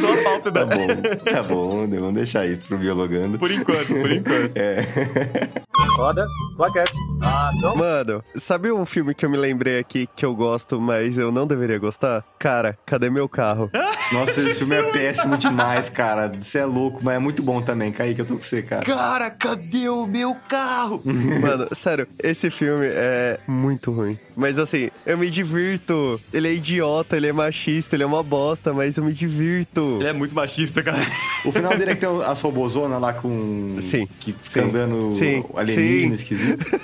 Speaker 2: Só a pálpebra.
Speaker 5: Tá bom, tá bom, vamos deixar isso pro biologando.
Speaker 2: Por enquanto, por enquanto.
Speaker 5: É.
Speaker 15: Roda, plaquete.
Speaker 3: Mano, sabe um filme que eu me lembrei aqui que eu gosto, mas eu não deveria gostar? Cara, cadê meu carro?
Speaker 5: Nossa, esse filme é péssimo demais, cara. Você é louco, mas é muito bom também. Kaique, eu tô com você, cara.
Speaker 3: Cara,
Speaker 5: cadê o meu carro?
Speaker 3: Mano, sério, esse filme é muito ruim. Mas assim, eu me divirto. Ele é idiota, ele é machista, ele é uma bosta, mas eu me divirto.
Speaker 2: Ele é muito machista, cara.
Speaker 5: O final dele é que tem as robozonas lá com. Sim. Que fica
Speaker 3: Sim.
Speaker 5: andando
Speaker 3: Sim.
Speaker 5: alienígena,
Speaker 3: Sim.
Speaker 5: esquisito.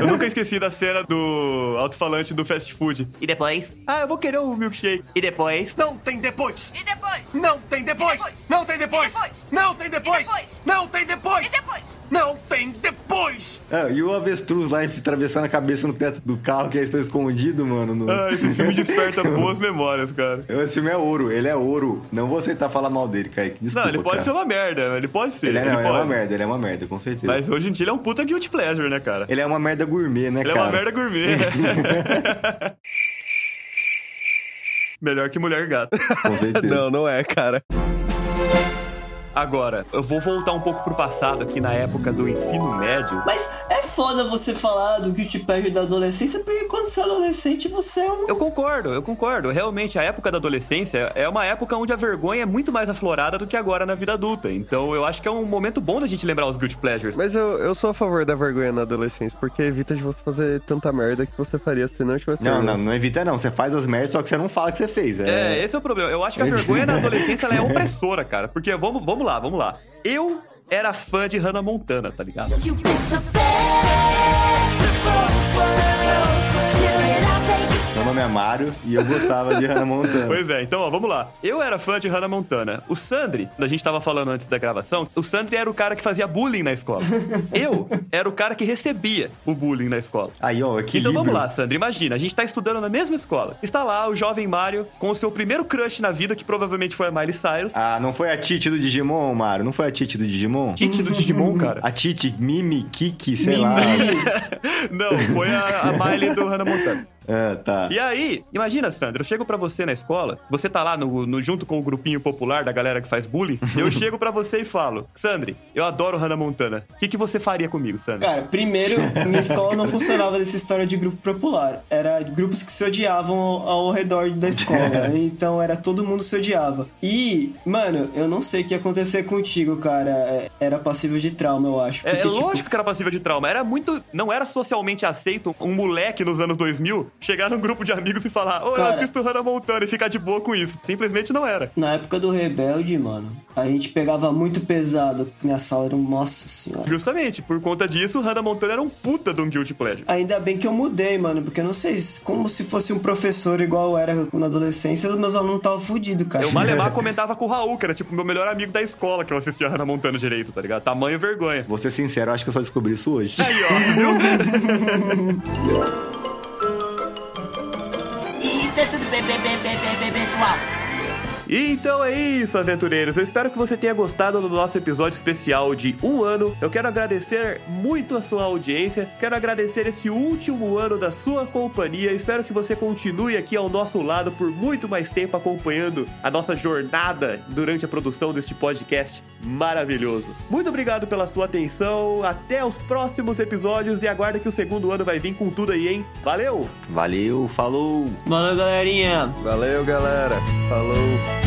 Speaker 2: Eu nunca esqueci da cena do alto-falante do fast food. E depois? Ah, eu vou querer um milkshake. E depois? Não tem depois!
Speaker 16: E depois? Não tem depois! Não tem depois! Não tem depois! Não tem depois! E depois?
Speaker 17: Não tem depois!
Speaker 5: Ah, e o avestruz lá atravessando a cabeça no teto do carro, que eles estão escondidos, mano. No...
Speaker 2: Ah, esse filme desperta boas memórias, cara.
Speaker 5: Esse filme é ouro, ele é ouro. Não vou aceitar falar mal dele, Kaique. Desculpa,
Speaker 2: não, ele pode
Speaker 5: cara.
Speaker 2: ser uma merda, né? ele pode ser.
Speaker 5: Ele, é, não, ele é
Speaker 2: pode.
Speaker 5: uma merda, ele é uma merda, com certeza.
Speaker 2: Mas hoje em dia ele é um puta guilty pleasure, né, cara?
Speaker 5: Ele é uma merda gourmet, né,
Speaker 2: Ele é
Speaker 5: cara?
Speaker 2: uma merda gourmet. Melhor que mulher gato.
Speaker 5: Com certeza.
Speaker 3: Não, não é, cara.
Speaker 2: Agora, eu vou voltar um pouco pro passado aqui na época do ensino médio.
Speaker 6: Mas é foda você falar do guilty pleasure da adolescência, porque quando você é adolescente você é um.
Speaker 2: Eu concordo, eu concordo. Realmente, a época da adolescência é uma época onde a vergonha é muito mais aflorada do que agora na vida adulta. Então, eu acho que é um momento bom da gente lembrar os guilty pleasures.
Speaker 3: Mas eu, eu sou a favor da vergonha na adolescência, porque evita de você fazer tanta merda que você faria se não tivesse
Speaker 5: Não,
Speaker 3: vergonha.
Speaker 5: não, não evita não. Você faz as merdas, só que você não fala que você fez.
Speaker 2: É,
Speaker 5: É,
Speaker 2: esse é o problema. Eu acho que a vergonha na adolescência ela é opressora, cara. Porque vamos, vamos lá, vamos lá. Eu era fã de Hannah Montana, tá ligado?
Speaker 5: Meu nome é Mário e eu gostava de Hannah Montana.
Speaker 2: Pois é, então ó, vamos lá. Eu era fã de Hannah Montana. O Sandri, a gente tava falando antes da gravação, o Sandri era o cara que fazia bullying na escola. Eu era o cara que recebia o bullying na escola.
Speaker 5: Aí, ó, equilíbrio.
Speaker 2: Então vamos lá, Sandri, imagina, a gente tá estudando na mesma escola. Está lá o jovem Mario com o seu primeiro crush na vida, que provavelmente foi a Miley Cyrus.
Speaker 5: Ah, não foi a Tite do Digimon, Mário? Não foi a Tite do Digimon?
Speaker 2: Tite do Digimon, cara?
Speaker 5: A Tite, Mimi, Kiki, sei lá.
Speaker 2: Não, foi a, a Miley do Hannah Montana.
Speaker 5: Ah, tá.
Speaker 2: E aí, imagina, Sandra, eu chego pra você na escola, você tá lá no, no- junto com o grupinho popular da galera que faz bullying, eu chego pra você e falo, Sandri, eu adoro Hannah Montana. O que, que você faria comigo, Sandra?
Speaker 6: Cara, primeiro, minha escola não funcionava dessa história de grupo popular. Era grupos que se odiavam ao, ao redor da escola. então era todo mundo se odiava. E, mano, eu não sei o que ia acontecer contigo, cara. É, Era passível de trauma, eu acho.
Speaker 2: É, é
Speaker 6: Porque, tipo,
Speaker 2: lógico que era passível de trauma. Era muito. Não era socialmente aceito um moleque nos anos 2000 chegar num grupo de amigos e falar, ô, eu
Speaker 6: Cara.
Speaker 2: assisto Hannah Montana e ficar de boa com isso. Simplesmente não era.
Speaker 6: Na época do Rebelde, mano, a gente pegava muito pesado. Minha sala era um... Nossa senhora.
Speaker 2: Justamente, por conta disso, Hannah Montana era um puta de um Guilty Pleasure.
Speaker 6: Ainda bem que eu mudei, mano, porque eu não sei se- como se fosse um professor igual eu era na adolescência, os meus alunos estavam fodidos, cara.
Speaker 2: Eu Malemar comentava com o Raul, que era tipo meu melhor amigo da escola que eu assistia Hannah Montana direito, tá ligado? Tamanho vergonha.
Speaker 5: Vou ser sincero, acho que eu só descobri isso hoje.
Speaker 17: Isso é tudo bem, bem, bem, bem, bem, bem, pessoal.
Speaker 2: E então é isso, aventureiros. Eu espero que você tenha gostado do nosso episódio especial de um ano. Eu quero agradecer muito a sua audiência. Quero agradecer esse último ano da sua companhia. Espero que você continue aqui ao nosso lado por muito mais tempo acompanhando a nossa jornada durante a produção deste podcast maravilhoso. Muito obrigado pela sua atenção. Até os próximos episódios e aguarda que o segundo ano vai vir com tudo aí, hein? Valeu!
Speaker 5: Valeu, falou!
Speaker 6: Valeu, galerinha!
Speaker 3: Valeu, galera. Falou.